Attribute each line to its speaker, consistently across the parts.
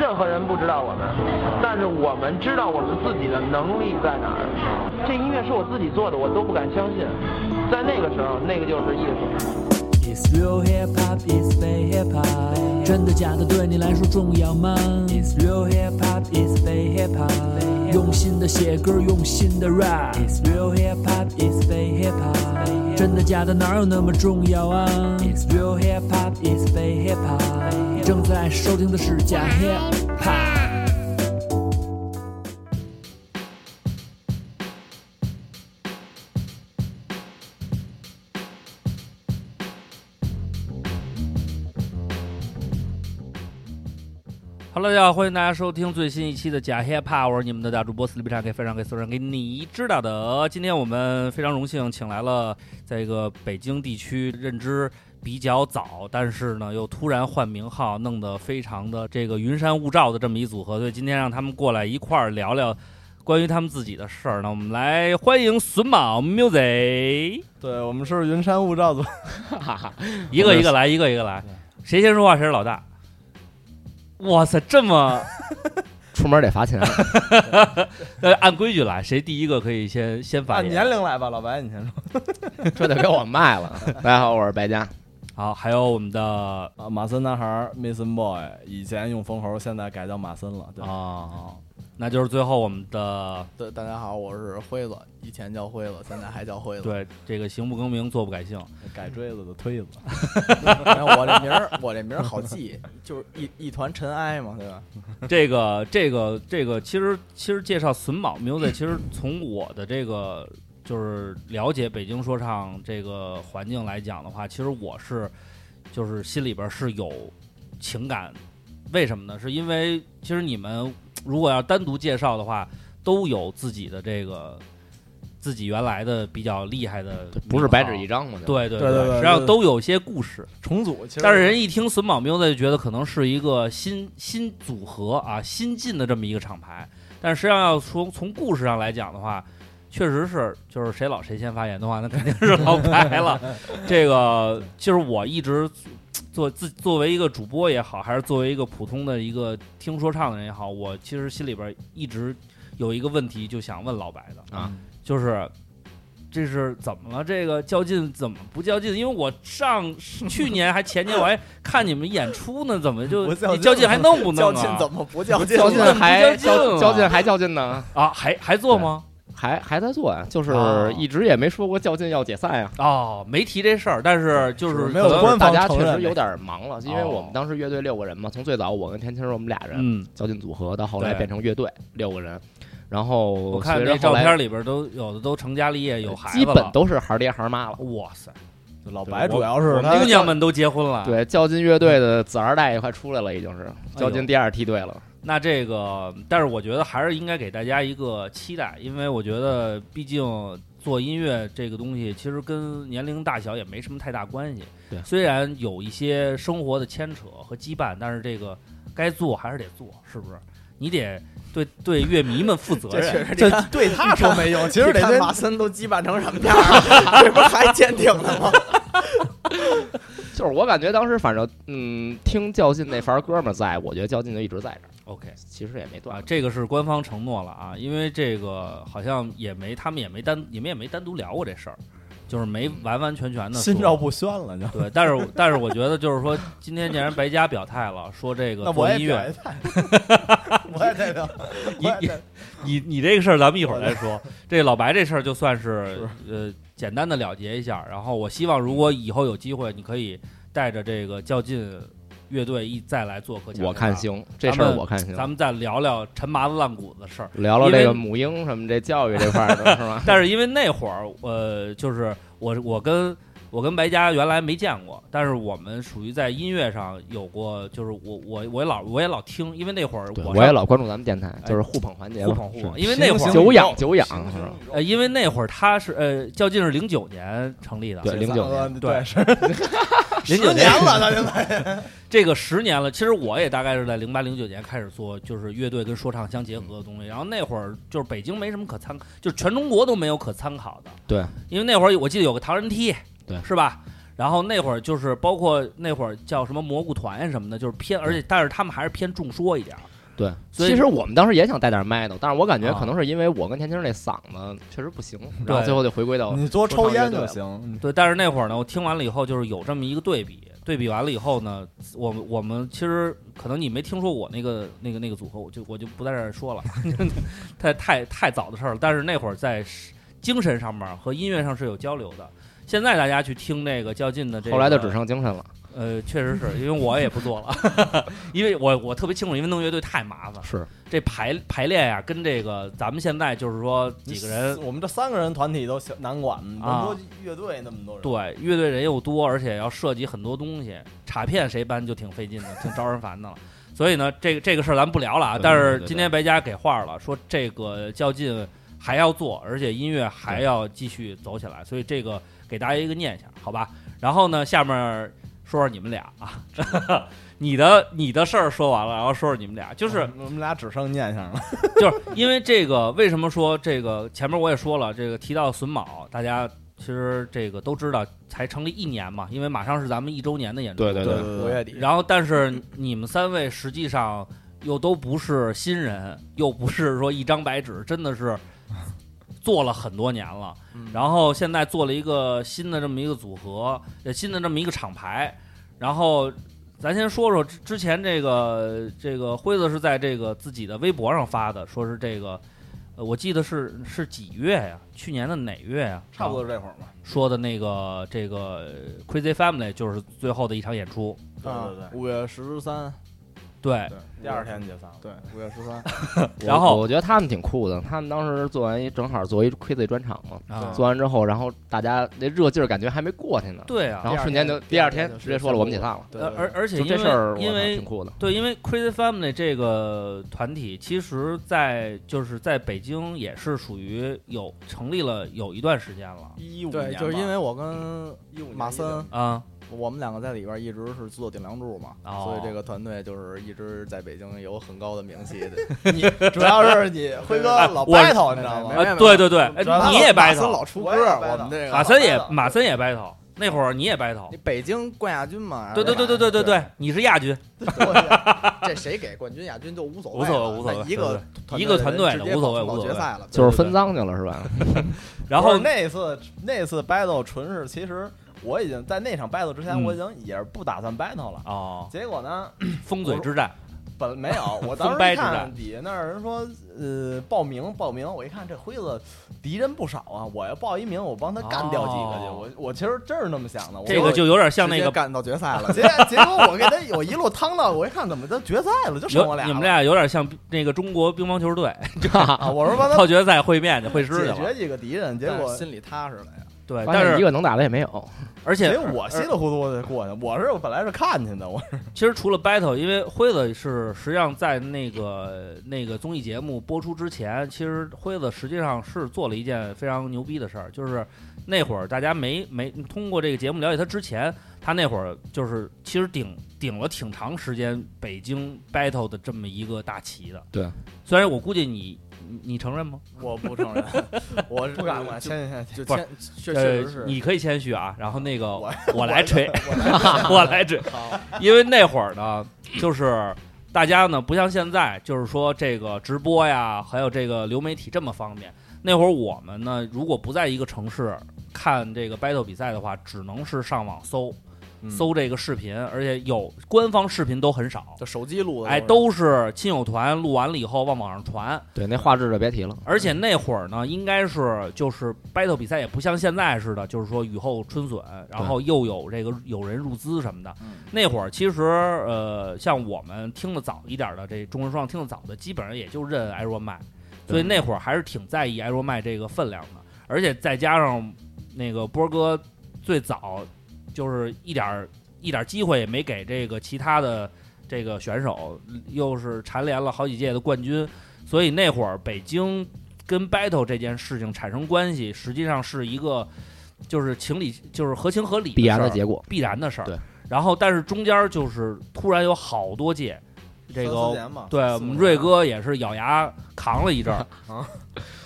Speaker 1: 任何人不知道我们，但是我们知道我们自己的能力在哪儿。这音乐是我自己做的，我都不敢相信。在那个时候，那个就是艺术。
Speaker 2: It's real hip hop, it's fake hip hop。真的假的对你来说重要吗？It's real hip hop, it's fake hip hop。用心的写歌，用心的 rap。It's real hip hop, it's fake hip hop。真的假的哪有那么重要啊？It's real hip hop, it's fake hip hop。正在收听的是假 hip hop。
Speaker 3: Hello，大家好，欢迎大家收听最新一期的假 hip hop，我是你们的大主播斯里比查给非常给所有人给你知道的。今天我们非常荣幸请来了在这个北京地区认知比较早，但是呢又突然换名号，弄得非常的这个云山雾罩的这么一组合，所以今天让他们过来一块儿聊聊关于他们自己的事儿。那我们来欢迎榫卯 music，
Speaker 4: 对我们是云山雾罩组，
Speaker 3: 一个一个来，一个一个来，谁先说话谁是老大。 哇塞，这么。
Speaker 5: 出门得罚钱。
Speaker 3: 呃，按规矩来，谁第一个可以先先发
Speaker 4: 按
Speaker 3: 言。
Speaker 4: 年龄来吧，老白，你先说。
Speaker 5: 这就 给我卖了。大家好，我是白佳。
Speaker 3: 好，还有我们的啊、
Speaker 4: 啊，马森男孩儿 Mason Boy，以前用封猴，现在改叫马森了。对，
Speaker 3: 哦那就是最后我们的
Speaker 6: 对，大家好，我是辉子，以前叫辉子，现在还叫辉子。
Speaker 3: 对这个行不更名，坐不改姓。
Speaker 4: 改锥子的 推 子。
Speaker 6: 然后我这名儿，我这名儿好记，就是一一团尘埃嘛，对吧？
Speaker 3: 这个这个这个，其实其实介绍榫卯 music，其实从我的这个就是了解北京说唱这个环境来讲的话，其实我是就是心里边是有情感，为什么呢？是因为其实你们如果要单独介绍的话，都有自己的这个自己原来的比较厉害的，
Speaker 5: 不是白纸一。张吗？就，
Speaker 3: 啊对对
Speaker 4: 对对对
Speaker 3: 实际上
Speaker 4: 对
Speaker 3: 都有些故事。
Speaker 4: 重组，其实
Speaker 3: 但是人一听榫卯 music 就觉得可能是一个新新组合啊，新进的这么一个厂牌。但是实际上要从从故事上来讲的话，确实是就是谁老谁先发言的话，那肯定是老白 了。这个就是我一直做自作为一个主播也好，还是作为一个普通的一个听说唱的人也好，我其实心里边一直有一个问题就想问老白的
Speaker 6: 嗯
Speaker 5: 啊，
Speaker 3: 就是这是怎么了？这个较劲怎么不较劲？因为我上去年还前年我还看你们演出呢，怎么 就
Speaker 4: 不较劲
Speaker 3: 你较劲还弄不
Speaker 6: 较
Speaker 3: 弄
Speaker 6: 劲
Speaker 3: 啊？
Speaker 6: 怎么不较劲？
Speaker 5: 较劲
Speaker 3: 不较
Speaker 5: 还
Speaker 3: 劲了
Speaker 5: 较较劲还较劲呢，
Speaker 3: 啊，还还做吗？
Speaker 5: 还还在做呀，就是
Speaker 3: 哦
Speaker 5: 一直也没说过较劲要解散呀。
Speaker 3: 哦，没提这事儿，但是就是是
Speaker 4: 没有
Speaker 3: 可能哦
Speaker 4: 关官方
Speaker 5: 大家
Speaker 4: 承认
Speaker 5: 确实
Speaker 4: 的
Speaker 5: 有点忙了，因为我们当时乐队六个人嘛，从最早我跟田青儿我们俩人
Speaker 3: 嗯，
Speaker 5: 较劲组合，到后来
Speaker 3: 对
Speaker 5: 变成乐队六个人，然后
Speaker 3: 我看
Speaker 5: 随着
Speaker 3: 那
Speaker 5: 后
Speaker 3: 照
Speaker 5: 来
Speaker 3: 片里边都有的都成家立业有孩子
Speaker 5: 基本
Speaker 3: 了，
Speaker 5: 都是孩儿爹孩儿妈了。
Speaker 3: 哇塞，
Speaker 4: 老白
Speaker 5: 对
Speaker 4: 主要
Speaker 3: 我
Speaker 4: 是
Speaker 3: 们姑
Speaker 4: 他
Speaker 3: 娘们都结婚了，，
Speaker 5: 对，较劲乐队的子二代也快出来了，已经是较
Speaker 3: 哎呦
Speaker 5: 劲第二梯队了。
Speaker 3: 那这个，但是我觉得还是应该给大家一个期待，因为我觉得毕竟做音乐这个东西，其实跟年龄大小也没什么太大关系。
Speaker 5: 对
Speaker 3: 虽然有一些生活的牵扯和羁绊，但是这个该做还是得做，是不是？你得对对乐迷们负责
Speaker 6: 这确
Speaker 3: 任。
Speaker 6: 实，这对他
Speaker 4: 说 没用，其实得
Speaker 6: 看
Speaker 4: 跟
Speaker 6: 马森都羁绊成什么样了， 这不是还坚挺呢吗？
Speaker 5: 就是我感觉当时反正嗯，听较劲那番哥们儿在，我觉得较劲就一直在这儿，
Speaker 3: OK
Speaker 5: 其实也没断
Speaker 3: 啊，。这个是官方承诺了啊，因为这个好像也没他们也没单你们也没单独聊过这事儿，就是没完完全全的
Speaker 4: 心照不宣了，就。
Speaker 3: 对， 但是但是我觉得就是说，今天既然白家表态了，说这
Speaker 4: 那
Speaker 3: 个
Speaker 4: 我
Speaker 3: 做
Speaker 4: 也
Speaker 3: 音
Speaker 4: 表一
Speaker 3: 乐，
Speaker 4: 态，我也代 表，
Speaker 3: 你
Speaker 4: 我也代
Speaker 3: 你
Speaker 4: 表
Speaker 3: 你你这个事儿咱们一会儿 再说。这老白这事儿就算是呃简单的了结一下，然后我希望如果以后有机会，你可以带着这个较劲乐队一再来做客家。
Speaker 5: 我看
Speaker 3: 行，
Speaker 5: 行，这事儿
Speaker 3: 咱们
Speaker 5: 我看行。
Speaker 3: 咱们再聊聊陈麻子烂谷子的事儿。
Speaker 5: 聊聊
Speaker 3: 因为
Speaker 5: 这个母婴什么这教育这块儿的 是吧？
Speaker 3: 但是因为那会儿，呃，就是我我跟我跟白家原来没见过，但是我们属于在音乐上有过，就是我我我也老我也老听，因为那会儿
Speaker 5: 对，
Speaker 3: 我
Speaker 5: 我也
Speaker 3: 上
Speaker 5: 老关注咱们电台，就是互捧环节嘛
Speaker 3: 哎互捧互捧，
Speaker 5: 是
Speaker 3: 因为那会
Speaker 4: 行
Speaker 3: 儿
Speaker 4: 行
Speaker 5: 久仰久仰是吧？
Speaker 3: 呃，因为那会儿他是呃，较劲是零九年成立的，
Speaker 5: 对09
Speaker 4: 呃
Speaker 3: 对
Speaker 4: 对是
Speaker 3: 零九
Speaker 4: 十年了，到现在
Speaker 3: 这个十年了，其实我也大概是在零八零九年开始做，就是乐队跟说唱相结合的东西。然后那会儿就是北京没什么可参，就是全中国都没有可参考的。
Speaker 5: 对，
Speaker 3: 因为那会儿我记得有个唐人街，
Speaker 5: 对
Speaker 3: 是吧？然后那会儿就是包括那会儿叫什么蘑菇团呀什么的，就是偏，而且但是他们还是偏重说一点儿。
Speaker 5: 对，
Speaker 3: 所以
Speaker 5: 其实我们当时也想带点麦的，但是我感觉
Speaker 3: 啊
Speaker 5: 可能是因为我跟田青那嗓子确实不行，然后最后就回归到
Speaker 4: 你多抽烟就
Speaker 5: 说
Speaker 4: 行。嗯
Speaker 3: 对，但是那会儿呢，我听完了以后，就是有这么一个对比，对比完了以后呢，我们我们其实可能你没听说我那个那个那个组合，我就我就不在这儿说了， 太太太早的事儿了。但是那会儿在是精神上面和音乐上是有交流的。现在大家去听那个较劲的这个，
Speaker 5: 后来就只剩精神了。
Speaker 3: 呃，确实是因为我也不做了， 因为我我特别清楚，因为弄乐队太麻烦，
Speaker 5: 是
Speaker 3: 这排排练呀、跟这个咱们现在就是说几个人
Speaker 4: 我们这三个人团体都小难管，甭
Speaker 3: 啊
Speaker 4: 说乐队那么多人。嗯
Speaker 3: 对，乐队人又多，而且要涉及很多东西，卡片谁搬就挺费劲的，挺招人烦的了。 所以呢，这个这个事儿咱不聊了啊。
Speaker 5: 对
Speaker 3: 但
Speaker 5: 对
Speaker 3: 是
Speaker 5: 对对
Speaker 3: 今天白家给话了，说这个较劲还要做，而且音乐还要继续走起来，所以这个给大家一个念想，好吧？然后呢，下面说说你们俩啊， 你的你的事儿说完了，然后说说你们俩，就是
Speaker 4: 哦我们俩只剩念想了。
Speaker 3: 就是因为这个，为什么说这个？前面我也说了，这个提到榫卯，大家其实这个都知道，才成立一年嘛，因为马上是咱们一周年的演出。
Speaker 5: 对
Speaker 4: 对
Speaker 6: 五月底，
Speaker 3: 然后，但是你们三位实际上又都不是新人，又不是说一张白纸，真的是做了很多年了。
Speaker 4: 嗯
Speaker 3: 然后现在做了一个新的这么一个组合，呃，新的这么一个厂牌。然后咱先说说之之前这个这个辉子是在这个自己的微博上发的，说是这个，呃，我记得是是几月呀？去年的哪月呀？啊
Speaker 4: 差不多这会儿吧。
Speaker 3: 说的那个这个 Crazy Family 就是最后的一场演出。
Speaker 4: 对对对，五月十三，
Speaker 3: 对，
Speaker 4: 对，第二天解散了。
Speaker 6: 对，五月十三，
Speaker 5: 我
Speaker 3: 然后
Speaker 5: 我觉得他们挺酷的，他们当时做完一正好做一 crazy 专场嘛，
Speaker 3: 啊，
Speaker 5: 做完之后，然后大家那热劲儿感觉还没过去呢，
Speaker 3: 对啊
Speaker 5: 然，后瞬间就第
Speaker 6: 第
Speaker 5: 二
Speaker 6: 二
Speaker 5: 天
Speaker 6: 天
Speaker 5: 直接说了我们解散了，
Speaker 6: 对
Speaker 3: 呃，而而且
Speaker 5: 就
Speaker 3: 因
Speaker 5: 这
Speaker 3: 为
Speaker 5: 事儿我
Speaker 3: 因
Speaker 5: 操
Speaker 3: 为
Speaker 5: 挺酷的，
Speaker 3: 对，因为 Crazy Family 这个团体，其实在就是在北京也是属于有成立了有一段时间了
Speaker 4: 一五
Speaker 6: 对，
Speaker 4: 年吧，
Speaker 6: 就是因为我跟马森，
Speaker 3: 啊、
Speaker 6: 我们两个在里边一直是做顶梁柱嘛，
Speaker 3: 哦
Speaker 6: 所以这个团队就是一直在北京有很高的名 气啊的。你主要是你辉哥
Speaker 3: 哎
Speaker 6: 老
Speaker 3: 我
Speaker 6: battle，你知道吗？
Speaker 3: 啊，对对对，哎
Speaker 6: 主要他
Speaker 3: 你也
Speaker 6: 老
Speaker 3: 白
Speaker 6: 马森老
Speaker 3: 头，
Speaker 6: 出歌，
Speaker 4: 我也掰
Speaker 6: 我
Speaker 4: 头
Speaker 6: 们这个
Speaker 3: 马森也
Speaker 6: 老掰头
Speaker 3: 马森也白头，那会儿你也白头
Speaker 6: 你，北京冠亚军嘛？
Speaker 3: 对对对对对对对，你是亚军，
Speaker 6: 对， 这谁给冠军亚军就无所谓了，
Speaker 3: 无所谓无所谓
Speaker 6: 那一个
Speaker 3: 对对对一个团队的
Speaker 6: 直接
Speaker 3: 无所谓
Speaker 6: 跑
Speaker 3: 无所谓
Speaker 6: 决赛了，
Speaker 5: 就是分赃去了是吧？
Speaker 3: 然
Speaker 4: 不
Speaker 3: 后
Speaker 4: 是那次那次 battle 纯是，其实我已经在那场 battle 之前，
Speaker 3: 嗯
Speaker 4: 我已经也是不打算 battle 了。
Speaker 3: 哦，
Speaker 4: 结果呢，
Speaker 3: 封嘴之战，
Speaker 4: 本没 有，我当
Speaker 3: 疯
Speaker 4: 时
Speaker 3: 掰
Speaker 4: 一
Speaker 3: 之战
Speaker 4: 看底下那儿人说，呃，报名报名，我一看这辉子敌人不少啊，我要报一名，我帮他干掉几个去。
Speaker 3: 哦
Speaker 4: 我我其实真是那么想的，我
Speaker 3: 这个就有点像
Speaker 6: 直
Speaker 3: 那
Speaker 6: 接
Speaker 3: 个
Speaker 6: 干到决赛 了。
Speaker 4: 结结果我给他我一路趟到，我一看怎么都决赛了，就剩我
Speaker 3: 有
Speaker 4: 俩了。
Speaker 3: 你们俩有点像那个中国乒乓球 队
Speaker 4: 啊，我说帮他
Speaker 3: 到决赛会面去会师去
Speaker 4: 解
Speaker 3: 了
Speaker 4: 决，几个敌人，结
Speaker 6: 但
Speaker 4: 果
Speaker 6: 是心里踏实了呀。
Speaker 3: 对，
Speaker 5: 发
Speaker 3: 但
Speaker 5: 现一
Speaker 3: 是
Speaker 5: 个能打的也没有，
Speaker 3: 而且
Speaker 4: 结果我稀里糊涂的过去。我是本来是看去的，我
Speaker 3: 其实除了 battle，因为辉子是实际上在那个那个综艺节目播出之前，其实辉子实际上是做了一件非常牛逼的事儿，就是那会儿大家没没通过这个节目了解他之前，他那会儿就是其实顶顶了挺长时间北京 battle 的这么一个大旗的。
Speaker 5: 对，
Speaker 3: 虽然我估计你你你承认吗？
Speaker 4: 我不承认，我不敢，我谦谦
Speaker 6: 就
Speaker 3: 不是
Speaker 6: 签，确确实
Speaker 3: 呃
Speaker 6: 是，
Speaker 3: 你可以谦虚啊，然后那个
Speaker 4: 我
Speaker 3: 我来吹， 我来吹，因为那会儿呢，就是大家呢不像现在，就是说这个直播呀，还有这个流媒体这么方便。那会儿我们呢，如果不在一个城市看这个 battle 比赛的话，只能是上网搜
Speaker 4: 嗯
Speaker 3: 搜这个视频，而且有官方视频都很少，
Speaker 6: 就手机录的，
Speaker 3: 哎，都是亲友团录完了以后往网上传。
Speaker 5: 对，那画质就别提了，
Speaker 3: 而且那会儿呢，应该是就是 battle 比赛也不像现在似的，就是说雨后春笋，然后又有这个有人入资什么的。
Speaker 6: 嗯
Speaker 3: 那会儿其实呃，像我们听得早一点的这中文说唱听得早的，基本上也就认艾若麦，所以那会儿还是挺在意艾若麦这个分量的。而且再加上那个波哥最早就是一点儿一点儿机会也没给这个其他的这个选手，又是蝉联了好几届的冠军，所以那会儿北京跟 battle 这件事情产生关系，实际上是一个就是情理就是合情合理
Speaker 5: 必然
Speaker 3: 的
Speaker 5: 的
Speaker 3: 事儿
Speaker 5: 结果。
Speaker 3: 必然的事儿。
Speaker 5: 对。
Speaker 3: 然后，但是中间儿就是突然有好多届，这
Speaker 4: 三四
Speaker 3: 个
Speaker 4: 年嘛
Speaker 3: 对
Speaker 4: 四五
Speaker 3: 我们
Speaker 4: 年
Speaker 3: 瑞哥也是咬牙扛了一 阵 儿。
Speaker 6: 啊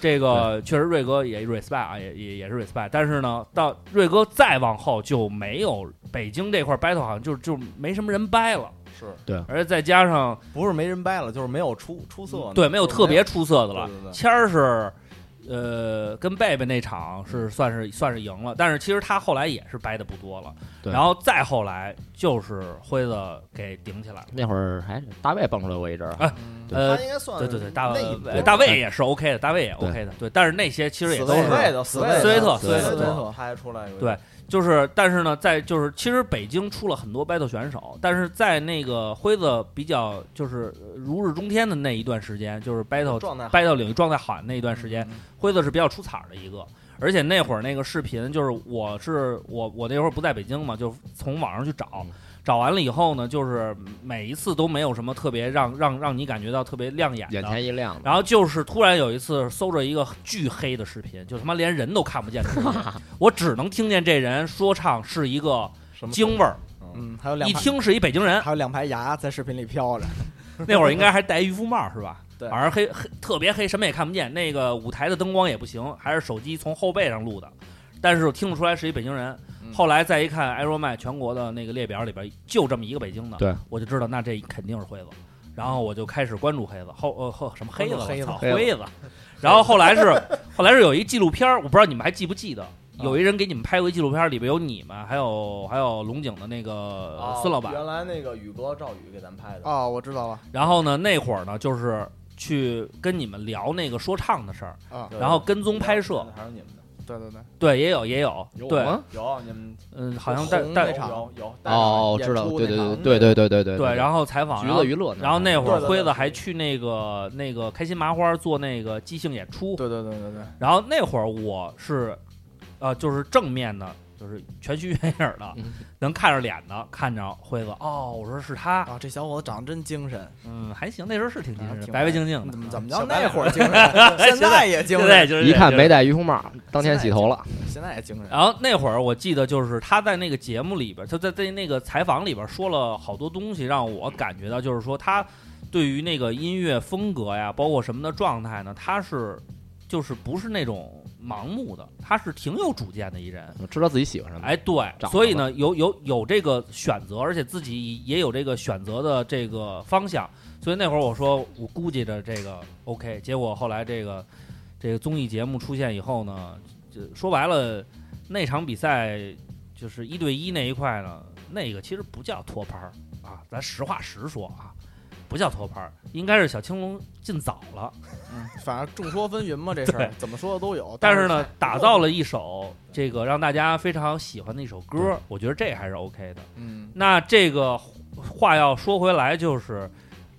Speaker 3: 这个确实瑞哥也 respect 啊，也也也是 respect。但是呢，到瑞哥再往后就没有北京这块 battle，好像就就没什么人掰了。
Speaker 4: 是
Speaker 5: 对
Speaker 3: 而且再加上
Speaker 4: 不是没人掰了，就是没有出出色呢，
Speaker 3: 嗯对没有
Speaker 4: 哦就是
Speaker 3: 特别出色的了
Speaker 4: 对对，对
Speaker 3: 谦儿是。呃，跟贝贝那场是算是算是赢了，但是其实他后来也是掰的不多了，
Speaker 5: 对
Speaker 3: 然后再后来就是辉子给顶起来了。
Speaker 5: 那会儿还大卫蹦出来过一阵儿，
Speaker 3: 啊
Speaker 5: 对
Speaker 3: 呃
Speaker 4: 他，应该算
Speaker 3: 对对对，大
Speaker 4: 内
Speaker 3: 卫
Speaker 4: 围
Speaker 3: 大卫也是 OK 的，大卫也 OK 的，对。但是那些其实也
Speaker 4: 死
Speaker 3: 都是
Speaker 4: 位的，死位的
Speaker 3: 斯威特
Speaker 4: 斯威
Speaker 5: 斯威
Speaker 4: 特
Speaker 6: 特
Speaker 4: 他还出来有一
Speaker 3: 对就是，但是呢，在就是其实北京出了很多 battle 选手，但是在那个辉子比较就是呃如日中天的那一段时间，就是 battle
Speaker 4: 状态好
Speaker 3: battle 领域状态好那一段时间，
Speaker 4: 嗯
Speaker 3: 辉子是比较出彩儿的一个。而且那会儿那个视频，就是我是我我那会儿不在北京嘛，就从网上去找
Speaker 5: 嗯，
Speaker 3: 找完了以后呢，就是每一次都没有什么特别让让让你感觉到特别亮眼的
Speaker 5: 眼，前一亮的。
Speaker 3: 然后就是突然有一次搜着一个巨黑的视频，就他妈连人都看不见的视频，我只能听见这人说唱是一个
Speaker 4: 什么
Speaker 3: 京味儿，
Speaker 6: 嗯，还有两
Speaker 3: 一
Speaker 6: 排
Speaker 3: 听是一北京人。
Speaker 6: 还有两排牙在视频里飘着，
Speaker 3: 那会儿应该还戴渔夫帽是吧？
Speaker 6: 对
Speaker 3: 反正黑黑特别黑，什么也看不见。那个舞台的灯光也不行，还是手机从后背上录的，但是我听不出来是一北京人。
Speaker 6: 嗯
Speaker 3: 后来再一看艾若麦全国的那个列表里边就这么一个北京的，
Speaker 5: 对
Speaker 3: 我就知道那这肯定是黑子。然后我就开始关注黑子，后呃后什么黑子，
Speaker 6: 关注黑子
Speaker 3: 我操
Speaker 5: 黑子
Speaker 3: 灰子。然后后来是后来是有一纪录片儿，我不知道你们还记不记得，
Speaker 6: 嗯
Speaker 3: 有一人给你们拍过一纪录片儿，里边有你们，还有还有龙井的那个
Speaker 4: 啊
Speaker 3: 孙老板。
Speaker 4: 原来那个宇哥赵宇给咱拍的，
Speaker 6: 哦，我知道了，
Speaker 3: 然后呢，那会儿呢就是去跟你们聊那个说唱的事儿，
Speaker 6: 啊，
Speaker 4: 对
Speaker 3: 然后跟踪拍摄
Speaker 4: 还有你们的，
Speaker 6: 对对对，
Speaker 3: 对，也有也有，
Speaker 5: 有
Speaker 3: 对，
Speaker 5: 吗？
Speaker 4: 有啊你们
Speaker 3: 嗯，好像带
Speaker 6: 红
Speaker 3: 带
Speaker 6: 那场
Speaker 4: 有有带
Speaker 5: 哦，
Speaker 6: 演
Speaker 5: 知道，
Speaker 6: 出
Speaker 5: 对
Speaker 6: 那
Speaker 5: 对
Speaker 6: 场
Speaker 5: 对对对对对对
Speaker 3: 对，然后采访，
Speaker 5: 娱
Speaker 3: 然后
Speaker 5: 乐娱乐那
Speaker 3: 然后那会儿
Speaker 4: 对对对
Speaker 3: 辉子还去那个那个开心麻花做那个即兴演出，
Speaker 6: 对对对对对，
Speaker 3: 然后那会儿我是，呃，就是正面的，就是全虚全影儿的，
Speaker 5: 嗯
Speaker 3: 能看着脸的，看着辉子，哦，我说是他，
Speaker 6: 啊，这小伙子长得真精神，
Speaker 3: 嗯，还行，那时候是挺精
Speaker 6: 啊
Speaker 3: 神的，
Speaker 6: 挺
Speaker 3: 白白净净的，
Speaker 6: 怎么怎么
Speaker 3: 小
Speaker 6: 着？
Speaker 3: 白
Speaker 6: 那
Speaker 3: 脸
Speaker 6: 会儿精神， 现在也精
Speaker 3: 现在
Speaker 6: 神，
Speaker 3: 就是
Speaker 5: 一看
Speaker 3: 就是
Speaker 5: 没戴渔夫帽，当天洗头了。
Speaker 6: 现在也
Speaker 5: 嗯
Speaker 6: 精神。
Speaker 3: 然后那会儿我记得就是他在那个节目里边，他在在那个采访里边说了好多东西，让我感觉到就是说他对于那个音乐风格呀，包括什么的状态呢，他是就是不是那种盲目的，他是挺有主见的一人。
Speaker 5: 知道自己喜欢什么。
Speaker 3: 哎，对，
Speaker 5: 长
Speaker 3: 所以呢，有有有这个选择，而且自己也有这个选择的这个方向。所以那会儿我说，我估计着这个 OK，结果后来这个这个综艺节目出现以后呢，就说白了，那场比赛就是一对一那一块呢，那个其实不叫托拍儿啊，咱实话实说啊，不叫托拍儿，应该是小青龙进早了，
Speaker 6: 嗯，反正众说纷�纭嘛，这事儿
Speaker 3: 对
Speaker 6: 怎么说的都有。
Speaker 3: 但是呢，打造了一首这个让大家非常喜欢的一首歌，我觉得这还是 OK 的。
Speaker 6: 嗯，
Speaker 3: 那这个话要说回来，就是，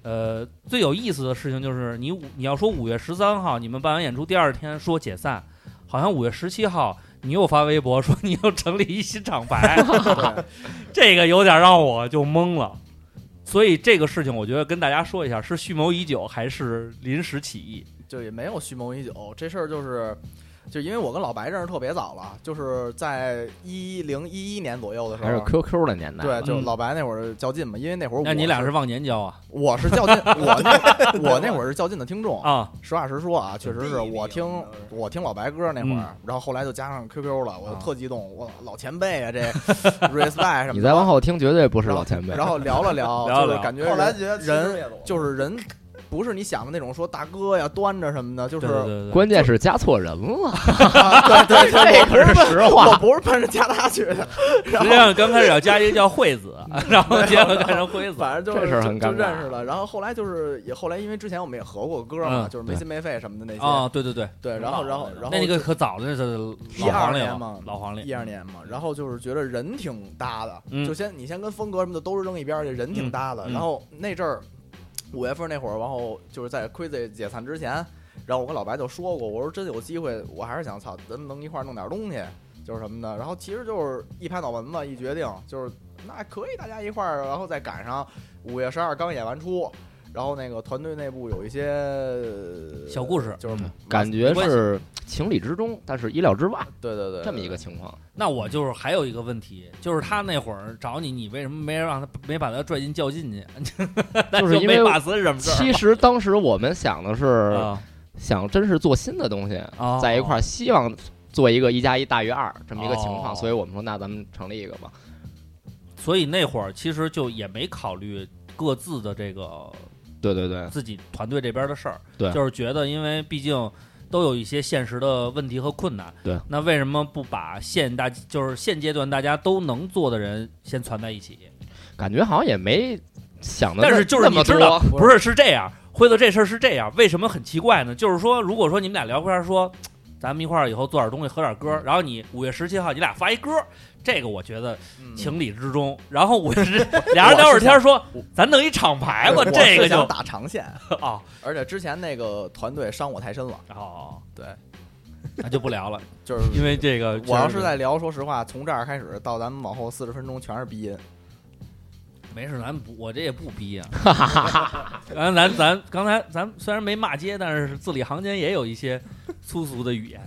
Speaker 3: 呃，最有意思的事情就是你，五你要说五月十三号你们办完演出第二天说解散，好像五月十七号你又发微博说你又成立一新厂牌，这个有点让我就懵了。所以这个事情，我觉得跟大家说一下，是蓄谋已久还是临时起意？
Speaker 6: 就也没有蓄谋已久，这事儿就是。就因为我跟老白认识特别早了，就是在一零一一年左右的时
Speaker 5: 还是
Speaker 6: 候，
Speaker 5: QQ 的年代，
Speaker 6: 对，就
Speaker 3: 嗯
Speaker 6: 老白那会儿较劲嘛，因为那会儿
Speaker 3: 那
Speaker 6: 我
Speaker 3: 你俩
Speaker 6: 是
Speaker 3: 是忘年交啊？
Speaker 6: 我是 较劲，我那我那会儿是较劲的听众。
Speaker 3: 啊，
Speaker 6: 实话实说啊，确实是
Speaker 4: 弟弟
Speaker 6: 我听
Speaker 4: 有的是
Speaker 6: 我听老白歌那会儿，然后后来就加上 QQ 了，我就
Speaker 3: 嗯啊
Speaker 6: 特激动，我老前辈啊，这 respect 什么的。
Speaker 5: 你再往后听绝对不是
Speaker 6: 然后
Speaker 5: 老前辈。
Speaker 6: 然后聊了 聊，
Speaker 3: 聊了
Speaker 6: 就是
Speaker 3: 聊
Speaker 6: 感觉
Speaker 4: 后来
Speaker 6: 人
Speaker 4: 觉得其实
Speaker 6: 人
Speaker 4: 也懂
Speaker 6: 就是人，不是你想的那种说大哥呀端着什么的，就
Speaker 3: 对
Speaker 6: 是
Speaker 3: 对对对，
Speaker 5: 关键是加错人了，
Speaker 6: 啊 对对对，
Speaker 5: 这可是实
Speaker 6: 我
Speaker 5: 话。
Speaker 6: 不是奔着加他去的，然
Speaker 3: 实
Speaker 6: 后
Speaker 3: 际上刚开始要加一个叫惠子，然后结果改成辉子。
Speaker 6: 反正就是
Speaker 5: 这事儿很
Speaker 6: 就
Speaker 5: 尴尬
Speaker 6: 就认识了。然后后来就是也后来，因为之前我们也合过歌嘛，
Speaker 3: 嗯
Speaker 6: 就是没心没肺什么的那些。
Speaker 3: 啊，对对对，
Speaker 6: 对，然后然后然后
Speaker 3: 那那个可早了，那是老
Speaker 6: 12
Speaker 3: 黄历
Speaker 6: 年
Speaker 3: 了
Speaker 6: 嘛，
Speaker 3: 老黄历
Speaker 6: 一。二年嘛，然后就是觉得人挺搭的，
Speaker 3: 嗯
Speaker 6: 就先你先跟风格什么的都扔一边儿去，人挺搭的。
Speaker 3: 嗯嗯
Speaker 6: 然后那阵儿五月份那会儿，然后就是在 Crazy 解散之前，然后我跟老白就说过，我说真有机会，我还是想操，咱们能一块儿弄点东西，就是什么的。然后其实就是一拍脑门子一决定，就是那可以大家一块儿，然后再赶上五月十二刚演完出。然后那个团队内部有一些呃
Speaker 3: 小故事
Speaker 6: 就是
Speaker 5: 感觉是情理之中，但是意料之外
Speaker 6: 对对对，
Speaker 5: 这么一个情况。
Speaker 3: 那我就是还有一个问题，就是他那会儿找你，你为什么没让他没把他拽进较劲去？那
Speaker 5: 就是因为
Speaker 3: 没把死是什么事儿
Speaker 5: 其实当时我们想的是，
Speaker 3: 啊
Speaker 5: 想真是做新的东西
Speaker 3: 哦
Speaker 5: 在一块儿，希望做一个一加一大于二这么一个情
Speaker 3: 哦
Speaker 5: 况，所以我们说那咱们成立一个吧。
Speaker 3: 所以那会儿其实就也没考虑各自的这个
Speaker 5: 对对对，
Speaker 3: 自己团队这边的事儿，
Speaker 5: 对
Speaker 3: 就是觉得因为毕竟都有一些现实的问题和困难，
Speaker 5: 对，
Speaker 3: 那为什么不把现大就是现阶段大家都能做的人先攒在一起？
Speaker 5: 感觉好像也没想的，
Speaker 3: 但是就是
Speaker 5: 那
Speaker 3: 你
Speaker 5: 么
Speaker 3: 知道，
Speaker 5: 多，
Speaker 3: 不是是这样，辉子这事儿是这样，为什么很奇怪呢？就是说，如果说你们俩聊天说，咱们一块儿以后做点东西，喝点歌，然后你五月十七号你俩发一歌，这个我觉得
Speaker 6: 嗯
Speaker 3: 情理之中。然后五月 十俩人聊会儿天说，咱弄一厂牌吧，
Speaker 6: 我
Speaker 3: 这个
Speaker 6: 是
Speaker 3: 就
Speaker 6: 想打 长线，
Speaker 3: 哦
Speaker 6: 而且之前那个团队伤我太深了，
Speaker 3: 哦，
Speaker 6: 对，
Speaker 3: 那就不 聊了，
Speaker 6: 就是
Speaker 3: 因为这个
Speaker 6: 我要
Speaker 3: 确实
Speaker 6: 是在聊，说实话，从这儿开始到咱们往后四十分钟全是鼻音，
Speaker 3: 没事，咱不我这也不逼啊。咱咱咱刚才咱虽然没骂街，但是字里行间也有一些粗俗的语言，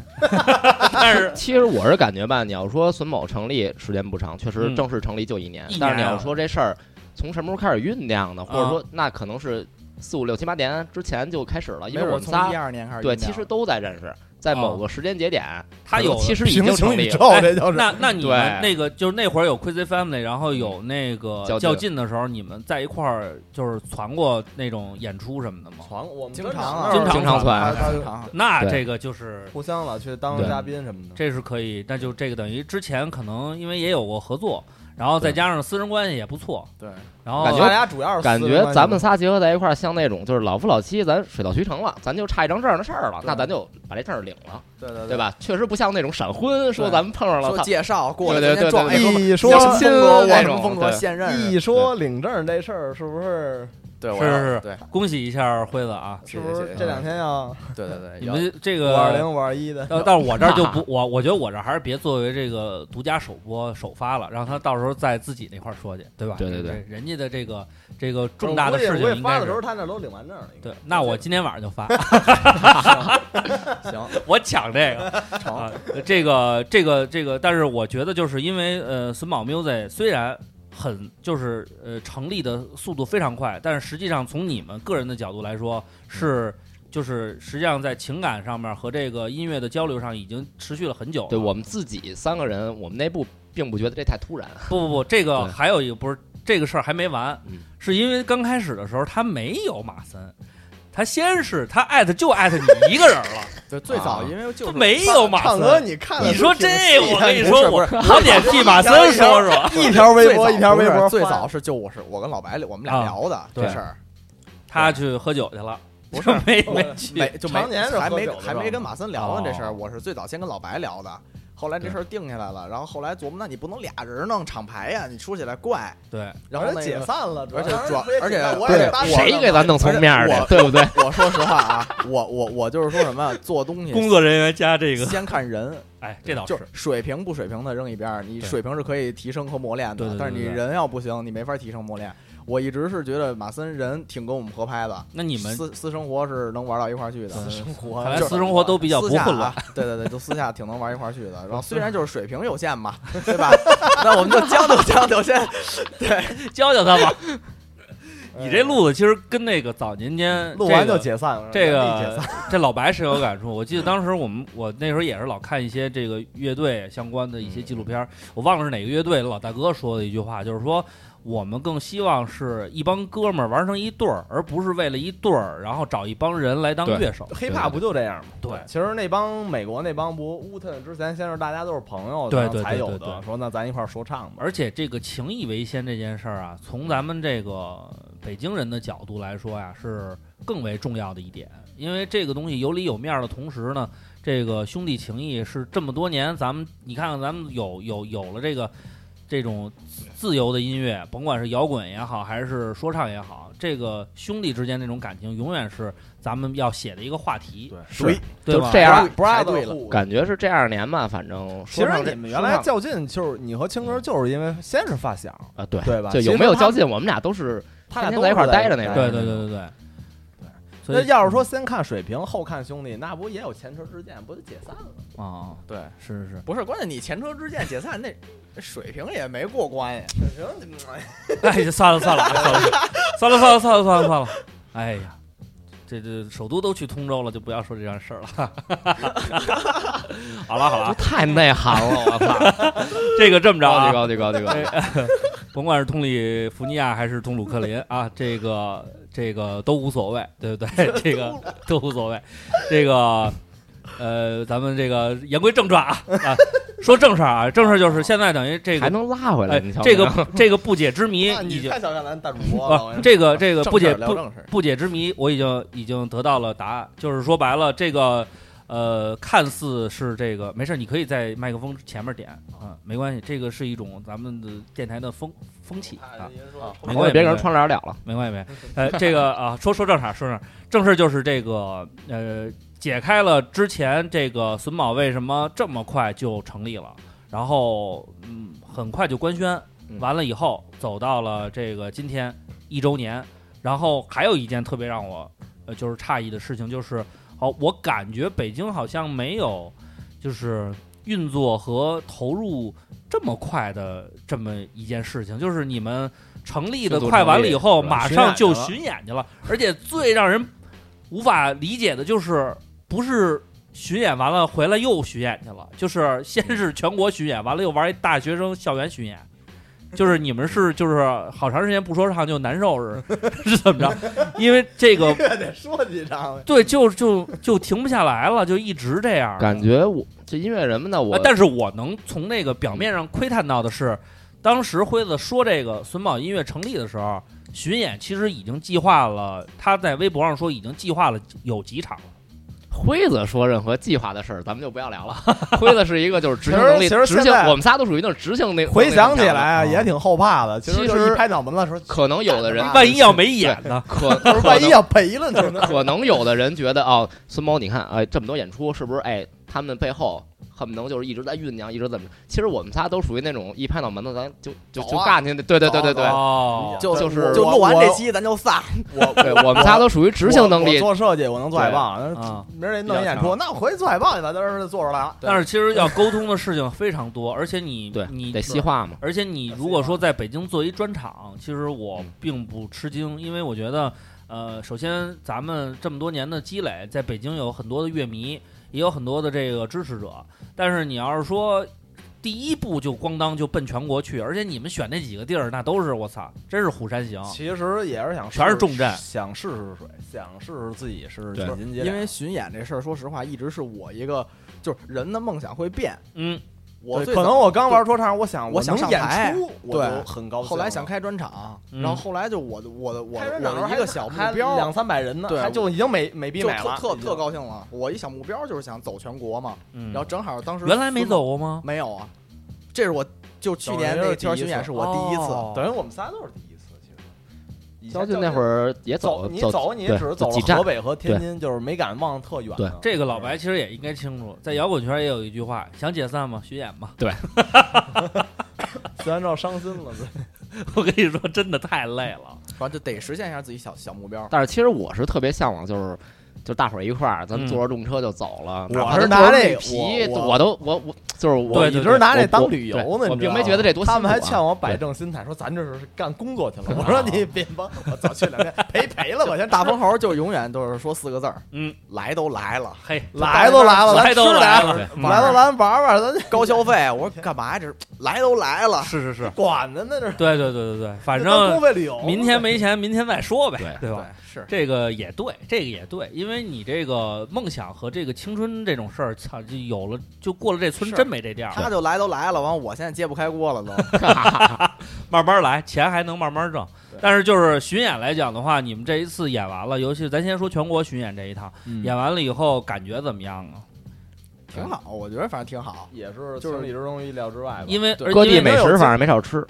Speaker 3: 但是
Speaker 5: 其实我是感觉吧，你要说孙某成立时间不长，确实
Speaker 3: 嗯
Speaker 5: 正式成立就一年，
Speaker 3: 一年啊
Speaker 5: 但是你要说这事儿从什么时候开始酝酿的，或者
Speaker 3: 啊
Speaker 5: 说那可能是四五六七八年之前就开始了，因为
Speaker 6: 没
Speaker 5: 我
Speaker 6: 准
Speaker 5: 们
Speaker 6: 从一
Speaker 5: 仨
Speaker 6: 二年开始酝
Speaker 5: 对
Speaker 6: 酿。
Speaker 5: 其实都在认识，在某个时间节点，
Speaker 3: 哦他有哎
Speaker 5: 其实已
Speaker 4: 平
Speaker 5: 经
Speaker 4: 行
Speaker 5: 成
Speaker 4: 宇
Speaker 5: 立
Speaker 4: 宙
Speaker 5: 了。，
Speaker 4: 这就是
Speaker 3: 那那你们
Speaker 5: 对
Speaker 3: 那个就是那会儿有 Crazy Family，然后有那个
Speaker 5: 较劲
Speaker 3: 较劲的时候，你们在一块儿就是传过那种演出什么的吗？
Speaker 4: 床我们
Speaker 6: 经常啊
Speaker 3: 经常
Speaker 5: 经常
Speaker 3: 传
Speaker 5: 传
Speaker 6: 啊经常
Speaker 3: 那
Speaker 5: 对
Speaker 3: 这个就是
Speaker 4: 互相了去当
Speaker 5: 对
Speaker 4: 嘉宾什么的。
Speaker 3: 这是可以，那就这个等于之前可能因为也有过合作，然后再加上私人关系也不错，
Speaker 6: 对，
Speaker 3: 然后
Speaker 5: 感觉
Speaker 4: 大家主要是
Speaker 5: 感
Speaker 4: 私人
Speaker 5: 觉
Speaker 4: 关系
Speaker 5: 咱们仨结合在一块儿，像那种就是老夫老妻，咱水到渠成了，咱就差一张证儿的事儿了，
Speaker 6: 对
Speaker 5: 那咱就把这证儿领了，
Speaker 6: 对对
Speaker 5: 对？吧？确实不像那种闪婚，说
Speaker 6: 对
Speaker 5: 咱们碰上了，
Speaker 6: 说
Speaker 5: 操
Speaker 6: 介绍过来，
Speaker 5: 对
Speaker 6: 天天
Speaker 5: 对对
Speaker 6: 撞
Speaker 5: 对
Speaker 6: 哎哥
Speaker 4: 一
Speaker 6: 你
Speaker 4: 说
Speaker 6: 什么风格，我
Speaker 5: 那
Speaker 6: 什么
Speaker 5: 种
Speaker 6: 风格，
Speaker 5: 对
Speaker 6: 现任人
Speaker 4: 一说领证这事儿，是不是
Speaker 6: 对，我
Speaker 3: 是
Speaker 6: 要
Speaker 3: 是是
Speaker 6: 对
Speaker 3: 恭喜一下辉子啊！
Speaker 4: 是
Speaker 6: 谢谢
Speaker 4: 不
Speaker 6: 谢
Speaker 4: 是
Speaker 6: 谢，
Speaker 4: 这两天要
Speaker 6: 对对对，
Speaker 3: 你
Speaker 6: 要
Speaker 3: 们这
Speaker 4: 五
Speaker 3: 个
Speaker 4: 二零五二一的？
Speaker 3: 到到我这儿就不， 我我觉得我这儿还是别作为这个独家首播首发了，让他到时候在自己那块儿说去，对吧？
Speaker 5: 对对对
Speaker 3: 这，人家的这个这个重大的事
Speaker 4: 我
Speaker 3: 情
Speaker 4: 也
Speaker 3: 应
Speaker 4: 发
Speaker 3: 该
Speaker 4: 的时候，
Speaker 3: 是。
Speaker 4: 他那都领完证了。应该
Speaker 3: 对，那我今天晚上就 发，
Speaker 6: 行，
Speaker 3: 我抢这个啊，这个这个这个，但是我觉得就是因为呃，榫宝 music 虽然很就是呃成立的速度非常快，但是实际上从你们个人的角度来说
Speaker 5: 嗯
Speaker 3: 是。就是实际上在情感上面和这个音乐的交流上已经持续了很久了。
Speaker 5: 对我们自己三个人，我们内部并不觉得这太突然。
Speaker 3: 不不不，这个
Speaker 5: 对
Speaker 3: 还有一个不是这个事儿还没完，
Speaker 5: 嗯
Speaker 3: 是因为刚开始的时候他没有马森，他先是他艾特就艾特你一个人了，
Speaker 6: 对最
Speaker 5: 啊
Speaker 6: 早因为就
Speaker 3: 就是啊没有马
Speaker 4: 唱歌
Speaker 3: 森。
Speaker 4: 你看了
Speaker 3: 你说
Speaker 4: 都挺
Speaker 3: 这，
Speaker 4: 细
Speaker 3: 我
Speaker 4: 的
Speaker 3: 跟你说，我我得替马森说说，
Speaker 4: 一条微
Speaker 6: 最
Speaker 4: 博
Speaker 6: 早
Speaker 4: 一条微
Speaker 6: 不
Speaker 4: 博
Speaker 6: 是最
Speaker 4: 发
Speaker 6: 早是就我是我跟老白我们俩
Speaker 3: 啊
Speaker 6: 聊的
Speaker 3: 对
Speaker 6: 这事儿，
Speaker 3: 他去喝酒去了，
Speaker 6: 不是
Speaker 3: 没没去，
Speaker 6: 没就没
Speaker 4: 常年是喝
Speaker 6: 还没
Speaker 4: 酒的
Speaker 6: 还没跟马森聊呢这事
Speaker 3: 哦
Speaker 6: 儿，我是最早先跟老白聊的，后来这事儿定下来了，然后后来琢磨，那你不能俩人弄厂牌呀，你说起来怪，
Speaker 3: 对，
Speaker 6: 然
Speaker 4: 反
Speaker 6: 后那
Speaker 4: 正
Speaker 6: 个
Speaker 4: 解散了，主要
Speaker 6: 而且主要
Speaker 4: 当时
Speaker 6: 而且
Speaker 4: 我也
Speaker 6: 对
Speaker 4: 得搭
Speaker 6: 我
Speaker 5: 谁给咱弄层面儿
Speaker 6: 而且
Speaker 5: 的
Speaker 6: 我，
Speaker 5: 对不对？
Speaker 6: 我说实话啊，我我我就是说什么呀，做东西
Speaker 3: 工作人员加这个，
Speaker 6: 先看人，
Speaker 3: 哎，这倒
Speaker 6: 就是是水平不水平的扔一边儿，你
Speaker 3: 对
Speaker 6: 水平是可以提升和磨练
Speaker 3: 对对
Speaker 6: 的
Speaker 3: 对，
Speaker 6: 但是你
Speaker 3: 对对
Speaker 6: 人要不行，你没法提升磨练。我一直是觉得马森人挺跟我们合拍的，
Speaker 3: 那你们
Speaker 6: 私私生活是能玩到一块儿去的，
Speaker 3: 私
Speaker 6: 生活
Speaker 3: 看来私生活都比较不混乱。
Speaker 6: 啊 对对对，就私下挺能玩一块儿去的。然 后虽然就是水平有限嘛，对吧？ 那我们就将就将就先，
Speaker 3: 教教他 吧。
Speaker 4: 哎
Speaker 3: 你这路子其实跟那个早年间
Speaker 4: 嗯录完
Speaker 3: 这
Speaker 4: 就
Speaker 3: 个
Speaker 4: 解散了，
Speaker 3: 这
Speaker 4: 原地解
Speaker 3: 个
Speaker 4: 散
Speaker 3: 这老白深有感触。我记得当时我们我那时候也是老看一些这个乐队相关的一
Speaker 4: 嗯
Speaker 3: 些纪录片儿，我忘了是哪个乐队老大哥说的一句话，就是说我们更希望是一帮哥们儿玩成一对儿，而不是为了一对儿然后找一帮人来当
Speaker 5: 对
Speaker 3: 乐手。
Speaker 4: 黑怕不就这样吗？
Speaker 3: 对
Speaker 4: 其实那帮美国那帮不乌特之前先是大家都是朋友，
Speaker 3: 对
Speaker 4: 然后
Speaker 3: 对
Speaker 4: 才
Speaker 3: 对
Speaker 4: 有
Speaker 3: 对对
Speaker 4: 的说那咱一块儿说唱吧。
Speaker 3: 而且这个情谊为先这件事儿啊，从咱们这个北京人的角度来说呀，是更为重要的一点，因为这个东西有里有面儿的同时呢，这个兄弟情谊是这么多年，咱们你看看咱们有有有了这个这种自由的音乐，甭管是摇滚也好，还是说唱也好，这个兄弟之间这种感情永远是咱们要写的一个话题，
Speaker 5: 是
Speaker 3: 对
Speaker 5: 就
Speaker 3: 吧？
Speaker 5: 这样，
Speaker 4: 不爱
Speaker 6: 排队了
Speaker 5: 感觉是这二年吧，反正
Speaker 4: 其
Speaker 5: 说
Speaker 4: 实
Speaker 5: 唱这
Speaker 4: 你们原来
Speaker 5: 说唱
Speaker 4: 较劲，就是你和青哥就是因为先是发小，
Speaker 5: 啊，对
Speaker 4: 对吧
Speaker 5: 就
Speaker 4: 其实
Speaker 5: 有没有
Speaker 4: 他
Speaker 5: 较劲，我们俩都是
Speaker 4: 他俩
Speaker 5: 天
Speaker 4: 都
Speaker 5: 天在一块儿待着那
Speaker 4: 那
Speaker 5: 种
Speaker 3: 对对对对对。所
Speaker 4: 那
Speaker 3: 以
Speaker 4: 要是说先看水平后看兄弟，那不也有前车之鉴，不就解散了？
Speaker 3: 啊，
Speaker 6: 对，
Speaker 3: 是是
Speaker 4: 嗯
Speaker 3: 是，
Speaker 6: 不是关键，你前车之鉴解散那水平也没过关呀。
Speaker 4: 水平，
Speaker 3: 哎啊 哎，算了算了算了算了算了算了算了算了，哎呀，这这首都都去通州了，就不要说这件事儿了。 好了好了，
Speaker 5: 太内涵了，我操！
Speaker 3: 这个这么着
Speaker 5: 高
Speaker 3: 啊哎
Speaker 5: 级，高级高级高级，
Speaker 3: 甭管是通里福尼亚还是通鲁克林啊，这个这个都无所谓，对不对？ 这个都无所谓，这个呃，咱们这个言归正传 啊啊，说正事儿啊，正事儿就是现在等于这
Speaker 5: 还
Speaker 3: 个
Speaker 5: 能拉回来，
Speaker 3: 哎
Speaker 5: 你瞧，
Speaker 3: 这个 这个不解之谜
Speaker 4: 那
Speaker 3: 已
Speaker 4: 你
Speaker 3: 经
Speaker 4: 太小看咱大主播了，我
Speaker 3: 啊
Speaker 4: 跟你说
Speaker 3: 这个这个
Speaker 6: 正
Speaker 3: 不解
Speaker 6: 事儿聊
Speaker 3: 不
Speaker 6: 正事儿
Speaker 3: 不解之谜，我已经已经得到了答案，就是说白了，这个呃，看似是这个没事儿，你可以在麦克风前面点啊，没关系，这个是一种咱们的电台的风风气
Speaker 4: 哎
Speaker 3: 啊，没
Speaker 5: 我
Speaker 3: 关
Speaker 5: 也
Speaker 3: 系，没
Speaker 5: 别跟人
Speaker 3: 关系
Speaker 5: 窗帘了了，
Speaker 3: 没关系，没关系呃，这个啊，说说正事儿，说正事儿，正事儿就是这个呃，解开了之前这个榫卯为什么这么快就成立了，然后嗯，很快就官宣，
Speaker 5: 嗯
Speaker 3: 完了以后走到了这个今天一周年，然后还有一件特别让我呃就是诧异的事情，就是哦，我感觉北京好像没有就是运作和投入这么快的这么一件事情，就是你们成立的
Speaker 5: 迅速
Speaker 3: 快完
Speaker 5: 成
Speaker 3: 了
Speaker 5: 立
Speaker 3: 以后，
Speaker 5: 是吧
Speaker 3: 马
Speaker 5: 巡
Speaker 3: 上
Speaker 5: 演
Speaker 3: 就
Speaker 5: 去了
Speaker 3: 巡演去了，而且最让人无法理解的就是不是。巡演完了回来又巡演去了，就是先是全国巡演，完了又玩一大学生校园巡演，就是你们是就是好长时间不说唱就难受是 是怎么着？因为这 个
Speaker 4: 这得说几张。啊
Speaker 3: 对，就就就停不下来了，就一直这样。
Speaker 5: 感觉我这音乐人们呢，我
Speaker 3: 啊但是我能从那个表面上窥探到的是，当时辉子说这个榫卯音乐成立的时候，巡演其实已经计划了，他在微博上说已经计划了有几场了。
Speaker 5: 辉子说任何计划的事儿，咱们就不要聊了。辉子是一个就是执行能
Speaker 4: 其
Speaker 5: 力，
Speaker 4: 实其实
Speaker 5: 执行
Speaker 4: 现在
Speaker 5: 我们仨都属于那种执行那。
Speaker 4: 回想起来
Speaker 5: 啊
Speaker 4: 啊，也挺后怕的。
Speaker 5: 其
Speaker 4: 实就
Speaker 5: 实
Speaker 4: 一拍脑门子 说，
Speaker 5: 可能有的人
Speaker 3: 万一要没演呢？
Speaker 5: 可
Speaker 4: 不是万一要赔了呢？
Speaker 5: 可能有的人觉得哦，孙某你看哎这么多演出是不是哎他们背后恨不能就是一直在酝酿，一直怎么？其实我们仨都属于那种一拍脑门子咱就就就
Speaker 6: 走啊
Speaker 5: 干去，对对对对对。
Speaker 3: 哦，
Speaker 6: 就
Speaker 5: 就是
Speaker 6: 就
Speaker 4: 啊我
Speaker 6: 录完这
Speaker 4: 我
Speaker 6: 期咱就散。
Speaker 5: 对，我们仨都属于执行能力
Speaker 4: 我，我做设计 我能做海嗯报，
Speaker 3: 啊。
Speaker 4: 明儿得弄一演出，那我回去做海报去吧。当时就做出来了。
Speaker 3: 但是其实要沟通的事情非常多，而且你
Speaker 5: 对
Speaker 3: 你，
Speaker 5: 得细化嘛。
Speaker 3: 而且你如果说在北京做一专场，其实我并不吃惊，因为我觉得，呃，首先咱们这么多年的积累，在北京有很多的乐迷，也有很多的这个支持者。但是你要是说第一步就咣当就奔全国去，而且你们选那几个地儿，那都是我操，真是虎山行，
Speaker 4: 其实也是想试
Speaker 3: 全是重镇
Speaker 4: 想试试水，想试试自己是
Speaker 5: 对
Speaker 4: 几斤几两
Speaker 6: 因为巡演这事儿，说实话，一直是我一个就是人的梦想会变。
Speaker 3: 嗯，
Speaker 6: 我
Speaker 4: 对
Speaker 6: 最
Speaker 4: 可能
Speaker 6: 早
Speaker 4: 我刚玩说唱，我想
Speaker 6: 啊我想
Speaker 4: 能
Speaker 6: 上
Speaker 4: 演
Speaker 6: 台
Speaker 4: 出，我
Speaker 6: 对
Speaker 4: 就很高兴了。
Speaker 6: 后来想开专场，
Speaker 3: 嗯
Speaker 6: 然后后来就我的我的我
Speaker 4: 开
Speaker 6: 的
Speaker 4: 专场
Speaker 6: 我的一个小目
Speaker 4: 还
Speaker 6: 标，
Speaker 4: 两三百人呢，
Speaker 6: 对
Speaker 4: 还就已经美美逼
Speaker 6: 就
Speaker 4: 美
Speaker 6: 特
Speaker 4: 了，
Speaker 6: 特
Speaker 4: 已经
Speaker 6: 特。高兴了。我一小目标就是想走全国嘛，
Speaker 3: 嗯
Speaker 6: 然后正好当时
Speaker 3: 原来没走过吗？
Speaker 6: 没有啊，这是我就去年那个圈巡演是我第一次，
Speaker 3: 哦
Speaker 4: 等于我们仨都是第一次，其实。以前
Speaker 5: 交俊那会儿也
Speaker 4: 走，你
Speaker 5: 走
Speaker 4: 你
Speaker 5: 对
Speaker 4: 只是走
Speaker 5: 几
Speaker 4: 了
Speaker 5: 站
Speaker 4: 河北和天津，就是没敢往特远的。啊
Speaker 3: 这个老白其实也应该清楚，在摇滚圈也有一句话：想解散吗？巡演吧。
Speaker 4: 虽然照伤心了，
Speaker 3: 我跟你说，真的太累了。
Speaker 6: 反正就得实现一下自己小小目标。
Speaker 5: 但是其实我是特别向往，就是就大伙儿一块儿，咱坐着动车就走了。
Speaker 4: 嗯
Speaker 5: 哪怕
Speaker 4: 我是
Speaker 5: 都
Speaker 4: 拿
Speaker 5: 光着
Speaker 4: 这
Speaker 5: 那皮，
Speaker 4: 我我
Speaker 5: 我都我我就是我
Speaker 3: 对
Speaker 4: 一
Speaker 3: 对
Speaker 4: 直拿
Speaker 5: 我
Speaker 4: 这当
Speaker 5: 我
Speaker 4: 旅游
Speaker 5: 对
Speaker 4: 呢。
Speaker 5: 我
Speaker 4: 你知
Speaker 5: 并
Speaker 4: 道
Speaker 5: 没
Speaker 4: 吗
Speaker 5: 觉得这多
Speaker 4: 他
Speaker 5: 辛苦
Speaker 4: 们
Speaker 5: 啊哦
Speaker 4: 还劝我摆正心态，说咱这是干工作去了。 我说你别帮，我早去两 天赔赔了吧，先
Speaker 6: 大风猴就永远都是说四个字儿，
Speaker 3: 嗯，
Speaker 6: 来都来了，
Speaker 3: 嘿，
Speaker 4: 来都来了，咱
Speaker 3: 来
Speaker 4: 吃
Speaker 3: 都来了，对
Speaker 4: 来都来玩玩，咱就
Speaker 6: 高消费。我说干嘛呀这是来都来 了，
Speaker 3: 是是是，
Speaker 4: 管呢，那是
Speaker 3: 对对对对对，反
Speaker 4: 当
Speaker 3: 正
Speaker 4: 公费旅游呢。
Speaker 3: 明天没 钱，明天再说呗，对
Speaker 6: 对
Speaker 3: 吧？，
Speaker 6: 是
Speaker 3: 这个也对，这个也对，因为你这个梦想和这个青春这种事儿，操，就有了就过了这村，
Speaker 6: 是
Speaker 3: 真没这店儿
Speaker 6: 他
Speaker 3: 了。
Speaker 6: 就来都来了，完我现在揭不开锅了都。
Speaker 3: 慢慢来，钱还能慢慢挣
Speaker 4: 对。
Speaker 3: 但是就是巡演来讲的话，你们这一次演完了，尤其咱先说全国巡演这一趟，
Speaker 6: 嗯
Speaker 3: 演完了以后感觉怎么样啊？
Speaker 6: 挺好，我觉得反正挺好。
Speaker 4: 也是
Speaker 6: 就是
Speaker 4: 情理之中，意料之外吧。
Speaker 3: 因为而
Speaker 5: 各
Speaker 3: 因
Speaker 5: 地
Speaker 3: 为
Speaker 5: 美食反正没少吃，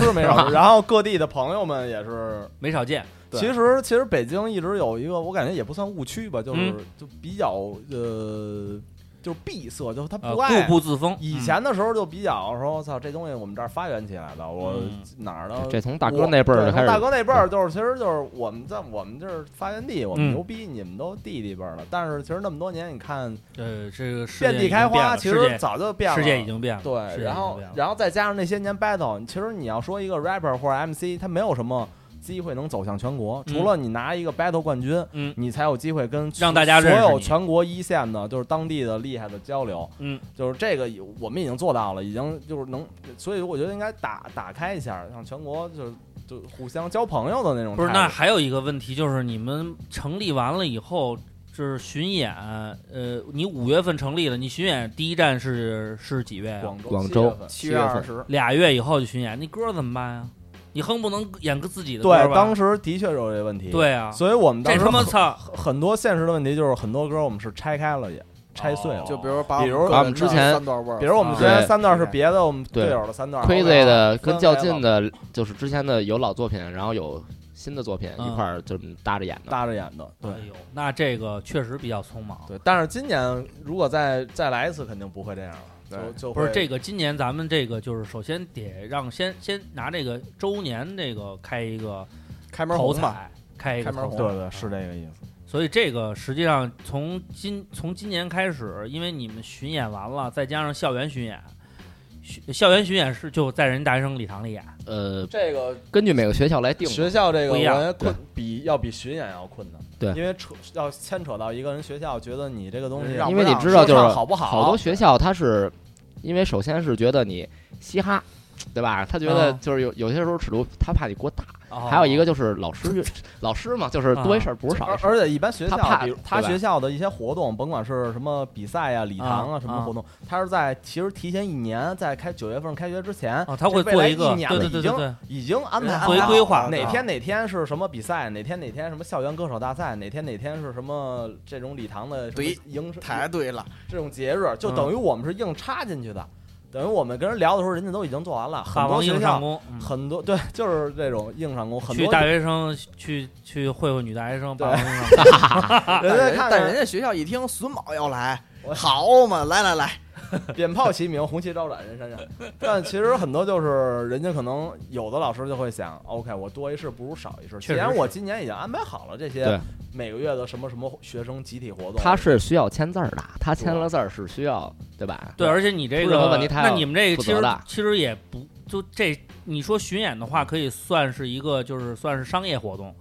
Speaker 4: 是 没少，然后各地的朋友们也是。
Speaker 3: 没少见，
Speaker 6: 对
Speaker 4: 其实其实北京一直有一个，我感觉也不算误区吧，就是
Speaker 3: 嗯
Speaker 4: 就比较呃，就是闭塞，就是他
Speaker 3: 呃，
Speaker 4: 不
Speaker 3: 固
Speaker 4: 爱。
Speaker 3: 步自封。
Speaker 4: 以前的时候就比较说，我操，这东西我们这儿发源起来的，我
Speaker 3: 嗯
Speaker 4: 哪儿的
Speaker 5: 这从大哥那辈儿
Speaker 4: 对
Speaker 5: 就
Speaker 4: 从
Speaker 5: 开始
Speaker 4: 大哥那辈儿就是，其实就是我们在我们这儿发源地，我
Speaker 3: 嗯
Speaker 4: 们牛逼，你们都弟弟辈儿了。但是其实那么多年，你看
Speaker 3: 呃，这个世界
Speaker 4: 遍地开
Speaker 3: 已经变
Speaker 4: 花，
Speaker 3: 了
Speaker 4: 其
Speaker 3: 世
Speaker 4: 实
Speaker 3: 界
Speaker 4: 早就变了，
Speaker 3: 世界已经变了。世界
Speaker 4: 对，
Speaker 3: 已经
Speaker 4: 然后
Speaker 3: 变了
Speaker 4: 然后再加上那些年 battle，其实你要说一个 rapper 或者 MC，他没有什么机会能走向全国。
Speaker 3: 嗯
Speaker 4: 除了你拿一个 battle 冠军，
Speaker 3: 嗯
Speaker 4: 你才有机会跟
Speaker 3: 让大家
Speaker 4: 所
Speaker 3: 认识
Speaker 4: 有
Speaker 3: 你
Speaker 4: 全国一线的，就是当地的厉害的交流。
Speaker 3: 嗯，
Speaker 4: 就是这个我们已经做到了，已经就是能，所以我觉得应该打打开一下，让全国就是就互相交朋友的那种态度。
Speaker 3: 不是，那还有一个问题就是，你们成立完了以后，就是巡演，呃，你五月份成立了，你巡演第一站是是几月啊？
Speaker 4: 广州
Speaker 5: 广
Speaker 4: 七
Speaker 5: 州
Speaker 4: 月份
Speaker 6: 七
Speaker 5: 月
Speaker 6: 月
Speaker 5: 份
Speaker 6: 二十，
Speaker 3: 俩月以后就巡演，那歌怎么办呀？你哼不能演个自己的歌吧？
Speaker 4: 对，当时的确是有这问题。，
Speaker 3: 对啊，
Speaker 4: 所以我们当
Speaker 3: 这
Speaker 4: 时
Speaker 3: 他妈
Speaker 4: 很
Speaker 3: 操，
Speaker 4: 很多现实的问题就是很多歌我们是拆开了也拆碎了，
Speaker 3: 哦
Speaker 6: 就比如把
Speaker 4: 比如
Speaker 6: 个人
Speaker 5: 啊把我们之前
Speaker 6: 的三段味儿，
Speaker 4: 啊
Speaker 6: 啊
Speaker 4: 比如我
Speaker 3: 啊
Speaker 4: 们之
Speaker 5: 对
Speaker 4: 前三段是别的我们
Speaker 5: 对
Speaker 4: 队友的三段
Speaker 5: ，Crazy 的跟较劲
Speaker 4: 的
Speaker 5: 的，就是之前的有老作品，然后有新的作品
Speaker 3: 嗯
Speaker 5: 一块儿就这么搭着演的。
Speaker 4: 搭着演的，对
Speaker 3: 哎呦，那这个确实比较匆忙。
Speaker 4: 对。但是今年如果再再来一次，肯定不会这样了，就
Speaker 6: 对
Speaker 4: 就
Speaker 3: 不是
Speaker 4: 会
Speaker 3: 这个，今年咱们这个就是首先得让先先拿这个周年这个开一个
Speaker 6: 开门
Speaker 3: 头
Speaker 6: 红嘛，
Speaker 3: 彩，开一个
Speaker 6: 开门
Speaker 3: 头
Speaker 6: 红
Speaker 3: 彩，
Speaker 4: 对对是这个意思，
Speaker 3: 所以这个实际上从今从今年开始，因为你们巡演完了，再加上校园巡演，巡校园巡演是就在人大学生礼堂里演，
Speaker 5: 呃，
Speaker 4: 这个
Speaker 5: 根据每个学校来定的。
Speaker 4: 学校这个
Speaker 3: 不
Speaker 4: 我
Speaker 3: 一样
Speaker 4: 觉得困比要比巡演要困难，
Speaker 5: 对
Speaker 4: 因为扯要牵扯到一个人学校觉得你这个东西
Speaker 6: 让
Speaker 5: 因
Speaker 6: 不
Speaker 5: 为你
Speaker 6: 让
Speaker 5: 知
Speaker 4: 说
Speaker 5: 道，就是
Speaker 4: 唱好不好
Speaker 5: 多学校它是，因为首先是觉得你嘻哈，对吧？他觉得
Speaker 3: 嗯
Speaker 5: 就是有有些时候尺度，他怕你过大。
Speaker 3: 哦
Speaker 5: 还有一个就是 老师，老师嘛，就是
Speaker 3: 啊
Speaker 5: 多一事儿不是少
Speaker 4: 而
Speaker 5: 一事儿。
Speaker 4: 而且一般学校，
Speaker 5: 他怕
Speaker 4: 比如
Speaker 5: 对
Speaker 4: 他
Speaker 5: 吧
Speaker 4: 学校的一些活动，甭管是什么比赛呀、礼堂啊什么活动，他是在其实提前一年，在开九月份开学之前，
Speaker 3: 哦，他会
Speaker 4: 这
Speaker 3: 做
Speaker 4: 未来
Speaker 3: 一个
Speaker 4: 一年
Speaker 3: 对
Speaker 4: 了
Speaker 3: 对对
Speaker 4: 已
Speaker 3: 对
Speaker 4: 经
Speaker 3: 对，
Speaker 4: 已经安排
Speaker 3: 回
Speaker 4: 安排好
Speaker 3: 归划
Speaker 4: 哪
Speaker 3: 啊
Speaker 4: 天哪天是什么比赛，哪天哪天什么校园歌手大赛，哪天哪天是什么这种礼堂的什么
Speaker 6: 对
Speaker 4: 迎
Speaker 6: 太对了，
Speaker 4: 这种节日，就
Speaker 3: 嗯
Speaker 4: 等于我们是硬插进去的。等于我们跟人聊的时候，人家都已经做完了，很
Speaker 3: 霸
Speaker 4: 多
Speaker 3: 王硬
Speaker 4: 学
Speaker 3: 上
Speaker 4: 校，
Speaker 3: 弓，嗯
Speaker 4: 很多对，就是这种硬上弓，很
Speaker 3: 去
Speaker 4: 多
Speaker 3: 大学生去去会会女大学生，
Speaker 4: 对
Speaker 3: 霸王硬上 弓，
Speaker 4: 啊人家
Speaker 6: 但
Speaker 4: 看
Speaker 6: 但
Speaker 4: 看
Speaker 6: 人家学校一听榫卯要 来
Speaker 4: 我，
Speaker 6: 好嘛，来来来，
Speaker 4: 鞭炮齐鸣，红旗招展，人山人。 但其实很多就是人家可能有的老师就会想，OK，我多一事不如少一事。
Speaker 3: 确实
Speaker 4: 既然我今年已经安排好了这
Speaker 5: 对
Speaker 4: 些每个月的什么什么学生集体活动，
Speaker 5: 他是需要签字儿的，他签了字儿是需要，对吧？
Speaker 3: 对，而且你这
Speaker 5: 出任何
Speaker 3: 个
Speaker 5: 问题他
Speaker 3: 那
Speaker 5: 要
Speaker 3: 你们这个
Speaker 5: 负
Speaker 3: 其
Speaker 5: 责
Speaker 3: 实
Speaker 5: 的
Speaker 3: 其实也不就这，你说巡演的话，可以算是一个就是算是商业活动。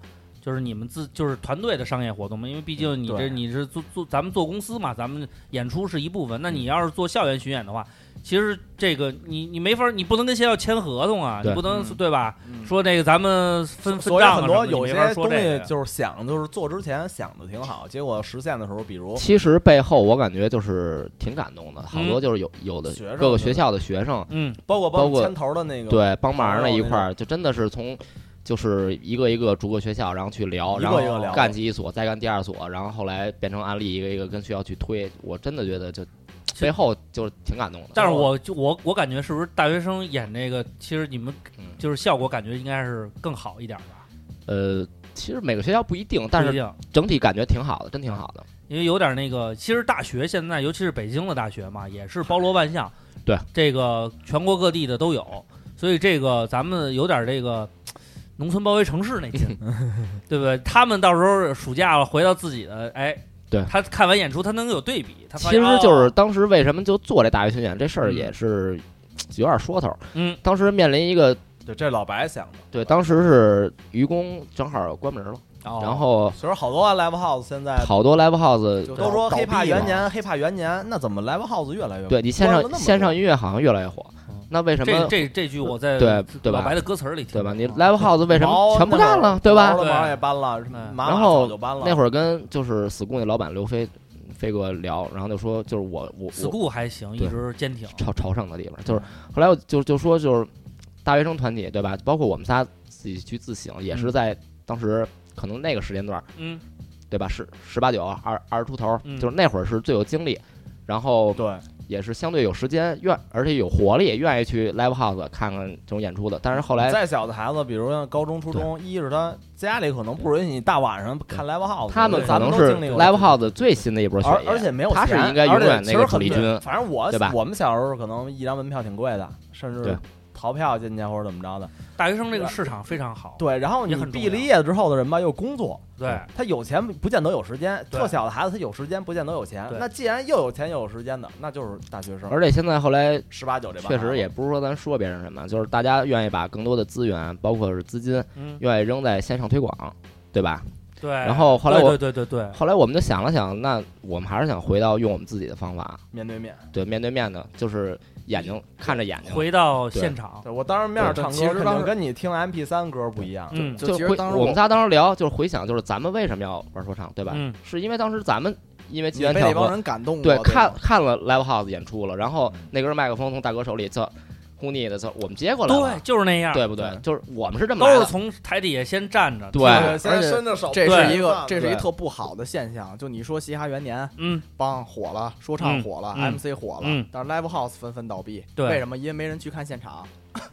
Speaker 3: 就是你们自就是团队的商业活动嘛，因为毕竟你这
Speaker 4: 对
Speaker 3: 你是做做咱们做公司嘛，咱们演出是一部分。那你要是做校园巡演的话，其实这个你你没法，你不能跟学校签合同啊，你
Speaker 5: 对
Speaker 3: 不能
Speaker 6: 嗯
Speaker 3: 对吧？
Speaker 6: 嗯
Speaker 3: 说这个咱们分分
Speaker 4: 所以
Speaker 3: 账啊
Speaker 4: 很
Speaker 3: 什么
Speaker 4: 多
Speaker 3: 的
Speaker 4: 有
Speaker 3: 你
Speaker 4: 些
Speaker 3: 没法说
Speaker 4: 东
Speaker 3: 这个
Speaker 4: 西就是想就是做之前想的挺好，结果实现的时候，比如
Speaker 5: 其实背后我感觉就是挺感动的，好多就是有有的
Speaker 4: 学生
Speaker 5: 各个
Speaker 4: 对
Speaker 5: 学校的学生，
Speaker 3: 嗯，
Speaker 4: 包括帮
Speaker 5: 嗯包括
Speaker 4: 牵头的那个，
Speaker 5: 对帮忙
Speaker 4: 朋
Speaker 5: 那
Speaker 4: 友
Speaker 5: 一
Speaker 4: 那
Speaker 5: 块儿，就真的是从就是一个一个逐个学校，然后去聊，
Speaker 4: 一
Speaker 5: 然
Speaker 4: 个
Speaker 5: 后
Speaker 4: 一个聊
Speaker 5: 干起一所，再干第二所，然后后来变成案例，一个一个跟学校去推。我真的觉得就
Speaker 3: 实
Speaker 5: 背后就是挺感动的。
Speaker 3: 但是我就我我感觉是不是大学生演这个，其实你们
Speaker 5: 嗯
Speaker 3: 就是效果感觉应该是更好一点吧？
Speaker 5: 呃，其实每个学校不一定，但
Speaker 3: 不一
Speaker 5: 是
Speaker 3: 定
Speaker 5: 整体感觉挺好的，真挺好的。
Speaker 3: 因为有点那个，其实大学现在，尤其是北京的大学嘛，也是包罗万象，
Speaker 5: 对，
Speaker 3: 这个全国各地的都有，所以这个咱们有点这个农村包围城市那劲，对不对？他们到时候暑假了回到自己的，哎，
Speaker 5: 对
Speaker 3: 他看完演出，他能有对比，他发
Speaker 5: 其
Speaker 3: 现
Speaker 5: 实就是
Speaker 3: 哦
Speaker 5: 当时为什么就做这大学巡演这事儿
Speaker 3: 嗯
Speaker 5: 也是有点说头儿。
Speaker 3: 嗯，
Speaker 5: 当时面临一个
Speaker 4: 对，这老白想的。
Speaker 5: 对，当时是愚公正好关门了，
Speaker 3: 哦
Speaker 5: 然后
Speaker 4: 所以说好多 live house 现在
Speaker 5: 好多 live house
Speaker 6: 就
Speaker 4: 都说
Speaker 6: 倒闭
Speaker 4: 黑怕
Speaker 6: 了
Speaker 4: 元年，黑怕元年，那怎么 live house 越来越
Speaker 5: 对你线
Speaker 4: 关了那
Speaker 5: 上
Speaker 4: 么多
Speaker 5: 线上音乐好像越来越火
Speaker 3: 嗯，
Speaker 5: 那为什
Speaker 3: 这
Speaker 5: 么
Speaker 3: 这这句我在
Speaker 5: 对对吧
Speaker 3: 老白的歌词儿里听
Speaker 5: 对吧？你
Speaker 3: 过
Speaker 5: live house 为什么
Speaker 4: 毛
Speaker 5: 全
Speaker 4: 那
Speaker 5: 不
Speaker 4: 会
Speaker 5: 干
Speaker 4: 儿
Speaker 5: 了，对吧
Speaker 4: 毛？的
Speaker 3: 对
Speaker 4: 毛也搬了，马
Speaker 5: 然
Speaker 4: 马
Speaker 5: 后
Speaker 4: 早就搬了。
Speaker 5: 那会儿跟就是 school 那老板刘飞飞哥聊，然后就说就是我我我
Speaker 3: school 还行，一
Speaker 5: 对
Speaker 3: 直坚挺，嗯
Speaker 5: 朝朝圣的地方，就是后来我就就说就是大学生团体对吧？包括我们仨自己去自省，也是在当时可能那个时间段
Speaker 3: 嗯，
Speaker 5: 对吧？十十八九二二十出头
Speaker 3: 嗯，
Speaker 5: 就是那会儿是最有精力，然后
Speaker 4: 对，
Speaker 5: 也是相对有时间，愿而且有活力，愿意去 live house 看看这种演出的。但是后来
Speaker 4: 再小的孩子，比如像高中、初中，一是他家里可能不允许你大晚上看 live house，
Speaker 5: 他
Speaker 4: 对
Speaker 5: 们可
Speaker 4: 咱
Speaker 5: 能
Speaker 4: 都
Speaker 5: 是
Speaker 4: 经历过
Speaker 5: live house 最新的一波血
Speaker 4: 而
Speaker 5: 液，
Speaker 4: 而且没有
Speaker 5: 他
Speaker 4: 钱，
Speaker 5: 是应该永远那个主力
Speaker 4: 而且其实很
Speaker 5: 军
Speaker 4: 反正我
Speaker 5: 对吧
Speaker 4: 我们小时候可能一张门票挺贵的，甚
Speaker 5: 对
Speaker 4: 至逃票进去或者怎么着的。
Speaker 3: 大学生这个市场非常好，
Speaker 4: 对，然后你
Speaker 3: 也很重要
Speaker 4: 毕了业之后的人吧，又工作，
Speaker 3: 对
Speaker 4: 他有钱不见得有时间，
Speaker 3: 对
Speaker 4: 特小的孩子他有时间不见得有钱
Speaker 3: 对。
Speaker 4: 那既然又有钱又有时间的，那就是大学生，
Speaker 5: 而且现在后来
Speaker 4: 十八九这帮
Speaker 5: 确
Speaker 4: 孩子
Speaker 5: 实也不是说咱说别人什么，就是大家愿意把更多的资源，包括是资金，
Speaker 3: 嗯
Speaker 5: 愿意扔在线上推广，对吧？
Speaker 3: 对。
Speaker 5: 然后后来
Speaker 3: 对
Speaker 5: 我
Speaker 3: 对对对对，
Speaker 5: 后来我们就想了想，那我们还是想回到用我们自己的方法，
Speaker 4: 面对面。
Speaker 5: 对，面对面的，就是眼睛看着眼睛，
Speaker 3: 回到现场，
Speaker 4: 对我当着面儿
Speaker 6: 对
Speaker 4: 唱
Speaker 6: 其
Speaker 4: 歌，
Speaker 6: 实
Speaker 4: 肯
Speaker 6: 当
Speaker 4: 定
Speaker 6: 时
Speaker 4: 跟你听 MP 三歌不一样。
Speaker 3: 嗯
Speaker 6: 就
Speaker 5: 就
Speaker 6: 其
Speaker 5: 回
Speaker 6: 实当时
Speaker 5: 我们仨当时聊，就是回想，就是咱们为什么要玩说唱，对吧？
Speaker 3: 嗯
Speaker 5: 是因为当时咱们因为机
Speaker 6: 你
Speaker 5: 缘
Speaker 6: 被
Speaker 5: 巧
Speaker 6: 那帮
Speaker 5: 合，
Speaker 6: 人感动过，
Speaker 5: 对，看
Speaker 6: 吧
Speaker 5: 看了 Live House 演出了，然后
Speaker 4: 嗯
Speaker 5: 那根麦克风从大哥手里这轰你的，这我们接过来
Speaker 3: 对
Speaker 5: 了，，
Speaker 3: 就是那样，
Speaker 5: 对不对？就是我们是这么
Speaker 3: 都
Speaker 5: 来
Speaker 3: 是
Speaker 5: 的，
Speaker 3: 从台底下先站着，
Speaker 5: 对
Speaker 4: 对，
Speaker 6: 而
Speaker 4: 先
Speaker 6: 且
Speaker 4: 伸着手，
Speaker 6: 这
Speaker 3: 对
Speaker 6: 是一个这是一
Speaker 4: 对
Speaker 6: 特不好的现象。就你说嘻哈元年，
Speaker 3: 嗯，
Speaker 6: 帮火了，说唱
Speaker 3: 嗯
Speaker 6: 火了、
Speaker 3: 嗯
Speaker 6: m c 火了，
Speaker 3: 嗯
Speaker 6: 但是 Live House 纷纷倒闭。
Speaker 3: 对
Speaker 6: 为什么？因为没人去看现场，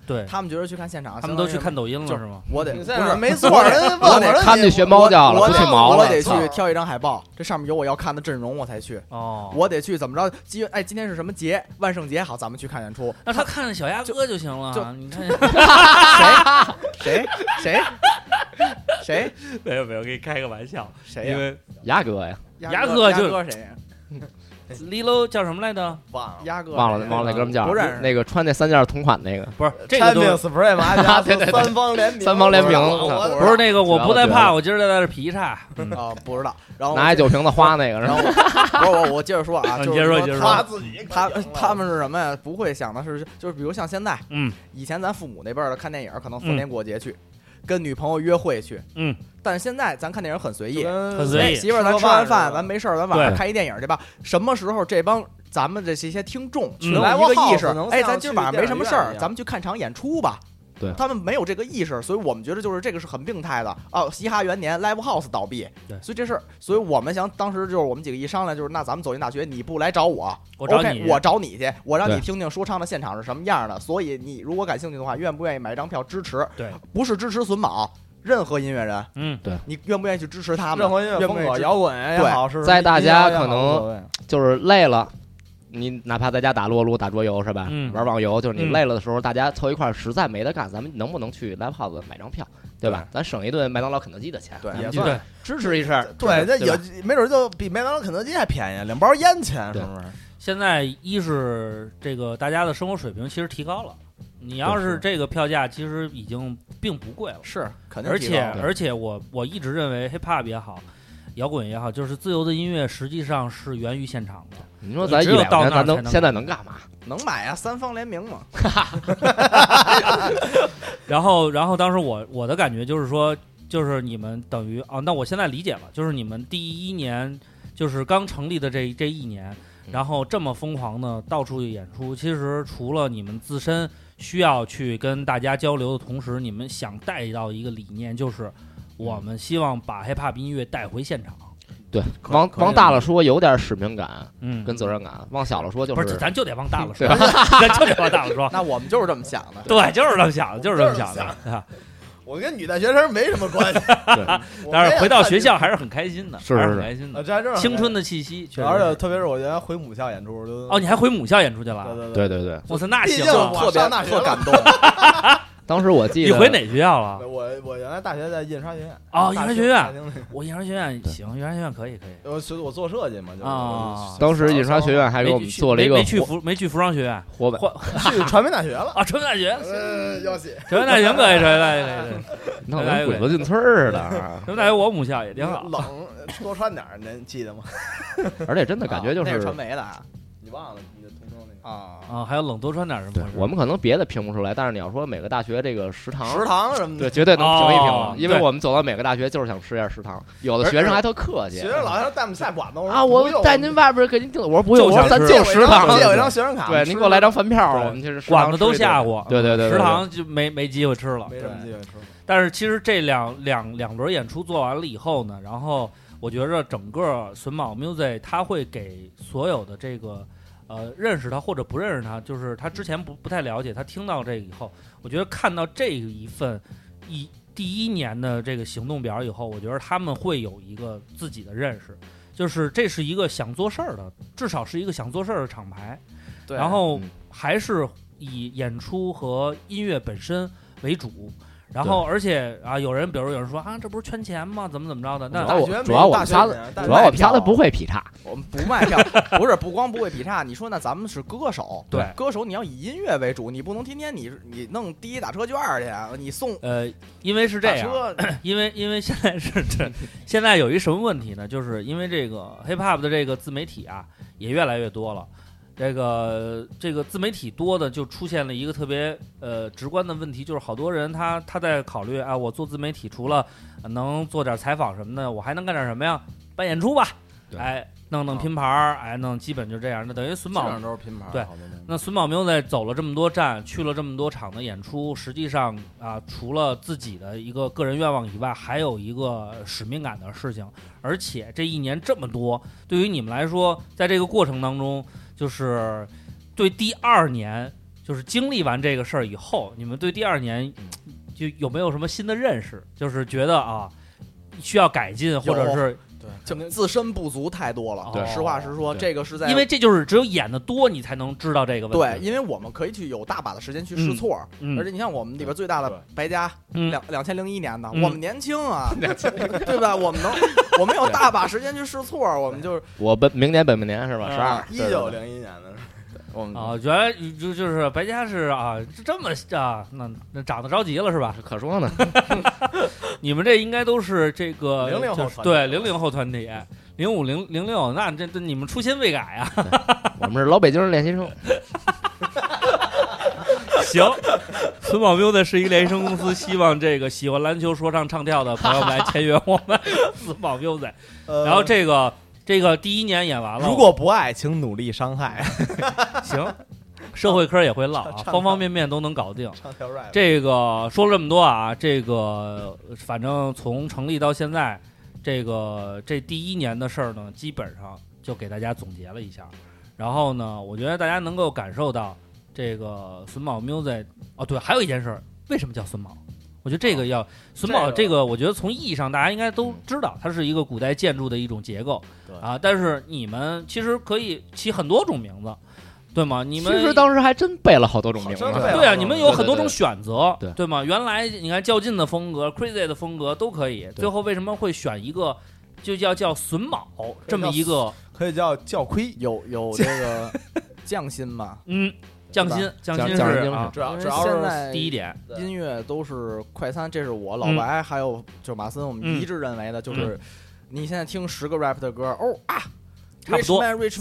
Speaker 3: 对，
Speaker 6: 他们觉得去看现场，
Speaker 3: 他们都去
Speaker 6: 相当于
Speaker 3: 看抖音了
Speaker 6: 就是
Speaker 3: 吗？
Speaker 6: 我得
Speaker 4: 你
Speaker 6: 不
Speaker 4: 在哪儿
Speaker 6: 是
Speaker 4: 没
Speaker 6: 没
Speaker 4: 错
Speaker 6: 错，
Speaker 4: 人
Speaker 6: 人
Speaker 4: 问
Speaker 6: 我
Speaker 4: 我
Speaker 6: 得
Speaker 5: 他们去学猫叫了，
Speaker 6: 我
Speaker 5: 不
Speaker 6: 得
Speaker 5: 去毛
Speaker 6: 我
Speaker 5: 了，
Speaker 6: 得
Speaker 5: 操
Speaker 6: 去挑一张海报，这上面有我要看的阵容，我才去。
Speaker 3: 哦，
Speaker 6: 我得去怎么着？今哎，今天是什么节？万圣节，好，咱们去看演出。
Speaker 3: 那他看小鸭哥就行了，你 看
Speaker 6: 谁谁 谁
Speaker 3: 没有没有，给你开个玩笑，
Speaker 6: 谁呀？
Speaker 3: 为
Speaker 5: 牙哥呀，
Speaker 3: 鸭
Speaker 6: 哥
Speaker 3: 哥就
Speaker 6: 鸭哥谁 呀？
Speaker 3: Lilo 叫什么来着？
Speaker 4: 忘了。
Speaker 6: 鸭哥
Speaker 5: 忘了
Speaker 6: 谁呀
Speaker 5: 忘了那哥们叫
Speaker 6: 不认识
Speaker 3: 啊
Speaker 6: 呃
Speaker 5: 那个穿那三件同款那个，
Speaker 3: 不是这个都
Speaker 4: Champion
Speaker 3: 是
Speaker 4: Spray 马甲
Speaker 5: 对对对
Speaker 4: 三方联名，
Speaker 5: 三方联名
Speaker 4: 我
Speaker 5: 操
Speaker 4: 我
Speaker 3: 不是那个，我不再
Speaker 5: 绝
Speaker 3: 怕，
Speaker 5: 了
Speaker 3: 我今儿再带着劈 叉。
Speaker 4: 哦
Speaker 6: 啊，不知道。然后
Speaker 5: 嗯拿一酒瓶子花那个是
Speaker 6: 然
Speaker 5: 吧？
Speaker 6: 后我不是我，我接着说啊，
Speaker 3: 啊
Speaker 6: 就
Speaker 3: 你接着
Speaker 6: 是
Speaker 3: 说
Speaker 6: 说
Speaker 3: 你接着
Speaker 4: 他
Speaker 6: 他
Speaker 4: 自己
Speaker 6: 他
Speaker 4: 赢了
Speaker 6: 他们是什么呀？不会想的是，就是比如像现在，
Speaker 3: 嗯，
Speaker 6: 以前咱父母那辈儿的看电影，可能逢
Speaker 3: 嗯
Speaker 6: 年过节去，跟女朋友约会去，
Speaker 3: 嗯，
Speaker 6: 但是现在咱看电影很随
Speaker 4: 就
Speaker 6: 意，
Speaker 4: 跟
Speaker 3: 很
Speaker 6: 哎
Speaker 3: 随意
Speaker 6: 媳妇儿咱吃完饭，咱没事儿，咱晚上
Speaker 3: 对
Speaker 6: 看一电影去吧。什么时候这帮咱们这些听众
Speaker 3: 嗯
Speaker 6: 有一个意识
Speaker 4: 能像？
Speaker 6: 哎，咱今儿晚上没什么
Speaker 4: 去
Speaker 6: 事
Speaker 4: 电影
Speaker 6: 儿
Speaker 4: 院一，样
Speaker 6: 咱们去看场演出吧。
Speaker 5: 对
Speaker 6: 他们没有这个意识，所以我们觉得就是这个是很病态的啊！嘻哈元年，Live House 倒闭，
Speaker 3: 对
Speaker 6: 所以这事儿，所以我们想当时就是我们几个一商量，就是那咱们走进大学，你不来找我
Speaker 3: 我找
Speaker 6: OK，
Speaker 3: 你
Speaker 6: 我找你去，我让
Speaker 5: 对
Speaker 6: 你听听说唱的现场是什么样的。所以你如果感兴趣的话，愿不愿意买一张票支持？
Speaker 3: 对，
Speaker 6: 不是支持榫卯，任何音乐人，
Speaker 3: 嗯，
Speaker 6: 你愿不愿意去支持他们？
Speaker 4: 任何音乐
Speaker 6: 愿不
Speaker 4: 风
Speaker 6: 愿意
Speaker 4: 格，
Speaker 6: 支
Speaker 4: 摇滚也好，是
Speaker 5: 在大家
Speaker 4: 民谣也好
Speaker 5: 可能
Speaker 4: 无所谓
Speaker 5: 就是累了，你哪怕在家打撸啊撸、打桌游是吧？
Speaker 3: 嗯
Speaker 5: 玩网游，就是你
Speaker 3: 嗯
Speaker 5: 累了的时候，大家凑一块儿，实在没得干，咱们能不能去 live house 买张票，对吧？咱省一顿麦当劳、肯德基的钱，
Speaker 6: 对
Speaker 5: 咱
Speaker 4: 也
Speaker 5: 们
Speaker 4: 算
Speaker 5: 去
Speaker 3: 对
Speaker 5: 支持一下。
Speaker 4: 对，这
Speaker 5: 对吧
Speaker 4: 有没准就比麦当劳、肯德基还便宜，两包烟钱是不是？
Speaker 3: 现在一是这个大家的生活水平其实提高了，你要
Speaker 5: 对
Speaker 3: 是
Speaker 5: 是
Speaker 3: 这个票价其实已经并不贵了，
Speaker 6: 是，肯定
Speaker 3: 而
Speaker 6: 提
Speaker 3: 且
Speaker 6: 高
Speaker 3: 而且我我一直认为 hip hop 也好，摇滚也好，就是自由的音乐实际上是源于现场的。
Speaker 5: 你说咱一
Speaker 3: 只有
Speaker 5: 两
Speaker 3: 到
Speaker 5: 年，
Speaker 3: 那儿
Speaker 5: 咱
Speaker 3: 才能
Speaker 5: 现在能干嘛？
Speaker 6: 能买啊，三方联 名嘛。
Speaker 3: 然后，然后当时我我的感觉就是说，就是你们等于啊，那我现在理解了，就是你们第一年就是刚成立的这这一年，
Speaker 5: 嗯
Speaker 3: 然后这么疯狂的到处演出，其实除了你们自身需要去跟大家交流的同时，你们想带到一个理念，就是我们希望把 hiphop 音乐带回现场。
Speaker 5: 对，往
Speaker 4: 可以
Speaker 5: 往大了说有点使命感
Speaker 3: 嗯，
Speaker 5: 跟责任感，往小了说就
Speaker 3: 不是，
Speaker 5: 是
Speaker 3: 咱就得往大了说，
Speaker 5: 对 吧
Speaker 3: 咱就得往大了说。
Speaker 6: 那我们就是这么想的。
Speaker 3: 对，就是这么想的，就是这么想的。啊
Speaker 4: 我跟女大学生没什么关系
Speaker 5: 对，
Speaker 4: 我
Speaker 3: 但
Speaker 4: 没
Speaker 3: 是
Speaker 4: 有
Speaker 3: 回到
Speaker 4: 看
Speaker 3: 学校还是很开心的，
Speaker 5: 是
Speaker 3: 还
Speaker 5: 是
Speaker 3: 很
Speaker 5: 是
Speaker 3: 开心
Speaker 4: 啊，
Speaker 3: 的，
Speaker 4: 这还真是
Speaker 3: 青春的气息。确实
Speaker 4: 而
Speaker 3: 是
Speaker 4: 且特别是我原来回母校演出，就
Speaker 3: 哦，你还回母校演出去了？
Speaker 4: 对对
Speaker 5: 对对对。
Speaker 3: 我操，那
Speaker 4: 毕
Speaker 3: 行
Speaker 4: 竟
Speaker 3: 啊
Speaker 4: 我
Speaker 6: 特别
Speaker 4: 上大学
Speaker 6: 特
Speaker 4: 了
Speaker 6: 感动，
Speaker 5: 当时我记
Speaker 3: 你
Speaker 5: 得
Speaker 3: 回哪学校了
Speaker 4: 对，？我我原来大学在印刷学院
Speaker 3: 哦印
Speaker 4: 大
Speaker 3: 刷学院
Speaker 4: 大厅里
Speaker 3: 我印刷学院 行，印刷学院可以可以。
Speaker 4: 我学呃我做设计嘛，就是
Speaker 3: 啊
Speaker 5: 当时印刷学院还给我
Speaker 3: 没
Speaker 5: 们
Speaker 3: 去
Speaker 5: 做了一
Speaker 3: 没
Speaker 5: 个
Speaker 3: 没去
Speaker 5: 活
Speaker 3: 服没去服装学院
Speaker 5: 活版，
Speaker 4: 去传媒大学了，
Speaker 3: 啊，传媒大学，
Speaker 4: 呃，要写
Speaker 3: 传媒大学可以，传媒大学 可以，可以
Speaker 5: 那我跟鬼子进村儿似的啊
Speaker 3: 传，媒大学我母校也挺好。
Speaker 4: 冷，多穿点儿，您 记得吗？
Speaker 5: 而且真的感觉就
Speaker 6: 那
Speaker 5: 是
Speaker 6: 传媒的啊
Speaker 4: 你忘了你的同桌那个
Speaker 6: 啊，
Speaker 3: 啊，还有冷多穿点什么
Speaker 5: 对
Speaker 3: 的？
Speaker 5: 我们可能别的评不出来，但是你要说每个大学这个食堂
Speaker 4: 食堂什么
Speaker 5: 对，
Speaker 4: 的，
Speaker 5: 绝对能评一评了
Speaker 3: 哦，
Speaker 5: 因为
Speaker 3: 对
Speaker 5: 我们走到每个大学就是想吃一下食堂，有的学生还特客气
Speaker 4: 学生老要带我们下馆子，我说
Speaker 5: 啊，
Speaker 4: 不
Speaker 5: 我
Speaker 4: 用
Speaker 5: 带您外边给您订，我说不
Speaker 3: 就
Speaker 5: 用，我
Speaker 3: 想
Speaker 5: 说咱
Speaker 3: 吃
Speaker 5: 就食堂，
Speaker 4: 借我一张学生卡，
Speaker 5: 对，您给我来张饭票，我们去食堂
Speaker 3: 馆子都
Speaker 5: 吃一顿
Speaker 3: 下过，
Speaker 5: 对对对对对
Speaker 3: 食堂就没没机会吃了。
Speaker 4: 没什么机会吃。
Speaker 3: 但是其实这两两两轮演出做完了以后呢，然后我觉着整个榫卯 music 它会给所有的这个呃认识他或者不认识他，就是他之前不不太了解，他听到这个以后，我觉得看到这一份一第一年的这个行动表以后，我觉得他们会有一个自己的认识。就是这是一个想做事儿的，至少是一个想做事儿的厂牌。
Speaker 6: 对
Speaker 3: 然后
Speaker 5: 嗯
Speaker 3: 还是以演出和音乐本身为主。然后，而且啊，有人比如有人说啊，这不是圈钱吗？怎么怎么着的？那
Speaker 5: 主要
Speaker 6: 大
Speaker 5: 我
Speaker 6: 学没
Speaker 5: 主要我
Speaker 6: 大
Speaker 5: 们
Speaker 6: 学
Speaker 5: 仨
Speaker 6: 没啊
Speaker 5: 的
Speaker 6: 大学
Speaker 5: 主要
Speaker 6: 卖
Speaker 5: 我们仨
Speaker 6: 票
Speaker 5: 都不会劈叉，
Speaker 6: 我们不卖票，不是不光不会劈叉。你说那咱们是歌手，
Speaker 3: 对
Speaker 6: 歌手你要以音乐为主，你不能天天你你弄滴滴打车券儿去，啊你送
Speaker 3: 呃，因为是这
Speaker 6: 打
Speaker 3: 样，
Speaker 6: 车，
Speaker 3: 因为因为现在是 这，现在有一什么问题呢？就是因为这个 hip hop 的这个自媒体啊，也越来越多了。这个这个自媒体多的，就出现了一个特别呃直观的问题，就是好多人他他在考虑啊，我做自媒体除了呃能做点采访什么的，我还能干点什么呀？办演出吧，
Speaker 5: 对
Speaker 3: 哎，弄弄
Speaker 6: 啊
Speaker 3: 拼盘儿，哎，弄基本就这样。那等于孙
Speaker 6: 基本
Speaker 3: 宝
Speaker 6: 上都是拼盘儿。
Speaker 3: 对
Speaker 6: 好多东西
Speaker 3: 那孙宝明在走了这么多站，去了这么多场的演出，实际上啊，除了自己的一个个人愿望以外，还有一个使命感的事情。而且这一年这么多，对于你们来说，在这个过程当中，就是对第二年，就是经历完这个事儿以后，你们对第二年就有没有什么新的认识？就是觉得啊，需要改进，或者是
Speaker 6: 就自身不足太多了。
Speaker 3: 哦
Speaker 6: 实话实说，
Speaker 5: 对
Speaker 6: 这个是在
Speaker 3: 因为这就是只有演的多，你才能知道这个
Speaker 6: 对，
Speaker 3: 问题。
Speaker 6: 因为我们可以去有大把的时间去试错，
Speaker 3: 嗯嗯
Speaker 6: 而且你像我们里边最大的白家，
Speaker 3: 嗯
Speaker 6: 两两千零一年的，
Speaker 3: 嗯
Speaker 6: 我们年轻 啊，对吧？我们能，我们有大把时间去试错，我们就是
Speaker 5: 我本明年本命年是吧？
Speaker 3: 嗯
Speaker 5: 十二
Speaker 4: 一九零一年的，
Speaker 6: 我们
Speaker 3: 啊，原来就就是白家是啊，是这么啊，那那长得着急了是吧？
Speaker 5: 可说呢，
Speaker 3: 你们这应该都是这个
Speaker 4: 00后
Speaker 3: 就是
Speaker 4: 团体
Speaker 3: 对零零后团体，零五零零六，那这这你们初心未改啊？
Speaker 5: 我们是老北京人练习生，
Speaker 3: 行，孙宝彪的是一个练习生公司，希望这个喜欢篮球、说唱、唱跳的朋友们来签约我们孙宝彪的。
Speaker 4: 呃
Speaker 3: 然后这个这个第一年演完了，
Speaker 4: 如果不爱，请努力伤害。
Speaker 3: 行，社会科也会唠啊，
Speaker 4: 唱
Speaker 3: 方方面面都能搞定。
Speaker 4: 唱条 rap，
Speaker 3: 这个说了这么多啊，这个反正从成立到现在，这个这第一年的事儿呢，基本上就给大家总结了一下。然后呢，我觉得大家能够感受到这个榫卯 music 哦，对，还有一件事儿，为什么叫榫卯？我觉得这个要榫卯，这个我觉得从意义上大家应该都知道，它是一个古代建筑的一种结构
Speaker 4: 对
Speaker 3: 啊。但是你们其实可以起很多种名字，对吗？你
Speaker 5: 其
Speaker 3: 们
Speaker 5: 实当时还真背了好多种名字
Speaker 4: 好，真背了
Speaker 3: 对啊，你们有很多种
Speaker 5: 对对对
Speaker 3: 选择，
Speaker 5: 对
Speaker 3: 吗？原来你看较劲的风格、crazy 的风格都可以，最后为什么会选一个就叫叫榫卯这么一个
Speaker 4: 可以叫教亏。
Speaker 6: 有有这个匠心嘛，
Speaker 3: 嗯匠心匠心
Speaker 5: 匠人
Speaker 3: 是
Speaker 5: 精
Speaker 3: 啊
Speaker 5: 神
Speaker 4: 主要
Speaker 6: 因为
Speaker 4: 主要
Speaker 6: 现
Speaker 4: 是
Speaker 6: 在
Speaker 3: 第一点，
Speaker 6: 音乐都是快餐，这是我老
Speaker 3: 嗯
Speaker 6: 白还有就是马森，我们
Speaker 3: 嗯
Speaker 6: 一致认为的，就是你现在听十个 rap 的歌，哦啊
Speaker 3: 差不多
Speaker 6: ，Rich Man，Rich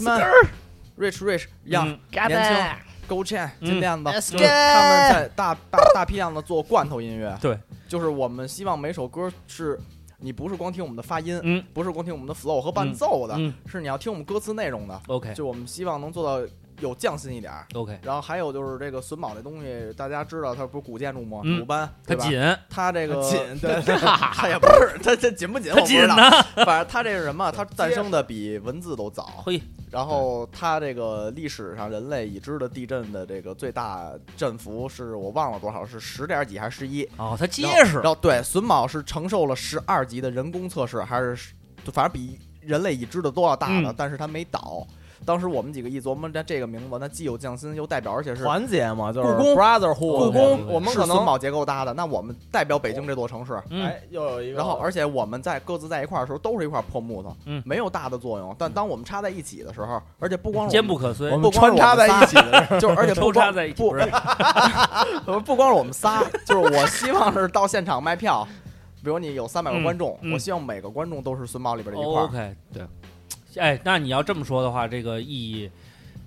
Speaker 6: Man，Rich Rich
Speaker 3: 嗯
Speaker 6: Young，年轻，Go Chan，
Speaker 3: 嗯
Speaker 6: 金链子，
Speaker 5: Let's
Speaker 6: 就是
Speaker 5: go
Speaker 6: 他们在大大大批量的做罐头音乐，
Speaker 3: 对，
Speaker 6: 就是我们希望每首歌是。你不是光听我们的发音，
Speaker 3: 嗯
Speaker 6: 不是光听我们的 flow 和伴
Speaker 3: 嗯
Speaker 6: 奏的，
Speaker 3: 嗯
Speaker 6: 是你要听我们歌词内容的。
Speaker 3: ，OK
Speaker 6: 就我们希望能做到有匠心一点儿。
Speaker 3: OK，
Speaker 6: 然后还有就是这个榫卯这东西，大家知道它不是古建筑吗？
Speaker 3: 嗯
Speaker 6: 鲁班，
Speaker 3: 它
Speaker 6: 对吧？
Speaker 3: 紧，
Speaker 6: 它这个
Speaker 4: 紧，对，
Speaker 6: 它也不是，它这紧不紧
Speaker 3: 它
Speaker 6: 我不
Speaker 3: 紧
Speaker 6: 知道。
Speaker 3: 呢，
Speaker 6: 反正它这是什么？它诞生的比文字都早。
Speaker 3: 嘿，
Speaker 6: 然后它这个历史上人类已知的地震的这个最大振幅是我忘了多少，是十点几还是十一？
Speaker 3: 哦，它结
Speaker 6: 然后
Speaker 3: 实
Speaker 6: 然，后对，榫卯是承受了十二级的人工测试，还是十就反正比人类已知的都要大的，
Speaker 3: 嗯
Speaker 6: 但是它没倒。当时我们几个一琢磨，这这个名字，那既有匠心，又代表，而且是
Speaker 4: 团结嘛，就是
Speaker 6: 故宫
Speaker 4: brotherhood，
Speaker 6: 故宫，我们
Speaker 4: 是
Speaker 6: 可能榫
Speaker 4: 孙宝
Speaker 6: 卯结构搭的，那我们代表北京这座城市。
Speaker 3: 嗯，
Speaker 4: 哎，又有一个，
Speaker 6: 然后，而且我们在各自在一块儿的时候，都是一块破木头，
Speaker 3: 嗯
Speaker 6: 没有大的作用。但当我们插在一起的时候，而且不光是我
Speaker 3: 坚
Speaker 6: 们
Speaker 3: 不可摧
Speaker 4: 我，
Speaker 6: 不
Speaker 4: 们
Speaker 6: 光
Speaker 4: 穿
Speaker 6: 是
Speaker 4: 插
Speaker 6: 我们
Speaker 4: 在
Speaker 6: 仨
Speaker 4: 一起的人，
Speaker 6: 就是而且
Speaker 3: 抽
Speaker 6: 不
Speaker 3: 插
Speaker 6: 光
Speaker 3: 在一起，
Speaker 6: 不
Speaker 3: 不是
Speaker 6: 呃，不 光是我们仨，就是我希望是到现场卖票，比如你有三百个
Speaker 3: 嗯
Speaker 6: 观众，
Speaker 3: 嗯
Speaker 6: 我希望每个观众都是孙宝里边的一块儿。
Speaker 3: 哦 OK，
Speaker 5: 对，
Speaker 3: 哎，那你要这么说的话，这个意义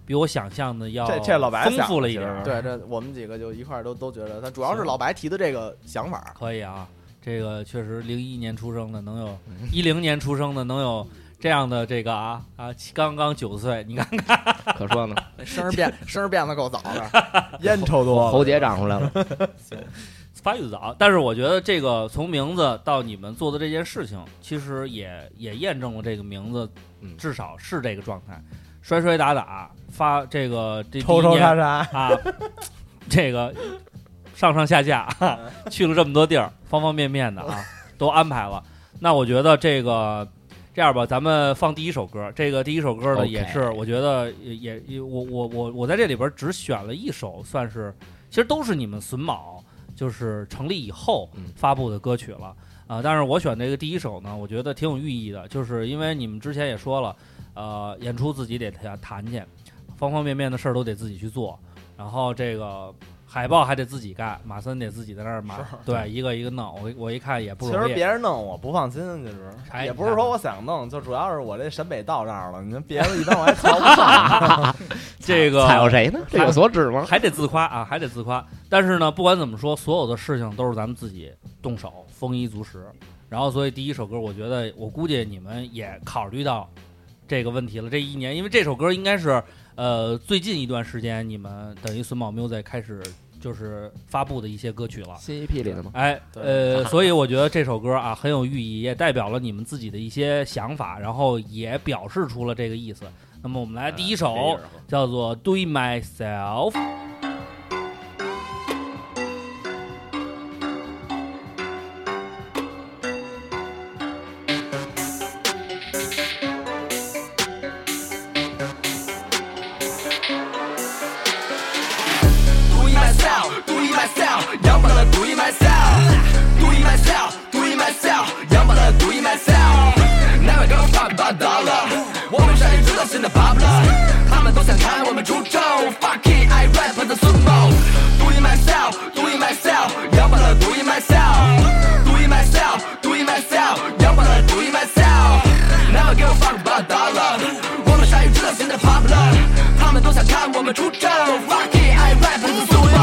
Speaker 3: 比我想象的要
Speaker 4: 这这老白
Speaker 3: 哦丰
Speaker 4: 想
Speaker 3: 富了一
Speaker 4: 其实
Speaker 3: 点儿，
Speaker 6: 对，这我们几个就一块儿都都觉得，他主要是
Speaker 3: 行
Speaker 6: 老白提的这个想法儿，
Speaker 3: 可以啊，这个确实零一年出生的能有，
Speaker 5: 嗯
Speaker 3: 一零年出生的能有这样的这个啊啊，刚刚九岁，你看
Speaker 5: 可说 呢，
Speaker 6: 声儿变 声儿变得够早的。
Speaker 4: 烟抽多
Speaker 5: 喉
Speaker 4: 了，
Speaker 5: 结长出 来了，
Speaker 3: 发育早，但是我觉得这个从名字到你们做的这件事情，其实也也验证了这个名字
Speaker 5: 嗯，
Speaker 3: 至少是这个状态，摔摔打打，发这个这
Speaker 4: 抽
Speaker 3: 第一
Speaker 4: 抽
Speaker 3: 年
Speaker 4: 杀杀，
Speaker 3: 啊，这个上上下下、 啊、去了这么多地儿，方方面面的啊，都安排了。那我觉得这个这样吧，咱们放第一首歌。这个第一首歌呢，
Speaker 5: OK
Speaker 3: 也是我觉得也也也我我我我在这里边只选了一首，算是其实都是你们榫卯就是成立以后
Speaker 5: 嗯
Speaker 3: 发布的歌曲了啊、但是我选这个第一首呢，我觉得挺有寓意的，就是因为你们之前也说了，呃，演出自己得弹弹去，方方面面的事儿都得自己去做，然后这个。海报还得自己干，马森得自己在那儿码，对，一个一个弄。我我一看也不
Speaker 4: 其
Speaker 3: 容易。
Speaker 4: 实 别人弄我不放心，其实
Speaker 3: 哎
Speaker 4: 也
Speaker 3: 你
Speaker 4: 不是
Speaker 3: 看
Speaker 4: 说我想弄，就主要是我这审美到这儿了，你们别人一般 我还瞧不上。
Speaker 3: 这 个
Speaker 5: 踩到谁呢？这有所指吗？
Speaker 3: 还得自夸啊，还得自夸。但是呢，不管怎么说，所有的事情都是咱们自己动手，丰衣足食。然后，所以第一首歌，我觉得我估计你们也考虑到这个问题了。这一年，因为这首歌应该是呃最近一段时间你们等于榫卯 music 开始就是发布的一些歌曲了。
Speaker 5: 新 EP 里的吗？
Speaker 3: 哎，呃，所以我觉得这首歌啊很有寓意，也代表了你们自己的一些想法，然后也表示出了这个意思。那么我们来第一首，叫做 Do It Myself。
Speaker 1: Do it myself, do it myself，杨把它 do it myself，do it myself，do it myself，杨把它 do it myself。南北刚发八达了，我们上也知道现在拔不了，他们都想看我们出丑，fuck it，I rap 的孙某。Do it myself，do it myself，杨把它 do it myself，do it myself，do it myself，杨把它 do it myself。南北刚发八达了，我们上也知道现在拔不了，他们都想看我们出丑，fuck it，I rap 的孙某。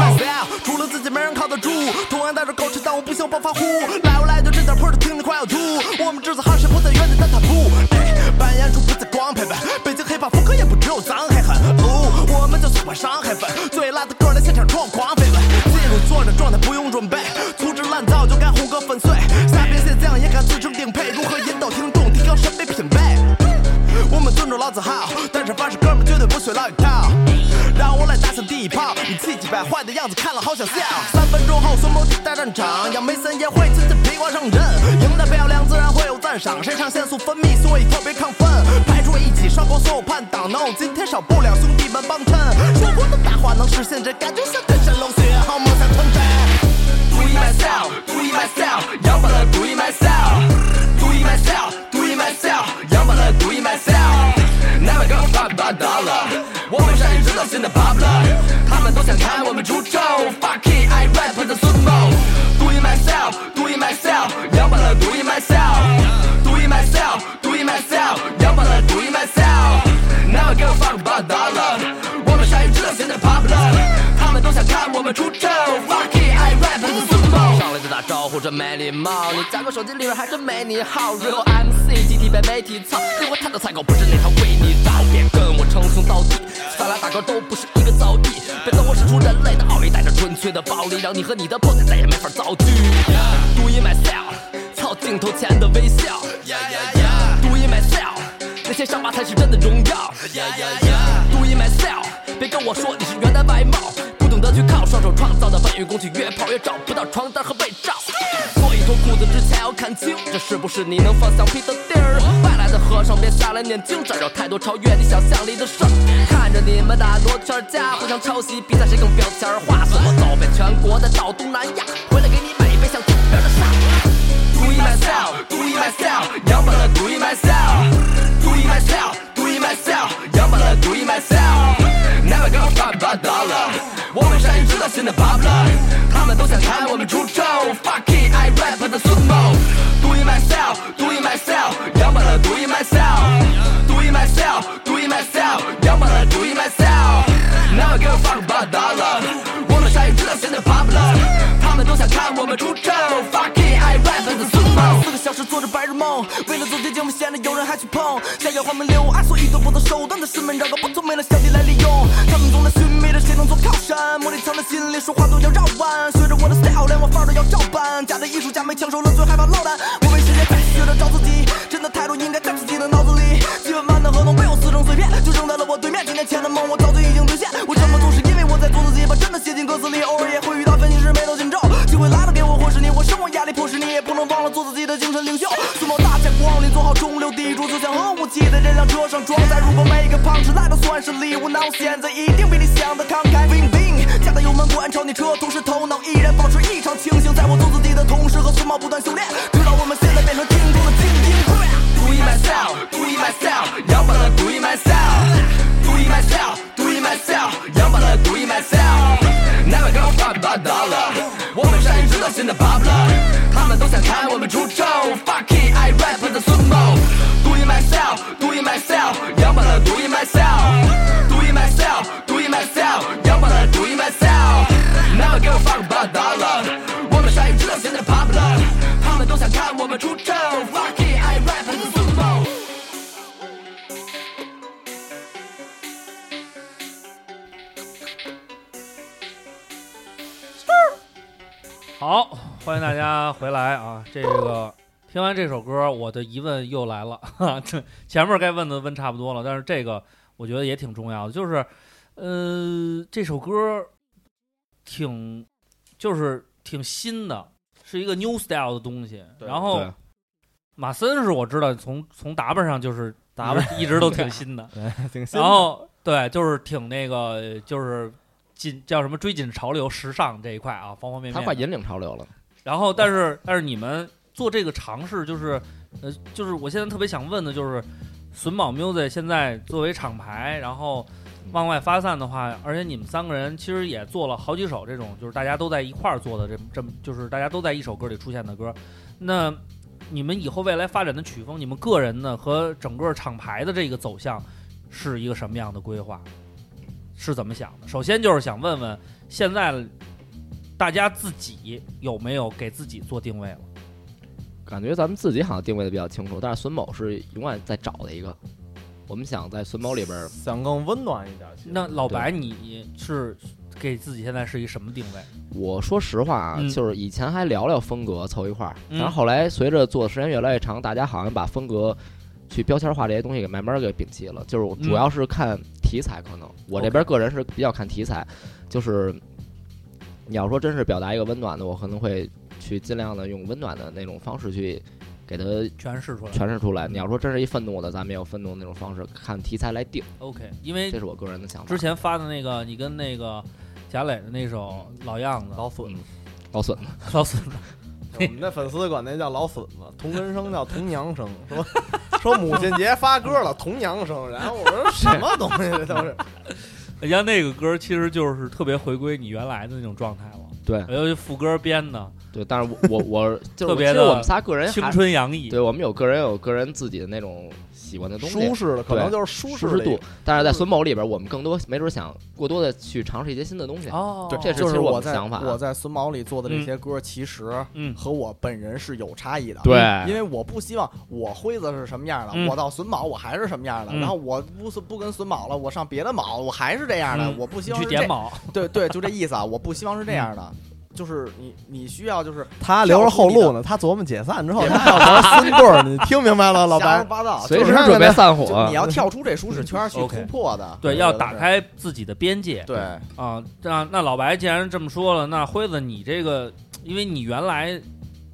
Speaker 7: 除了自己没人靠得住，同样带着狗吃，但我不想暴发户。来我来就这点破事，听着快要吐。我们这次汗水不在原地单踏步，哎，扮演出不再光陪伴。北京黑怕风格也不只有咱黑狠，哦，我们就喜欢伤害粉，最辣的歌来现场冲狂飞吻，进入作战状态不用准备，粗制滥造就该胡歌粉碎。瞎编现象也敢自称顶配，如何引导听众提高审美品味？我们尊重老字号，但是凡是哥们绝对不学老一套。让我来打响第一炮，你气急败坏的样子看了好想笑。三分钟后，孙某抵达战场，杨梅森也会亲自披挂上阵。赢得漂亮，自然会有赞赏。肾上腺素分泌，所以特别亢奋。排除异己，烧光所有叛党。No，今天少不了兄弟们帮衬。说过的大话能实现，这感觉像跟山龙血，好梦想成真。
Speaker 1: do it myself, do it myself, y'all better do it myself. Do it myself, do it myself, y'all better do it myself. 南北刚发八达了，我们上也知道现在拔不了，他们都想看我们出丑，fuck it，I rap 的孙某。Do it myself, do it myself, y'all better do it myself. Do it myself, do it myself, y'all better do it myself. 南北刚发八达了，我们上也知道现在拔不了，他们都想看我们出丑，fuck it，I rap 的孙某。
Speaker 8: 上来就打招呼，这没礼貌。你加个手机里边还真没你好。Real MC 集体被媒体操，令我看到菜狗不是那套归你绕。别跟我称兄道弟，咱俩大哥都不是一个造诣。别跟我使出人类的奥义，带着纯粹的暴力，让你和你的朋友再也没法造句。Do it myself，操镜头前的微笑。Do it myself，那些伤疤才是真的荣耀。Do it myself，别跟我说你是原来外貌，不懂得去靠双手创造的搬运工具，约炮也找不到床单和被罩。所以脱裤子之前要看清，这是不是你能放下屁的地儿？外来的和尚别下来念经，这有太多超越你想象力的事儿。看着你们打罗圈架，互相抄袭，比赛谁更标签化。什么走遍全国的到东南亚，回来给你买一杯像东边的沙。
Speaker 1: do it myself, do it myself, y'all better do it myself. Do it myself, do it myself, y'all better do it myself. 南北刚发八达了，我们上也知道现在拔不了，他们都想看我们出丑，fuck it，I rap 的孙某。Do it myself, do it myself, y'all better do it myself. Do it myself, do it myself, y'all better do it myself. 南北刚发八达了，我们上也知道现在拔不了，他们都想看我们出丑，fuck it，I rap 的孙某。
Speaker 7: 四个小时做着白日梦，为了做这节目，闲着有人还去碰。想要花门柳暗，所以都不择手段的师们，让个不聪明的小弟来利用。他们总在寻觅着谁能做靠山，魔力藏在心里，说话都要绕弯。学着我的 style，连我范儿都要照搬。假的艺术家没抢手了，最害怕落单。我为世界在学着找自己，真的态度应该在自己的脑子里。几万万的合同被我撕成碎片，就扔在了我对面。几年前的梦，我早就已经兑现。我这么做是因为我在做自己，把真的写进歌词里。偶尔也会遇到分析师眉头紧皱，机会来了给我或是你，我生活压力迫使你也不能忘了做自己的精神领袖。苏某大驾光临，做好中流砥柱，
Speaker 9: 如就像核武器在这辆车上装载。如果每个胖吃辣都算是礼物，那我现在一定比你想的慷慨。Bing bing，加大油门观潮你车，同时头脑依然保持异常清醒。在我做自己的同时，和孙茂不断修炼，直到我们现在变成听众的精英。Doing myself, doing myself，摇摆了 doing myself。Doing myself, doing myself，摇摆了 doing myself。南北刚发达了，我们善于制造新的 bubble，他们都想开我们出丑。Fucking I rap 的孙某，Doing myself, doing myself，摇摆了 doing myself。Doing myself, doing myself，摇摆了 doing myself。南北给我发个八达了，我们善于制造新的 bubble，他们都想看我们出丑。Fucking I rap 的孙某。
Speaker 3: 好，欢迎大家回来啊！这个听完这首歌，我的疑问又来了， 哈，这前面该问的问差不多了，但是这个我觉得也挺重要的，就是，呃，这首歌挺，就是挺新的，是一个 new style 的东西。然后
Speaker 5: 对
Speaker 3: 马森是我知道从从打扮上就是打扮一直都挺新 的，
Speaker 4: 挺新
Speaker 3: 然
Speaker 4: 的
Speaker 3: 后对，就是挺那个，就是紧叫什么追紧潮流、时尚这一块啊，方方面
Speaker 5: 他
Speaker 3: 面
Speaker 5: 快
Speaker 3: 的。
Speaker 5: 引领潮流了。
Speaker 3: 然后，但是但是你们做这个尝试，就是呃，就是我现在特别想问的就是，榫宝 music 现在作为厂牌，然后往外发散的话，而且你们三个人其实也做了好几首这种，就是大家都在一块儿做的这这么，就是大家都在一首歌里出现的歌，那。你们以后未来发展的曲风，你们个人呢和整个厂牌的这个走向是一个什么样的规划？是怎么想的？首先就是想问问现在大家自己有没有给自己做定位了？
Speaker 5: 感觉咱们自己好像定位的比较清楚，但是孙某是永远在找的一个。我们想在孙某里边儿，
Speaker 4: 想更温暖一点。其实
Speaker 3: 那老白，你是给自己现在是一什么定位？
Speaker 5: 我说实话啊，
Speaker 3: 嗯
Speaker 5: 就是以前还聊聊风格凑一块儿，
Speaker 3: 嗯
Speaker 5: 但是后来随着做的时间越来越长，大家好像把风格去标签化这些东西给慢慢给摒弃了。就是我主要是看题材，可能、我这边个人是比较看题材，就是你要说真是表达一个温暖的，我可能会去尽量的用温暖的那种方式去给它
Speaker 3: 全是出来
Speaker 5: 诠释出来。你要说真是一愤怒的，咱们也有愤怒的那种方式，看题材来定，
Speaker 3: ，OK。因为
Speaker 5: 这是我个人的想法。
Speaker 3: 之前发的那个你跟那个贾磊的那首《老样子》，
Speaker 4: 老笋，
Speaker 5: 老孙，
Speaker 3: 老孙
Speaker 4: 我们那粉丝管那叫老笋子，童根生叫童娘生，说说母亲节发歌了童娘生，然后我说什么东西这都是，
Speaker 3: 人家那个歌其实就是特别回归你原来的那种状态了，
Speaker 5: 对
Speaker 3: 尤其副歌编的
Speaker 5: 对，但是我我 我就是
Speaker 3: 特别
Speaker 5: 其实
Speaker 3: 的
Speaker 5: 我们仨个人还
Speaker 3: 青春洋溢
Speaker 5: 对，我们有个人有个人自己的那种喜欢的东西，
Speaker 4: 舒适了，可能就是舒
Speaker 5: 舒
Speaker 4: 适
Speaker 5: 适
Speaker 4: 了一
Speaker 5: 度。但是在孙某里边，我们更多没准想过多的去尝试一些新的东西。
Speaker 3: 哦
Speaker 5: 对这是
Speaker 6: 就
Speaker 5: 其
Speaker 6: 是
Speaker 5: 实我
Speaker 6: 我
Speaker 5: 们
Speaker 6: 在
Speaker 5: 想法啊
Speaker 6: 我在孙毛里做的这些歌，其实
Speaker 3: 嗯
Speaker 6: 和我本人是有差异的。
Speaker 5: 对
Speaker 6: 因为我不希望我辉子是什么样
Speaker 3: 嗯
Speaker 6: 的，我到榫卯我还是什么样的，
Speaker 3: 嗯
Speaker 6: 然后我不是不跟榫卯了，我上别的卯我还是这样的，
Speaker 3: 嗯
Speaker 6: 我不希
Speaker 3: 你
Speaker 6: 望
Speaker 3: 去
Speaker 6: 是
Speaker 3: 点嗯
Speaker 6: 这，
Speaker 3: 卯，
Speaker 6: 对对，就这意思啊，我不希望是这样的， 就是你你需要就是
Speaker 4: 他留着后路呢，他琢磨解散之后，
Speaker 6: 解散
Speaker 4: 他要玩孙棍儿，你听明白了，老
Speaker 6: 瞎
Speaker 4: 白
Speaker 6: 说？八道，
Speaker 5: 随
Speaker 6: 就
Speaker 5: 时
Speaker 6: 是
Speaker 5: 准备散伙
Speaker 6: 就你 要跳出这舒适圈去
Speaker 3: OK
Speaker 6: 突破的，
Speaker 3: 对，
Speaker 6: 我
Speaker 3: 要
Speaker 6: 觉得
Speaker 3: 打
Speaker 6: 是
Speaker 3: 开自己的边界，
Speaker 6: 对。
Speaker 3: 啊，那那老白既然这么说了，那辉子你这个，因为你原来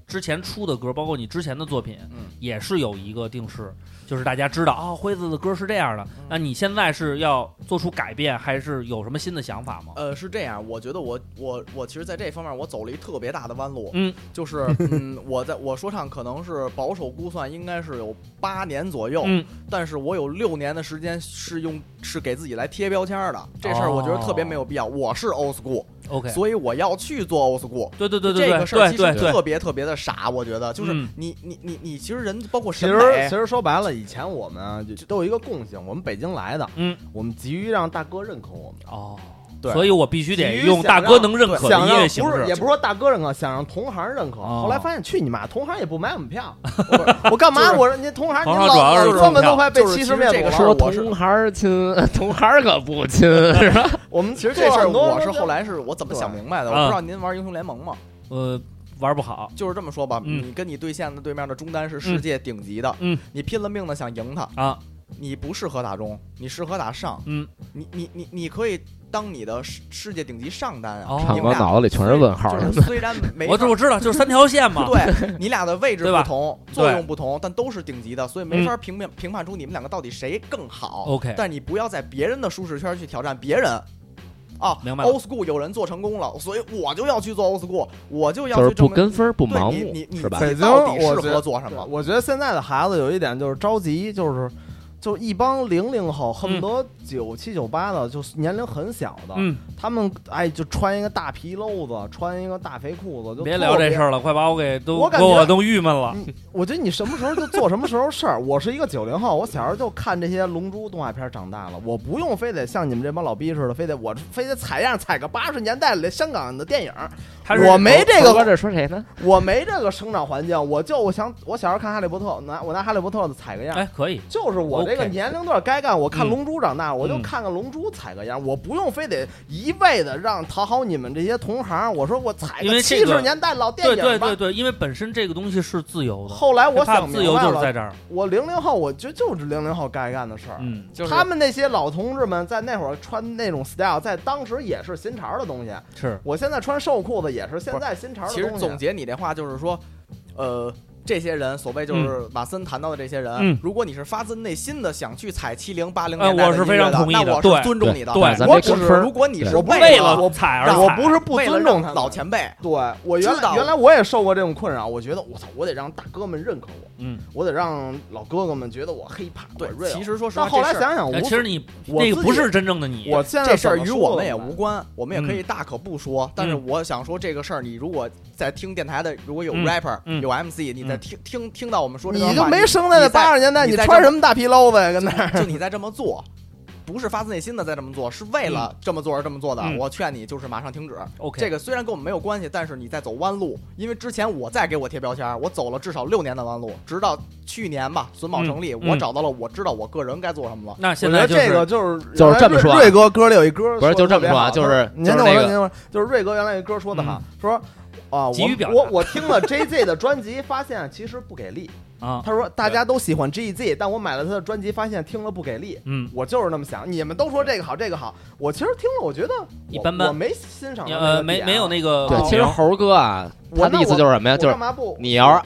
Speaker 3: 之前出的歌，包括你之前的作品，
Speaker 6: 嗯
Speaker 3: 也是有一个定式，就是大家知道啊、辉子的歌是这样的。
Speaker 4: 嗯
Speaker 3: 那你现在是要做出改变，还是有什么新的想法吗？
Speaker 6: 呃，是这样，我觉得我我我其实在这方面我走了一特别大的弯路，
Speaker 3: 嗯，
Speaker 6: 就是 嗯，我在我说唱可能是保守估算应该是有八年左右，
Speaker 3: 嗯
Speaker 6: 但是我有六年的时间是用是给自己来贴标签儿的，这事儿我觉得特别没有必要，我是 old school，
Speaker 3: 哦，OK，
Speaker 6: 所以我要去做 old school。
Speaker 3: 对对对对
Speaker 6: 这
Speaker 3: 对
Speaker 6: 个事儿
Speaker 3: 对
Speaker 6: 其
Speaker 3: 对
Speaker 6: 实
Speaker 3: 对，
Speaker 6: 特别特别的傻，我觉得就是
Speaker 3: 嗯
Speaker 6: 你、你你你，其实人包括
Speaker 4: 其
Speaker 6: 审
Speaker 4: 实
Speaker 6: 美
Speaker 4: 其，实说白了，以前我们啊就都有一个共性，我们北京来的，
Speaker 3: 嗯，
Speaker 4: 我们急于让大哥认可我们。
Speaker 3: 哦，
Speaker 6: 对
Speaker 3: 所以我必须得
Speaker 4: 急于
Speaker 3: 用大
Speaker 4: 想
Speaker 3: 哥
Speaker 4: 让
Speaker 3: 能认可的
Speaker 4: 想
Speaker 3: 音
Speaker 4: 让
Speaker 3: 乐形
Speaker 4: 不是，也
Speaker 3: 式。
Speaker 4: 不是说大哥认可，想让同行认可。
Speaker 3: 哦
Speaker 4: 后来发现，去你妈，同行也不买我们票， 我我干嘛？我说你同行，
Speaker 3: 同
Speaker 4: 你
Speaker 3: 行主要
Speaker 4: 老
Speaker 3: 是
Speaker 4: 这么
Speaker 3: 票
Speaker 4: 多块被
Speaker 6: 就是
Speaker 4: 七
Speaker 6: 其
Speaker 4: 十
Speaker 6: 实
Speaker 4: 面
Speaker 6: 这
Speaker 4: 堵
Speaker 6: 个
Speaker 4: 了
Speaker 6: 事儿
Speaker 5: 说
Speaker 6: 我是
Speaker 5: 同行儿亲， 同行儿可不亲，是吧？
Speaker 4: 我们其
Speaker 6: 其实这事儿我是后来是我怎么想明白的，
Speaker 3: 对啊
Speaker 6: 我不知道您玩英雄联盟吗？
Speaker 3: 嗯呃，玩不好，
Speaker 6: 就是这么说吧，
Speaker 3: 嗯
Speaker 6: 你跟你对线的对面的中单是世界顶级的，
Speaker 3: 嗯，
Speaker 6: 你拼了命的想赢他，
Speaker 3: 啊，
Speaker 6: 你不适合打中，你适合打上。
Speaker 3: 嗯，
Speaker 6: 你你你你可以当你的世世界顶级上单啊。
Speaker 3: 哦
Speaker 5: 唱
Speaker 6: 你
Speaker 5: 歌
Speaker 6: 们俩
Speaker 5: 脑子里全是问号，
Speaker 6: 就是虽然没
Speaker 3: 我
Speaker 6: 法
Speaker 3: 我知道，就是三条线嘛。
Speaker 6: 对你俩的位置
Speaker 3: 对吧
Speaker 6: 不同，
Speaker 3: 对嗯
Speaker 6: 作用不同，但都是顶级的，所以没法评判评判出你们两个到底谁更好。
Speaker 3: OK
Speaker 6: 但你不要在别人的舒适圈去挑战别人。啊，
Speaker 3: 明白了
Speaker 6: Old school 有人做成功了，所以我就要去做 Old school，我就要
Speaker 5: 就是
Speaker 6: 去证
Speaker 5: 不
Speaker 6: 明
Speaker 5: 跟风儿不
Speaker 6: 对
Speaker 5: 盲
Speaker 6: 你
Speaker 5: 目
Speaker 6: 你，你
Speaker 5: 是吧？
Speaker 6: 自
Speaker 4: 北
Speaker 6: 己
Speaker 4: 京
Speaker 6: 到底
Speaker 4: 我觉
Speaker 6: 适合
Speaker 4: 得
Speaker 6: 做什么？
Speaker 4: 我觉得现在的孩子有一点就是着急，就是就是一帮零零后，恨
Speaker 6: 嗯
Speaker 4: 不得九七九八的，就是年龄很小的，
Speaker 3: 嗯，
Speaker 4: 他们哎就穿一个大皮褛子，穿一个大肥裤子，就
Speaker 3: 别聊这事
Speaker 4: 儿。
Speaker 3: 儿了，快把我给都
Speaker 4: 我感
Speaker 3: 给我
Speaker 4: 觉嗯
Speaker 3: 都郁闷了。
Speaker 4: 我觉得你什么时候就做什么时候事儿。我是一个九零后，我小时候就看这些龙珠动画片长大了，我不用非得像你们这帮老逼似的，非得我非得采样采个八十年代里香港的电影儿，
Speaker 3: 他是
Speaker 4: 我没这
Speaker 5: 猴哥
Speaker 4: 个，
Speaker 5: 这说谁呢？
Speaker 4: 我没这个生长环境，我就我想我小时候看哈利波特，拿我拿哈利波特的采个样儿。
Speaker 3: 哎，可以，
Speaker 4: 就是我这个
Speaker 3: OK
Speaker 4: 年龄段该干，我看
Speaker 3: 嗯
Speaker 4: 《龙珠》长大，我就
Speaker 3: 嗯
Speaker 4: 看看《龙珠》采个样，我不用非得一味的让讨好你们这些同行。我说我采
Speaker 3: 因为
Speaker 4: 个
Speaker 3: 这
Speaker 4: 七
Speaker 3: 个
Speaker 4: 十年代老电
Speaker 3: 对
Speaker 4: 影吧。
Speaker 3: 对对对，因为本身这个东西是自由的。
Speaker 4: 后来我
Speaker 3: Hip-hop
Speaker 4: 想
Speaker 3: 自
Speaker 4: 明
Speaker 3: 由
Speaker 4: 白
Speaker 3: 就是在
Speaker 4: 了，
Speaker 3: 这儿，
Speaker 4: 我零零后，我觉得就是零零后该干的事儿。
Speaker 3: 嗯，
Speaker 6: 就是
Speaker 4: 他们那些老同志们在那会儿穿那种 style，在当时也是新潮的东西。
Speaker 3: 是
Speaker 4: 我现在穿瘦裤子也是现在新潮的
Speaker 6: 其
Speaker 4: 东西。
Speaker 6: 实总结你这话就是说，呃，这些人所谓就是马森谈到的这些人，
Speaker 3: 嗯
Speaker 6: 如果你是发自内心的想去踩七零八零
Speaker 3: 哎
Speaker 6: 年代的
Speaker 3: 我是非
Speaker 6: 音乐
Speaker 3: 常
Speaker 6: 的
Speaker 3: 同意的
Speaker 6: 那我
Speaker 3: 对
Speaker 6: 是尊重你的。
Speaker 3: 对
Speaker 5: 但是咱
Speaker 4: 我
Speaker 5: 没
Speaker 6: 只
Speaker 5: 跟
Speaker 6: 是
Speaker 5: 风
Speaker 6: 如
Speaker 5: 儿，
Speaker 6: 果你是
Speaker 5: 对
Speaker 6: 为
Speaker 3: 了
Speaker 6: 我
Speaker 3: 踩而
Speaker 6: 让
Speaker 4: 我
Speaker 3: 踩，
Speaker 4: 不是不
Speaker 6: 为了
Speaker 4: 尊
Speaker 6: 让
Speaker 4: 重他们
Speaker 6: 老前辈，
Speaker 4: 对我原
Speaker 6: 知道
Speaker 4: 来原来我也受过这种困扰，我觉得我操，我得让大哥们认可我。
Speaker 3: 嗯，
Speaker 4: 我得让老哥哥们觉得我黑怕。
Speaker 6: 对
Speaker 4: 我 real
Speaker 6: 其实说实话
Speaker 4: 但后来
Speaker 6: 这事儿
Speaker 4: 想想，
Speaker 3: 啊哎
Speaker 4: 我
Speaker 3: 其实你
Speaker 4: 我
Speaker 3: 那个
Speaker 4: 自
Speaker 3: 不
Speaker 4: 己
Speaker 3: 是真正的你，
Speaker 4: 我现在
Speaker 6: 这事
Speaker 4: 怎
Speaker 6: 儿
Speaker 4: 么
Speaker 6: 与
Speaker 4: 说
Speaker 6: 我
Speaker 4: 都
Speaker 6: 们也
Speaker 4: 明白
Speaker 6: 无关，我们也可以大可不说。但是
Speaker 3: 嗯
Speaker 6: 我想说，这个事儿你如果在听电台的，如果有
Speaker 3: 嗯
Speaker 6: rapper、
Speaker 3: 嗯
Speaker 6: 有 MC，你在听、听听到我们说这段
Speaker 4: 你
Speaker 6: 话，
Speaker 4: 就没生在那
Speaker 6: 你在
Speaker 4: 八十年代，
Speaker 6: 你
Speaker 4: 你
Speaker 6: 在
Speaker 4: 穿
Speaker 6: 这
Speaker 4: 什么大皮褛子呀？跟那儿
Speaker 6: 就 你在这么做，不是发自内心的在这么做，是为了这么做而这么做的。
Speaker 3: 嗯
Speaker 6: 我劝你就是马上停止。
Speaker 3: OK
Speaker 6: 这个虽然跟我们没有关系，但是你在走弯路，因为之前我再给我贴标签儿，我走了至少六年的弯路，直到去年吧，榫卯成立，
Speaker 3: 嗯嗯
Speaker 6: 我找到了，我知道我个人该做什么了。
Speaker 3: 那现
Speaker 4: 我觉
Speaker 3: 在
Speaker 4: 得
Speaker 3: 就是
Speaker 4: 这个就是
Speaker 5: 就是这么说啊
Speaker 4: 瑞哥歌里有一歌
Speaker 5: 不
Speaker 4: 说
Speaker 5: 是
Speaker 4: 得
Speaker 5: 就
Speaker 4: 特
Speaker 5: 这么
Speaker 4: 别
Speaker 5: 说啊
Speaker 4: 好
Speaker 5: 就是
Speaker 4: 您听
Speaker 5: 就是
Speaker 4: 我说，
Speaker 5: 那个
Speaker 4: 您听我说，就是瑞哥原来有一歌说的好，说啊，我
Speaker 3: 嗯急于表达
Speaker 4: 我我听了 JZ 的专辑，发现其实不给力。
Speaker 3: 啊，
Speaker 4: 他说大家都喜欢 GZ，但我买了他的专辑，发现听了不给力。
Speaker 3: 嗯，
Speaker 4: 我就是那么想，你们都说这个好，这个好，我其实听了，我觉得我
Speaker 3: 一般般
Speaker 4: 我没欣赏到那
Speaker 3: 呃，
Speaker 4: 个
Speaker 3: 没
Speaker 4: 点啊
Speaker 3: 没有那个
Speaker 5: 对，
Speaker 3: 共
Speaker 5: 其实
Speaker 3: 鸣
Speaker 5: 猴哥啊，他
Speaker 4: 我
Speaker 5: 的
Speaker 4: 那
Speaker 5: 意思
Speaker 4: 我
Speaker 5: 就是什么呀？
Speaker 4: 我
Speaker 5: 就是
Speaker 4: 干嘛不？
Speaker 5: 你要是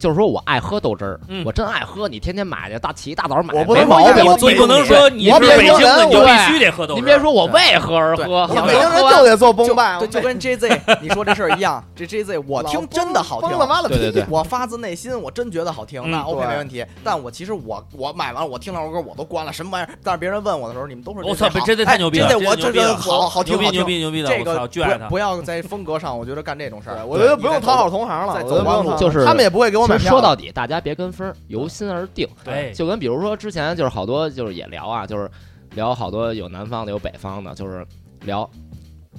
Speaker 5: 就是说我爱喝豆汁儿
Speaker 3: 嗯，
Speaker 5: 我真爱喝，你天天买去，大起一大早上买，
Speaker 4: 我不
Speaker 5: 没
Speaker 4: 能
Speaker 5: 毛
Speaker 4: 说
Speaker 5: 病。
Speaker 4: 我
Speaker 3: 你不能说你是
Speaker 4: 我北
Speaker 3: 北京
Speaker 4: 京
Speaker 3: 的，
Speaker 4: 人
Speaker 3: 你就
Speaker 5: 我
Speaker 3: 必须得喝豆汁。嗯
Speaker 5: 您别，说我为何而喝，
Speaker 6: 对
Speaker 5: 好
Speaker 4: 北
Speaker 5: 像
Speaker 4: 京人
Speaker 5: 喝完
Speaker 4: 就得做崩
Speaker 6: 就
Speaker 4: 败，
Speaker 6: 对，就跟 JZ 你说这事儿一样，这 JZ 我听真的好听
Speaker 4: 疯，了妈了
Speaker 5: 对对对
Speaker 6: 我发自内心，我真觉得好听，那
Speaker 3: 嗯
Speaker 6: OK
Speaker 4: 对
Speaker 6: 没问题。但我其实我我买完了，我听两首歌我都关了，什么玩意儿？但是别人问我的时候，你们都说
Speaker 3: 我操，
Speaker 6: 这哎
Speaker 3: 这这太牛逼了！
Speaker 6: 这
Speaker 3: 牛
Speaker 6: 我这
Speaker 3: 逼了
Speaker 6: 个好好听，
Speaker 3: 牛逼
Speaker 6: 好听
Speaker 3: 牛逼牛逼的！
Speaker 6: 这
Speaker 3: 我操，
Speaker 6: 个
Speaker 3: 巨爱
Speaker 6: 不
Speaker 3: 他。
Speaker 6: 不要在风格上，我觉得干这种事儿，
Speaker 4: 我觉得
Speaker 6: 你
Speaker 4: 不用
Speaker 6: 在
Speaker 4: 讨好同行了，
Speaker 6: 在
Speaker 4: 我觉得
Speaker 6: 走
Speaker 4: 不
Speaker 6: 弯
Speaker 4: 用
Speaker 6: 路
Speaker 4: 讨好
Speaker 5: 就是
Speaker 4: 他们也不会给我
Speaker 5: 其
Speaker 4: 买
Speaker 5: 实
Speaker 4: 票。
Speaker 5: 说到底，大家别跟风儿，由心而定。
Speaker 3: 哎，
Speaker 5: 就跟比如说之前就是好多就是也聊啊，就是聊好多有南方的有北方的，就是聊。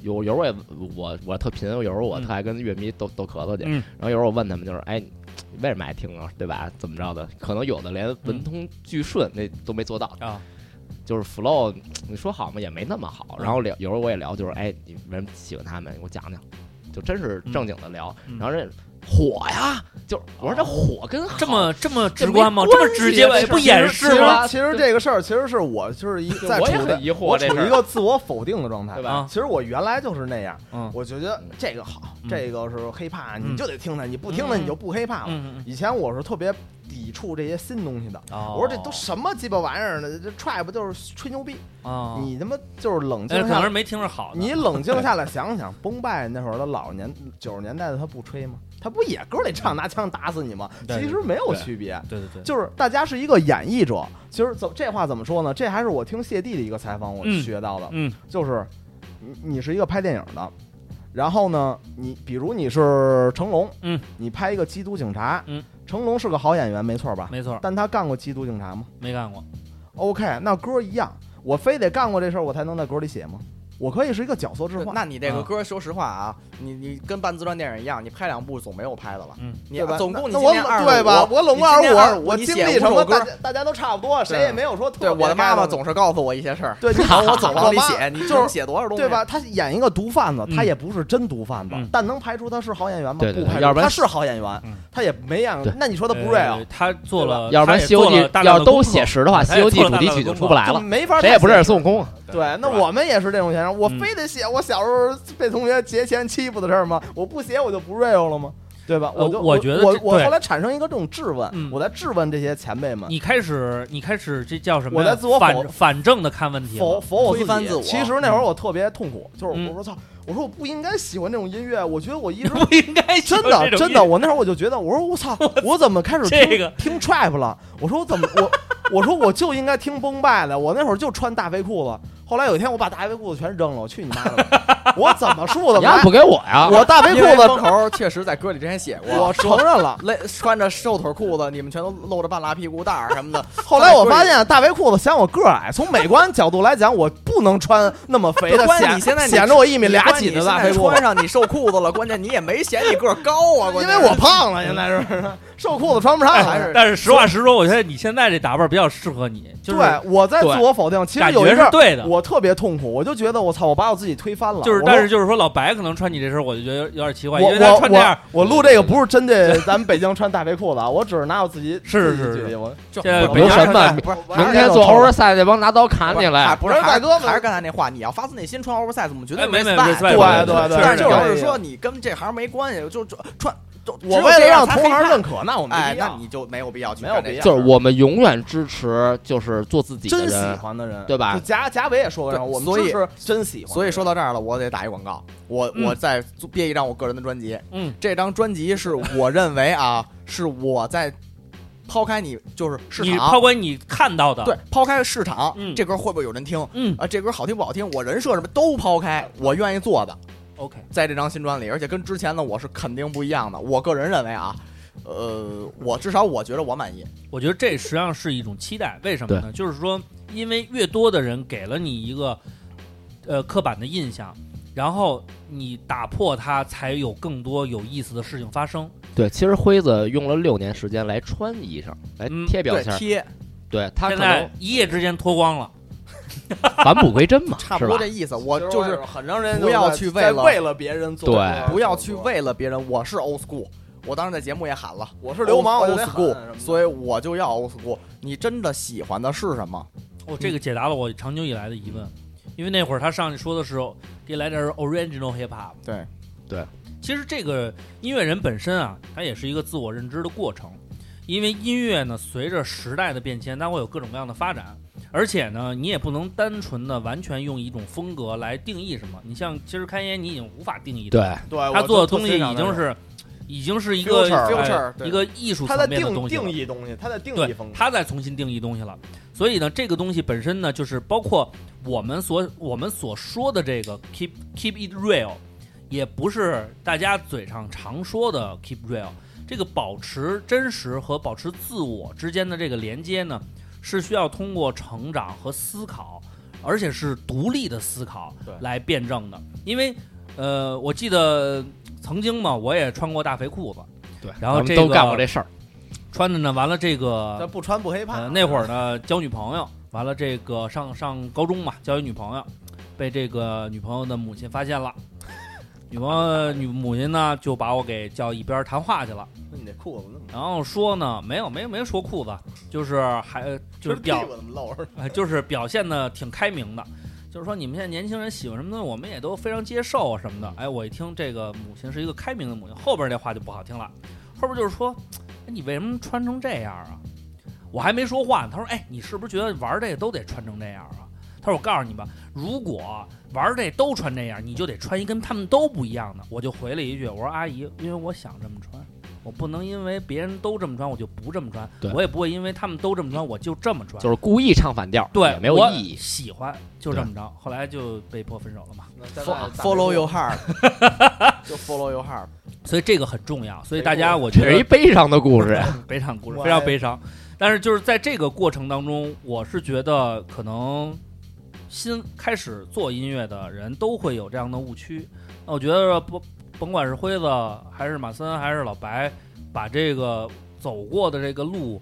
Speaker 5: 有有时候我也我我特贫，有时候我
Speaker 3: 嗯
Speaker 5: 特爱跟乐迷斗斗咳嗽去，
Speaker 3: 嗯
Speaker 5: 然后有时候我问他们就是哎，你为什么爱听啊，对吧？怎么着的？可能有的连文通句顺那都没做到
Speaker 3: 啊，
Speaker 5: 就是 flow 你说好嘛也没那么好。然后聊有时候我也聊就是哎，你为什么喜欢他们？给我讲讲，就真是正经的聊。
Speaker 3: 嗯嗯
Speaker 5: 然后这火呀，就是我
Speaker 4: 哦
Speaker 5: 说这火跟好
Speaker 3: 这么这么直
Speaker 5: 没
Speaker 3: 观吗？
Speaker 5: 关
Speaker 3: 这么直
Speaker 5: 系
Speaker 3: 接
Speaker 5: 这
Speaker 3: 吗？
Speaker 5: 事儿
Speaker 3: 不
Speaker 5: 其
Speaker 3: 掩
Speaker 5: 实
Speaker 4: 其
Speaker 3: 饰
Speaker 4: 实
Speaker 3: 吗？
Speaker 4: 啊其实这个事儿，其实是我就是一在
Speaker 5: 我也
Speaker 4: 处的
Speaker 5: 很疑惑
Speaker 4: 我
Speaker 5: 这
Speaker 4: 处
Speaker 5: 事儿
Speaker 4: 于一个自我否定的状态啊
Speaker 5: 对。
Speaker 3: 吧
Speaker 4: 其实我原来就是那样，
Speaker 3: 嗯
Speaker 4: 我就觉得这个好，
Speaker 3: 嗯
Speaker 4: 这个是黑怕，
Speaker 3: 嗯
Speaker 4: 你就得听它，你不听它
Speaker 3: 嗯
Speaker 4: 你就不黑怕了。
Speaker 3: 嗯嗯
Speaker 4: 以前我是特别抵触这些新东西的，
Speaker 3: 嗯，哦
Speaker 4: 我说这都什么鸡巴玩意儿呢？这 trap 就是吹牛逼，
Speaker 3: 啊，
Speaker 4: 你他妈就是冷
Speaker 3: 哎
Speaker 4: 静
Speaker 3: 可
Speaker 4: 下
Speaker 3: 能
Speaker 4: 来
Speaker 3: 是没听着好的。
Speaker 4: 你冷静下来想想，崩拜那会儿的老十年九十年代的他不吹吗？他不也歌里唱拿枪打死你吗？
Speaker 3: 对
Speaker 4: 其实没有
Speaker 3: 对
Speaker 4: 区别，
Speaker 3: 对对对，
Speaker 4: 就是大家是一个演绎者。其实怎这话怎么说呢？这还是我听谢帝的一个采访我
Speaker 3: 嗯
Speaker 4: 学到的，
Speaker 3: 嗯
Speaker 4: 就是你你是一个拍电影的，然后呢，你比如你是成龙，
Speaker 3: 嗯，
Speaker 4: 你拍一个缉毒警察，
Speaker 3: 嗯，
Speaker 4: 成龙是个好演员，没错吧？
Speaker 3: 没错，
Speaker 4: 但他干过缉毒警察吗
Speaker 3: 没干过。
Speaker 4: ？OK，那歌一样，我非得干过这事儿，我才能在歌里写吗？我可以是一个角色置
Speaker 6: 对
Speaker 4: 换。嗯
Speaker 6: 那你这
Speaker 3: 啊
Speaker 6: 个歌，说实话啊，你你跟办自传电影一样，你拍两部总没有拍的吧？
Speaker 3: 嗯，
Speaker 6: 你
Speaker 4: 对吧
Speaker 6: 总共你
Speaker 4: 啊那
Speaker 6: 今年
Speaker 4: 我
Speaker 6: 25
Speaker 4: 对吧？我
Speaker 6: 你
Speaker 4: 拢
Speaker 6: 今
Speaker 4: 共二
Speaker 6: 年25
Speaker 4: 五，我
Speaker 6: 你
Speaker 4: 经
Speaker 6: 写
Speaker 4: 历什
Speaker 6: 五首
Speaker 4: 么，
Speaker 6: 歌
Speaker 4: 大家大家都差不多，谁
Speaker 6: 对
Speaker 4: 也没有说特
Speaker 6: 对，
Speaker 4: 别
Speaker 6: 我的妈
Speaker 4: 该
Speaker 6: 妈
Speaker 4: 的
Speaker 6: 总是告诉我一些事儿，
Speaker 4: 对你
Speaker 6: 喊我总往里
Speaker 4: 我妈
Speaker 6: 写，你
Speaker 4: 就是
Speaker 6: 能写多少东西？
Speaker 4: 对吧？？他演一个毒贩子，
Speaker 3: 嗯
Speaker 4: 他也不是真毒贩子
Speaker 3: 嗯，
Speaker 4: 但能排除他是好演员吗？
Speaker 5: 对对
Speaker 4: 不排除，
Speaker 5: 要不
Speaker 4: 他
Speaker 5: 然
Speaker 4: 是好演员
Speaker 3: 嗯，
Speaker 4: 他也没演
Speaker 5: 对。
Speaker 4: 那你说他
Speaker 3: 他
Speaker 4: 不啊 real，
Speaker 3: 呃他做了，
Speaker 5: 要不然
Speaker 3: 他
Speaker 5: 《
Speaker 3: 也
Speaker 5: 西游
Speaker 3: 做
Speaker 5: 记
Speaker 3: 了大》量
Speaker 5: 要
Speaker 3: 的
Speaker 5: 都
Speaker 3: 功课
Speaker 5: 写实的话，《
Speaker 3: 他
Speaker 5: 西
Speaker 3: 也
Speaker 5: 游
Speaker 3: 做
Speaker 5: 记》
Speaker 3: 了
Speaker 5: 主
Speaker 3: 大
Speaker 5: 题
Speaker 3: 量的
Speaker 5: 曲就
Speaker 3: 功
Speaker 5: 出不
Speaker 3: 课
Speaker 5: 来
Speaker 4: 就
Speaker 5: 了，
Speaker 4: 没法。
Speaker 5: 谁也不认识。孙悟空。啊
Speaker 4: 对，那我们也是这种现象。我
Speaker 3: 嗯
Speaker 4: 非得写我小时候被同学劫钱欺负的事儿吗？我不写我就不 real 了吗？对吧？
Speaker 3: 呃
Speaker 4: 我就
Speaker 3: 我觉得
Speaker 4: 我
Speaker 3: 这
Speaker 4: 我
Speaker 3: 对
Speaker 4: 后来产生一个这种质
Speaker 3: 嗯
Speaker 4: 问，我在质问这些前辈们，
Speaker 3: 你开始，你开始这叫什么
Speaker 4: 我
Speaker 3: 呀？
Speaker 4: 在自我否
Speaker 3: 反反正的看问题了
Speaker 4: 否否我
Speaker 6: 推翻自我嗯
Speaker 4: 己。其实那会儿我特别痛苦，就是
Speaker 3: 嗯
Speaker 4: 我说操，我说我不应该喜欢这种音乐，我觉得我 一直
Speaker 3: 不应该喜
Speaker 4: 真
Speaker 3: 欢
Speaker 4: 的
Speaker 3: 这种
Speaker 4: 真的，我那会儿我就觉得，我说我操， 我怎么开始听
Speaker 3: 这个
Speaker 4: 听 trap 了？我说我怎么 我我说我就应该听崩败的，我那会儿就穿大肥裤子。后来有一天我把大肥裤子全扔了，我去你妈的吧！我怎么说我怎
Speaker 5: 你
Speaker 4: 么
Speaker 5: 丫
Speaker 4: 来
Speaker 5: 不给我呀？
Speaker 4: 我大肥
Speaker 6: 因
Speaker 4: 裤
Speaker 6: 为风
Speaker 4: 子，
Speaker 6: 头确实在歌里之前写过，
Speaker 4: 我承认了。
Speaker 6: 勒穿着瘦腿裤子，你们全都露着半拉屁股蛋儿什么的。
Speaker 4: 后来我发现大肥裤子嫌我个儿矮，从美观角度来讲，我不那么穿那么肥的
Speaker 6: 不，关键
Speaker 4: 显
Speaker 6: 你现在你
Speaker 4: 显着我一米俩
Speaker 6: 关
Speaker 4: 几
Speaker 6: 键
Speaker 4: 的
Speaker 6: 你
Speaker 4: 大
Speaker 6: 现在
Speaker 4: 肥裤子
Speaker 6: 穿。上你瘦裤子了，关键你也没嫌你个儿高啊，关
Speaker 4: 因
Speaker 6: 键
Speaker 4: 为我胖了，现在是不 是瘦裤子 穿不上
Speaker 6: 还
Speaker 4: 了
Speaker 6: 是？
Speaker 3: 但是实话实说，我觉得你现在这打扮比较适合你，就是
Speaker 4: 对，我在自
Speaker 3: 对
Speaker 4: 我否定。其实
Speaker 3: 感
Speaker 4: 有一
Speaker 3: 觉
Speaker 4: 阵
Speaker 3: 是
Speaker 4: 儿
Speaker 3: 对的。
Speaker 4: 我特别痛苦，我就觉得我操，我把我自己推翻了。
Speaker 3: 就是，
Speaker 4: 我
Speaker 3: 但
Speaker 4: 说
Speaker 3: 是就是说，老白可能穿你这身儿，我就觉得有有点奇怪，因
Speaker 4: 我
Speaker 3: 为他
Speaker 4: 我
Speaker 3: 穿这样
Speaker 4: 我，我录这个不是针对咱们北京穿大肥裤子啊，我只是拿我自 己
Speaker 3: 是是
Speaker 4: 自己举
Speaker 3: 是
Speaker 4: 例我
Speaker 6: 就
Speaker 3: 现在
Speaker 6: 我
Speaker 3: 北京
Speaker 6: 还是
Speaker 5: 神吧
Speaker 6: 在不是
Speaker 4: 我还是
Speaker 5: 明天
Speaker 4: 这
Speaker 5: 做
Speaker 4: 种仇
Speaker 5: oversize 那帮拿刀砍你
Speaker 6: 还
Speaker 5: 来。
Speaker 6: 不是
Speaker 4: 不是
Speaker 6: 还
Speaker 4: 大哥们
Speaker 6: 还是刚才那话，你要发自内心穿 oversize，我们绝
Speaker 3: 哎
Speaker 6: 对
Speaker 3: 没没
Speaker 6: respect
Speaker 3: 没
Speaker 4: 对
Speaker 3: 对
Speaker 4: 对对，
Speaker 6: 但是
Speaker 4: 就
Speaker 6: 你要
Speaker 4: 这个
Speaker 6: 是说你跟这行没关系，就就穿，就
Speaker 4: 哎我为了让同行
Speaker 6: 认
Speaker 4: 认，可，那我没
Speaker 6: 哎，
Speaker 4: 必要
Speaker 6: 那你就没有必要去
Speaker 4: 没有
Speaker 6: 干这
Speaker 4: 必
Speaker 6: 事
Speaker 4: 要
Speaker 6: 儿
Speaker 5: 就是我们永远支持，就是做自己的
Speaker 4: 真喜
Speaker 5: 人。
Speaker 4: 欢的人
Speaker 5: 对吧
Speaker 4: 就贾贾伟也说过这样，
Speaker 6: 对
Speaker 4: 我们
Speaker 6: 所以
Speaker 4: 支持真喜欢。
Speaker 6: 所以说到这儿了，我得打一广告，我、
Speaker 3: 嗯
Speaker 6: 我再做编一张我个人的专辑。
Speaker 3: 嗯，
Speaker 6: 这张专辑是我认为啊，是我在抛开你就是市
Speaker 3: 你
Speaker 6: 场
Speaker 3: 抛，开你看到的，
Speaker 6: 对，抛开市场，
Speaker 3: 嗯
Speaker 6: 这歌会不会有人听？
Speaker 3: 嗯
Speaker 6: 啊，这歌好听不好听，我人设什么都抛开，我愿意做的，
Speaker 3: ，OK，
Speaker 6: 在这张新专里，而且跟之前的我是肯定不一样的。我个人认为啊，呃，我至少我觉得我满意。
Speaker 3: 我觉得这实际上是一种期待，为什么呢？就是说，因为越多的人给了你一个呃刻板的印象，然后你打破它，才有更多有意思的事情发生。
Speaker 5: 对，其实辉子用了六年时间来穿衣裳，来
Speaker 3: 嗯
Speaker 5: 贴标
Speaker 6: 对，
Speaker 5: 签儿。
Speaker 6: 贴
Speaker 5: 对他可
Speaker 3: 现
Speaker 5: 能
Speaker 3: 在一夜之间脱光了，
Speaker 5: 返璞归 真嘛，
Speaker 6: 差
Speaker 5: 是
Speaker 6: 不多
Speaker 5: 吧
Speaker 6: 这？意思，我
Speaker 4: 其实
Speaker 6: 就
Speaker 4: 也
Speaker 6: 是
Speaker 4: 很让人
Speaker 6: 不要
Speaker 4: 就是
Speaker 6: 去
Speaker 4: 在
Speaker 6: 为了
Speaker 4: 为了别人做
Speaker 5: 对
Speaker 4: 这样的
Speaker 6: 不要去
Speaker 4: 动作
Speaker 6: 为了别人，我是 old school。我当时在节目也喊了，
Speaker 4: 我是流氓，我
Speaker 6: old
Speaker 4: 就得
Speaker 6: school，
Speaker 4: 喊什么的
Speaker 6: 所以我就要 old school。你真的喜欢的是什么？
Speaker 3: 哦，
Speaker 5: 嗯
Speaker 3: 这个解答了我长久以来的疑问，因为那会儿他上去说的时候，给来点儿 original hip hop。
Speaker 6: 对
Speaker 5: 对，
Speaker 3: 其实这个音乐人本身啊，它也是一个自我认知的过程，因为音乐呢，随着时代的变迁，它会有各种各样的发展，而且呢，你也不能单纯的完全用一种风格来定义什么。你像其实开烟，你已经无法定义
Speaker 5: 对，
Speaker 4: 对
Speaker 3: 他
Speaker 4: 我
Speaker 3: 做的
Speaker 4: 就特
Speaker 3: 东西
Speaker 4: 欣赏
Speaker 3: 已
Speaker 4: 那
Speaker 3: 经
Speaker 4: 种
Speaker 3: 是。已经是一个
Speaker 6: Future，
Speaker 3: 哎
Speaker 6: future，
Speaker 3: 一个艺术
Speaker 4: 他
Speaker 3: 层
Speaker 4: 在
Speaker 3: 面的东
Speaker 4: 定
Speaker 3: 西了
Speaker 4: 定义东西，他在定义
Speaker 3: 对
Speaker 4: 风，格。
Speaker 3: 他在重新定义东西了。所以呢，这个东西本身呢，就是包括我们所我们所说的这个 keep keep it real，也不是大家嘴上常说的 keep real。这个保持真实和保持自我之间的这个连接呢，是需要通过成长和思考，而且是独立的思考
Speaker 4: 对
Speaker 3: 来辩证的。因为，呃，我记得曾经嘛，我也穿过大肥裤子，
Speaker 5: 对，
Speaker 3: 然后
Speaker 5: 咱们
Speaker 3: 这
Speaker 5: 都
Speaker 3: 个
Speaker 5: 干过这事儿，
Speaker 3: 穿着呢，完了这个
Speaker 4: 他不穿不黑怕
Speaker 3: 呃，。那会儿呢交女朋友，完了这个上上高中嘛，交一女朋友，被这个女朋友的母亲发现了，女朋友女母亲呢就把我给叫一边儿谈话去了，
Speaker 4: 那你这裤子怎么那
Speaker 3: 然
Speaker 4: 么？
Speaker 3: 后说呢没有没有没说裤子，就是还呃就是
Speaker 4: 屁
Speaker 3: 表
Speaker 4: 股怎么露着？
Speaker 3: 呃就是表现的挺开明的。就是说，你们现在年轻人喜欢什么东西，我们也都非常接受啊什么的。哎，我一听这个母亲是一个开明的母亲，后边这话就不好听了，后边就是说，哎你为什么穿成这样啊？我还没说话呢，他说，哎，你是不是觉得玩这个都得穿成这样啊？他说，我告诉你吧，如果玩这都穿这样，你就得穿一跟他们都不一样的。我就回了一句，我说阿姨，因为我想这么穿。我不能因为别人都这么穿，我就不这么穿
Speaker 5: 对；
Speaker 3: 我也不会因为他们都这么穿，我就这么穿。
Speaker 5: 就是故意唱反调，
Speaker 3: 对，
Speaker 5: 也没有
Speaker 3: 我
Speaker 5: 意义。
Speaker 3: 喜欢就这么着，后来就被迫分手了嘛。
Speaker 6: follow your heart，就 follow your heart。
Speaker 3: 所以这个很重要，所以
Speaker 4: 悲
Speaker 3: 大家
Speaker 4: 伤
Speaker 3: 我觉
Speaker 5: 这是一
Speaker 3: 得
Speaker 5: 悲伤的故事，
Speaker 3: 悲伤故事
Speaker 4: 我
Speaker 3: 非常悲伤，但是就是在这个过程当中，我是觉得可能新开始做音乐的人都会有这样的误区。那我觉得不，甭管是辉子还是马森还是老白，把这个走过的这个路，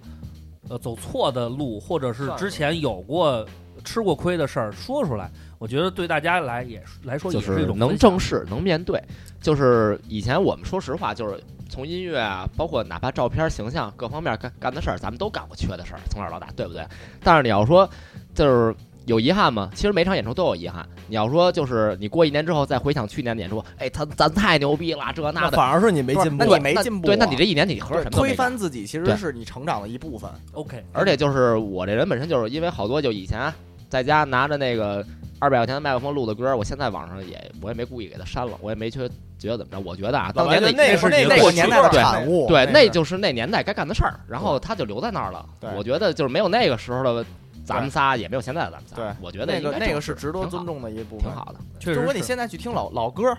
Speaker 3: 呃，走错的路，或者是
Speaker 1: 算了
Speaker 3: 之前有过吃过亏的事儿说出来，我觉得对大家来也是来说
Speaker 5: 就
Speaker 3: 也一
Speaker 5: 是
Speaker 3: 种
Speaker 5: 能
Speaker 3: 分享
Speaker 5: 正视，能面对。就是以前我们说实话，就是从音乐啊，包括哪怕照片、形象各方面干干的事儿，咱们都干过缺的事儿，从小到大，对不对？但是你要说，就是有遗憾吗？其实每场演出都有遗憾。你要说，就是你过一年之后再回想去年的演出，哎，咱咱太牛逼了，这那
Speaker 4: 那
Speaker 5: 的。
Speaker 4: 反而是你没进步
Speaker 6: 那
Speaker 5: 对
Speaker 6: 你。没
Speaker 5: 那
Speaker 6: 进步
Speaker 5: 对，那
Speaker 6: 啊
Speaker 5: 你这一年你合
Speaker 6: 对
Speaker 5: 着什么都没
Speaker 6: 推
Speaker 5: 干
Speaker 6: 翻自己其
Speaker 5: 对
Speaker 6: 实是你成长的一部分。
Speaker 3: OK，
Speaker 5: 而且就是我这人本身就是因为好多就以前在家拿着那个二百块钱的麦克风录的歌，我现在网上也我也没故意给它删了，我也没觉得觉得怎么着。我觉得啊，当年
Speaker 4: 那
Speaker 5: 的
Speaker 4: 那
Speaker 5: 是
Speaker 4: 那
Speaker 5: 你
Speaker 4: 那
Speaker 5: 过
Speaker 4: 个
Speaker 5: 去
Speaker 4: 年代的
Speaker 5: 对
Speaker 4: 产物，
Speaker 5: 对，
Speaker 6: 那
Speaker 5: 那
Speaker 6: 是
Speaker 5: 就是那年代该干的事儿，然后它就留在那儿了
Speaker 6: 对。
Speaker 5: 我觉得就是没有那个时候的咱们仨，也没有现在的咱们仨。
Speaker 6: 对
Speaker 5: 我觉得
Speaker 6: 那个
Speaker 5: 应
Speaker 6: 那
Speaker 5: 该
Speaker 6: 个
Speaker 5: 正
Speaker 6: 是
Speaker 5: 视
Speaker 6: 值得
Speaker 5: 挺好
Speaker 6: 尊，重的一部
Speaker 5: 挺
Speaker 6: 分。嗯
Speaker 5: 好的。
Speaker 3: 确
Speaker 6: 就
Speaker 3: 实
Speaker 6: 如果你
Speaker 3: 是
Speaker 6: 现在去听老老歌儿，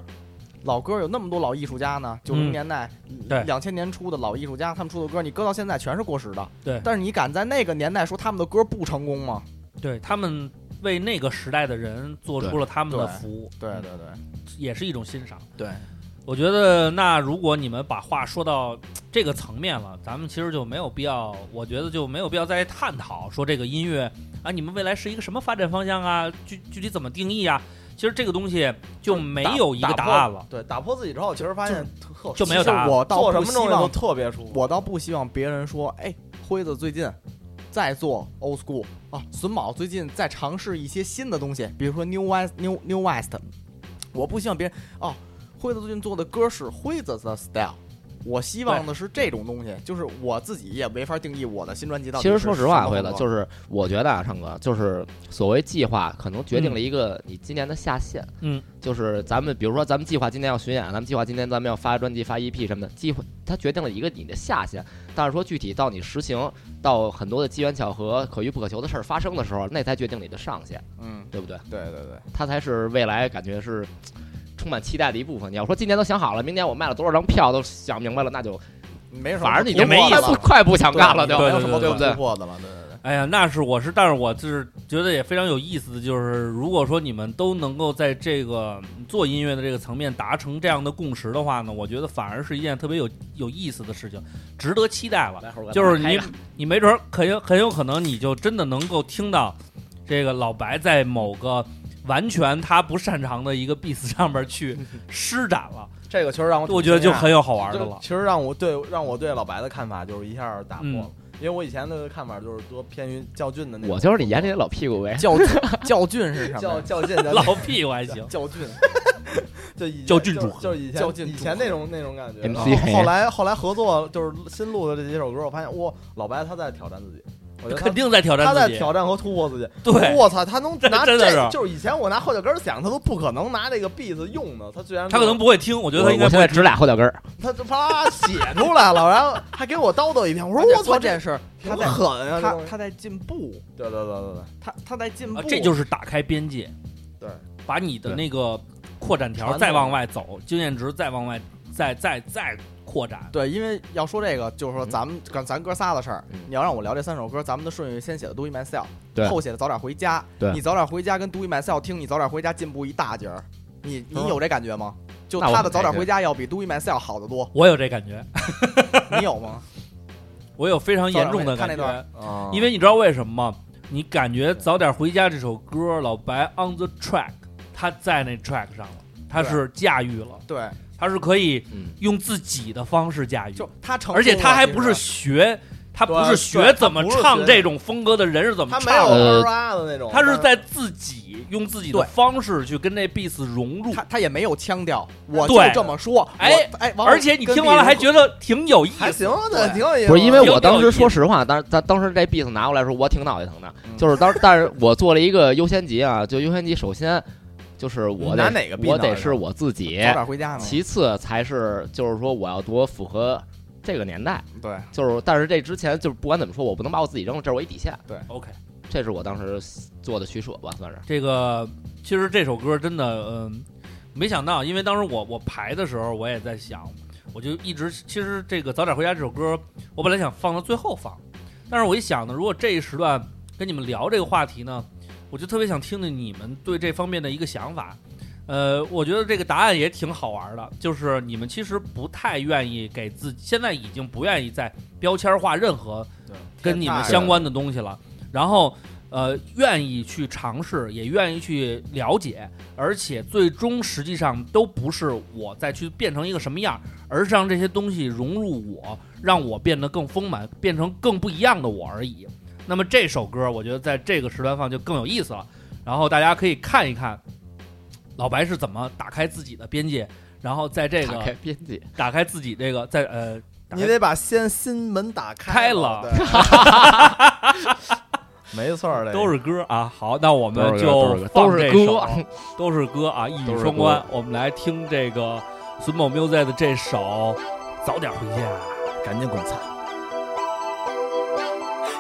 Speaker 6: 老歌儿有那么多老艺术家呢，九
Speaker 3: 嗯
Speaker 6: 零年代、
Speaker 3: 对
Speaker 6: 两千年初的老艺术家，他们出的歌，你搁到现在全是过时的。
Speaker 3: 对
Speaker 6: 但是你敢在那个年代说他们的歌不成功吗？
Speaker 3: 对他们为那个时代的人做出了他们的服务，嗯
Speaker 6: 对对对
Speaker 3: 也是一种欣赏。
Speaker 6: 对，
Speaker 3: 我觉得那如果你们把话说到这个层面了，咱们其实就没有必要，我觉得就没有必要再探讨说这个音乐啊，你们未来是一个什么发展方向啊，具具体怎么定义啊？其实这个东西就没有一个答案了，
Speaker 4: 对，打破自己之后，其实发现特
Speaker 3: 就没有答案
Speaker 6: 其实我倒
Speaker 4: 做什
Speaker 6: 不
Speaker 4: 么
Speaker 6: 希
Speaker 4: 东西都
Speaker 6: 望，
Speaker 4: 特别舒服。
Speaker 6: 我倒不希望别人说，哎，辉子最近在做 old school 啊，榫卯最近在尝试一些新的东西，比如说 new west new new west。我不希望别人哦，辉子最近做的歌是辉子的 style。我希望的是这种东西，就是我自己也没法定义我的新专辑到底
Speaker 5: 其
Speaker 6: 是
Speaker 5: 实
Speaker 6: 什么
Speaker 5: 说
Speaker 6: 风格。
Speaker 5: 实话，辉子，就是我觉得啊，唱哥，就是所谓计划，可能决定
Speaker 6: 嗯
Speaker 5: 了一个你今年的下限。
Speaker 3: 嗯，
Speaker 5: 就是咱们比如说，咱们计划今年要巡演，咱们计划今年咱们要发专辑、发 EP 什么的，计划它决定了一个你的下限。但是说具体到你实行到很多的机缘巧合、可遇不可求的事儿发生的时候，那才决定你的上限，
Speaker 6: 嗯，
Speaker 5: 对不对？
Speaker 6: 对对对，
Speaker 5: 它才是未来感觉是充满期待的一部分。你要说今年都想好了，明年我卖了多少张票都想明白了，那就
Speaker 6: 没什么
Speaker 5: 反而你
Speaker 6: 可
Speaker 5: 就
Speaker 6: 突破的
Speaker 5: 快
Speaker 6: 了
Speaker 5: 不快不想干了，
Speaker 6: 对
Speaker 5: 吧？
Speaker 6: 没有什么
Speaker 5: 对
Speaker 6: 可
Speaker 5: 不对
Speaker 6: 突？破的了，对对对。
Speaker 3: 哎呀，那是我是，但是我就是觉得也非常有意思的就是，如果说你们都能够在这个做音乐的这个层面达成这样的共识的话呢，我觉得反而是一件特别有有意思的事情，值得期待了。就是你，你没准儿很有很有可能你就真的能够听到这个老白在某个完全他不擅长的一个 beat 上面去施展了，
Speaker 4: 这个确实让我挺
Speaker 3: 我觉得就
Speaker 4: 惊讶
Speaker 3: 很有好玩的
Speaker 4: 就
Speaker 3: 了
Speaker 4: 其。实让我对让我对老白的看法就是一下打破了，
Speaker 3: 嗯
Speaker 4: 因为我以前的看法就是多偏于较劲的那种。
Speaker 5: 我就是你眼里的老屁股呗。
Speaker 6: 较劲较劲是什 么
Speaker 4: 较
Speaker 6: 呀？
Speaker 4: 较劲
Speaker 3: 哎老
Speaker 4: 的
Speaker 3: 屁股还行，
Speaker 4: 较劲， 就以前
Speaker 3: 较劲
Speaker 4: 就
Speaker 3: 组合
Speaker 4: 就是以前
Speaker 6: 较劲组合
Speaker 4: 以前那种那种感觉。然
Speaker 5: MC
Speaker 4: 后后来后来合作就是新录的这几首歌，我发现哇，老白他在挑战自己，我觉得
Speaker 3: 肯
Speaker 4: 他。
Speaker 3: 定在挑
Speaker 4: 他
Speaker 3: 战
Speaker 4: 在
Speaker 3: 自己。
Speaker 4: 挑战和突破自己。
Speaker 3: 对，
Speaker 4: 我操，他能
Speaker 3: 这
Speaker 4: 拿
Speaker 3: 真的是
Speaker 4: 就是以前我拿后脚跟想，他都不可能拿这个 beat 用呢。他居然
Speaker 3: 他可能不会听，我觉得他应该
Speaker 5: 我
Speaker 3: 不
Speaker 5: 现
Speaker 3: 会
Speaker 5: 在指俩后脚跟儿，
Speaker 4: 他就啪写出来了， 然后还给我叨叨一遍。我
Speaker 6: 而
Speaker 4: 说
Speaker 6: 且
Speaker 4: 我操，
Speaker 6: 关
Speaker 4: 这
Speaker 6: 键是
Speaker 4: 挺
Speaker 6: 他在
Speaker 4: 狠啊！这
Speaker 6: 他
Speaker 4: 东西
Speaker 6: 他在进步，
Speaker 4: 对对对对对。
Speaker 6: 他他在进步
Speaker 3: 啊，，这就是打开边界，
Speaker 4: 对，
Speaker 3: 把你的
Speaker 5: 对
Speaker 3: 那个扩展条
Speaker 4: 传
Speaker 3: 再
Speaker 4: 统
Speaker 3: 往外走，经验值再往外，再再再扩展。，
Speaker 6: 对，因为要说这个，就是说
Speaker 5: 嗯
Speaker 6: 咱们咱咱哥仨的事儿
Speaker 5: 嗯，
Speaker 6: 你要让我聊这三首歌，咱们的顺序先写的《Do It Myself
Speaker 5: 对》，
Speaker 6: 后写的《早点回家》。
Speaker 5: 对
Speaker 6: 你早点回家跟《Do It Myself》听，你早点回家进步一大截儿。你你
Speaker 5: 是
Speaker 6: 有这感觉吗？就
Speaker 5: 那我
Speaker 6: 他的《
Speaker 5: 没
Speaker 6: 早点
Speaker 5: 这
Speaker 6: 回家》要比《Do It Myself》好得多
Speaker 3: 我有这感觉，
Speaker 6: 你有吗？
Speaker 3: 我有非常严重的
Speaker 6: 看
Speaker 3: 感
Speaker 6: 那
Speaker 3: 觉
Speaker 6: 段，，
Speaker 4: 啊
Speaker 3: 因为你知道为什么吗？你感觉《早点回家》这首歌，老白 on the track，他在那 track 上了，他是驾驭了，
Speaker 6: 对，
Speaker 3: 他是可以
Speaker 5: 嗯，
Speaker 3: 用自己的方式驾驭，
Speaker 6: 就他成，
Speaker 3: 而且他还不是学，他不
Speaker 4: 对
Speaker 3: 是
Speaker 4: 对
Speaker 3: 学怎么
Speaker 4: 他不是
Speaker 3: 唱
Speaker 4: 学
Speaker 3: 这种风格的人是怎么
Speaker 4: 他
Speaker 3: 唱
Speaker 4: 没有啊
Speaker 3: 的
Speaker 5: 呃
Speaker 4: 拉的那种，
Speaker 3: 他是在自己用自己的
Speaker 6: 对
Speaker 3: 方式去跟这 beats 融入
Speaker 6: 他，他也没有腔调，我就
Speaker 3: 对
Speaker 6: 这么说。我
Speaker 3: 哎
Speaker 6: 哎，
Speaker 3: 而且你听完了还觉
Speaker 6: 得
Speaker 3: 得挺有意
Speaker 4: 还
Speaker 3: 思。
Speaker 4: 行的，挺有意思的。
Speaker 5: 不是因为
Speaker 3: 有
Speaker 5: 我当
Speaker 3: 有意
Speaker 5: 时
Speaker 3: 思
Speaker 5: 说实话，当咱当时这 beat 拿过来的时候，我挺脑袋疼的，
Speaker 6: 嗯
Speaker 5: 就是当 但是我做了一个优先级啊，就优先级首先就是我
Speaker 4: 你拿
Speaker 5: 得
Speaker 4: 哪个 beat
Speaker 5: 我
Speaker 4: 脑袋
Speaker 5: 得
Speaker 4: 疼
Speaker 5: 是我自己
Speaker 6: 早，点回家呢。
Speaker 5: 其次才是就是说我要多符合这个年代，
Speaker 6: 对，
Speaker 5: 就是但是这之前就是不管怎么说，我不能把我自己扔了，这是我一底线，
Speaker 3: OK，
Speaker 5: 这是我当时做的取舍吧，算是。
Speaker 3: 这个其实这首歌真的，嗯、没想到，因为当时我我排的时候，我也在想，我就一直其实这个早点回家这首歌，我本来想放到最后放，但是我一想呢，如果这一时段跟你们聊这个话题呢，我就特别想听听你们对这方面的一个想法。呃，我觉得这个答案也挺好玩的，就是你们其实不太愿意给自己，现在已经不愿意再标签化任何跟你们相关的东西了，然后呃，愿意去尝试，也愿意去了解，而且最终实际上都不是我再去变成一个什么样，而是让这些东西融入我，让我变得更丰满，变成更不一样的我而已。那么这首歌，我觉得在这个时段放就更有意思了。然后大家可以看一看老白是怎么打开自己的边界，然后在这个
Speaker 5: 打开边界，
Speaker 3: 打开自己这个在呃，打开
Speaker 4: 你得把先心门打
Speaker 3: 开
Speaker 4: 开
Speaker 3: 了
Speaker 4: 对没错儿，这个
Speaker 3: 都是歌啊。好，那我们
Speaker 5: 都是
Speaker 3: 就
Speaker 5: 歌
Speaker 3: 放
Speaker 5: 都是
Speaker 3: 这
Speaker 5: 歌
Speaker 3: 首， 都是歌啊，一语双关。我们来听这个孙某 music 的这首《早点回家》。
Speaker 4: 赶紧滚擦。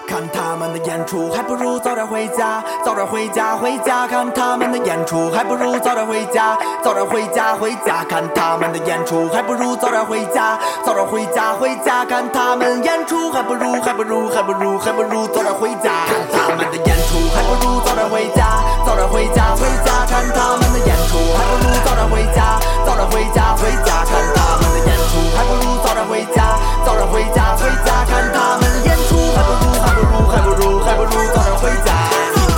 Speaker 9: 看他们的演出，还不如早点回家，早点回家，回家看他们的演出，还不如早点回家，早点回家，回家看他们的演出，还不如早点回家，早点回家，回家看他们演出，还不如还不如还不如还不如早点回家，看他们的演出，还不如早点回家，早点回家，回家看他们的演出，还不如早点回家，早点回家，回家看他们的演出，还不如早点回家，早点回家，回家看他们的演出，还不如还不如还不如还不如早点回家。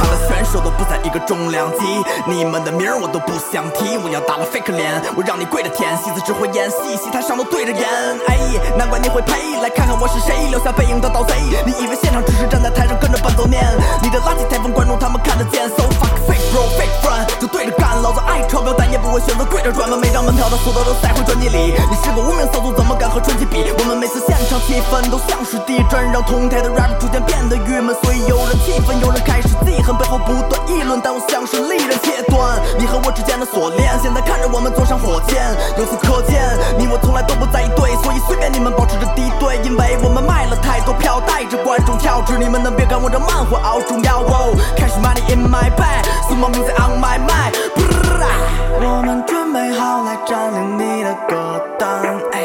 Speaker 9: 他们选手都不在一个重量级，你们的名儿我都不想提。我要打了 fake 脸，我让你跪着舔，戏子只会演戏，戏台上都对着演。哎，难怪你会呸！来看看我是谁，留下背影的盗贼。你以为现场只是站在台上跟着伴奏念？你的垃圾台风观众他们看得见。So fuck fake bro fake friend，就对着干。老子爱钞票，但也不会选择跪着赚。把每张门票的所得都塞回专辑里。你是个无名骚族，怎么敢和传奇比？我们每次现场气氛都像是地震，让同台的 rapper 逐渐变得郁闷，所以有人气愤，有人开始记恨，背后不断议论，但我像是利刃切断你和我之间的锁链。现在看着我们坐上火箭，由此可见，你我从来都不在一队，所以随便你们保持着敌对，因为我们卖了太多票，带着观众跳至你们能别赶我这慢活熬中药。哦，开始 money in my bag，small music on my mind。我们准备好来占领你的歌单，哎，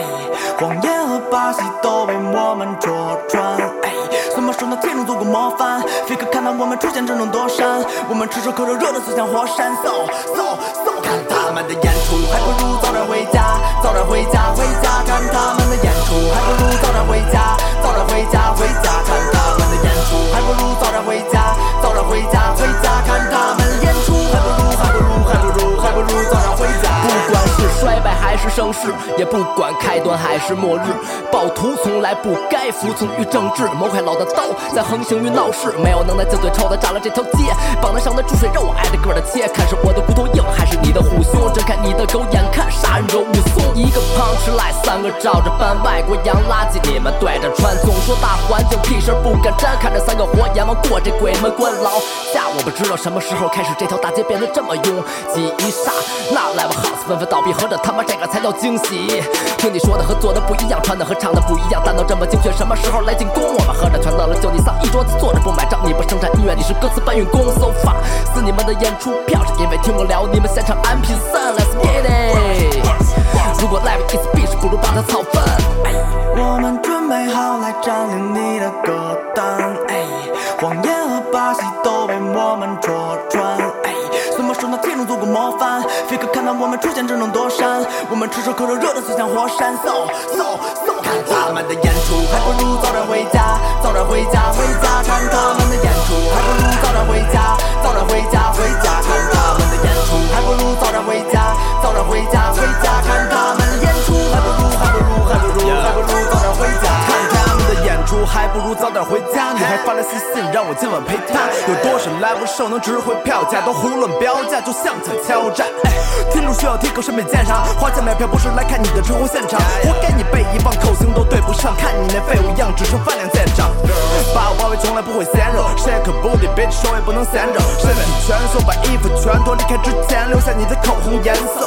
Speaker 9: 谎言和把戏都被我们戳穿，哎，怎么说呢？天龙做过模范，fake 看到我们出现这种躲闪，我们炙手可热，热的就像火山，so so so，看他们的演出，还不如早点回家，早点回家，回家看他们的演出，还不如早点回家，早点回家，回家看他们的演出，还不如早点回家，早点回家，回家看他们演出，还不如还不如还不如还不如早点回家。
Speaker 8: 不管是衰败还是盛世，也不管开端还是末日，暴徒从来不该服从于政治。某块老的刀在横行于闹市，没有能耐就嘴臭的占了这条街，绑得上的注水肉，挨着个的切。看是我的骨头硬，还是你的虎胸？睁开你的狗眼看，杀人如武松。一个胖吃赖，三个照着搬，外国洋垃圾你们对着穿。总说大环境屁事儿不敢沾，看着三个活阎王过这鬼门关牢。下我不知道什么时候开始，这条大街变得这么拥挤，一刹那来吧 house 纷纷倒闭，合着他妈这个才叫惊喜。听你说的和做的不一样，穿的和唱的不一样，但都这么精确，什么时候来进攻？我们合着全乐了，就你丧，一桌子坐着不买账，你不生产音乐，你是歌词搬运工，so far。撕你们的演出票，是因为听不了你们现场 MP 三，Let's get it。如果 live is bitch，不如把它操翻。哎
Speaker 9: 我们准备好来占领你的歌单，哎，谎言和把戏都被我们戳穿，哎，怎么说呢？天龙做过模范，fake 看到我们出现只能躲闪，我们炙手可热，热的就像火山，so so so，看他们的演出，还不如早点回家，早点回家，回家看他们的演出，还不如早点回家，早点回家，回家看他们的演出，还不如早点回家，早点回家，回家看他们的演出，还不如还不如还不如还不如早点回家。
Speaker 7: 看他们的演出，还不如早点回家。你还发来私信让我今晚陪她，有多少 live show 能值回票价？都胡乱标价，就像在敲诈。哎，听众需要听，可是没见啥。花钱买票不是来看你的车祸现场，活该你被遗忘，口型都对不上。看你那废物样，只剩饭量现场。把我包围，从来不会闲着，谁也可不理，bitch，手也不能闲着。身体蜷缩，把衣服全脱，离开之前留下你的口红颜色。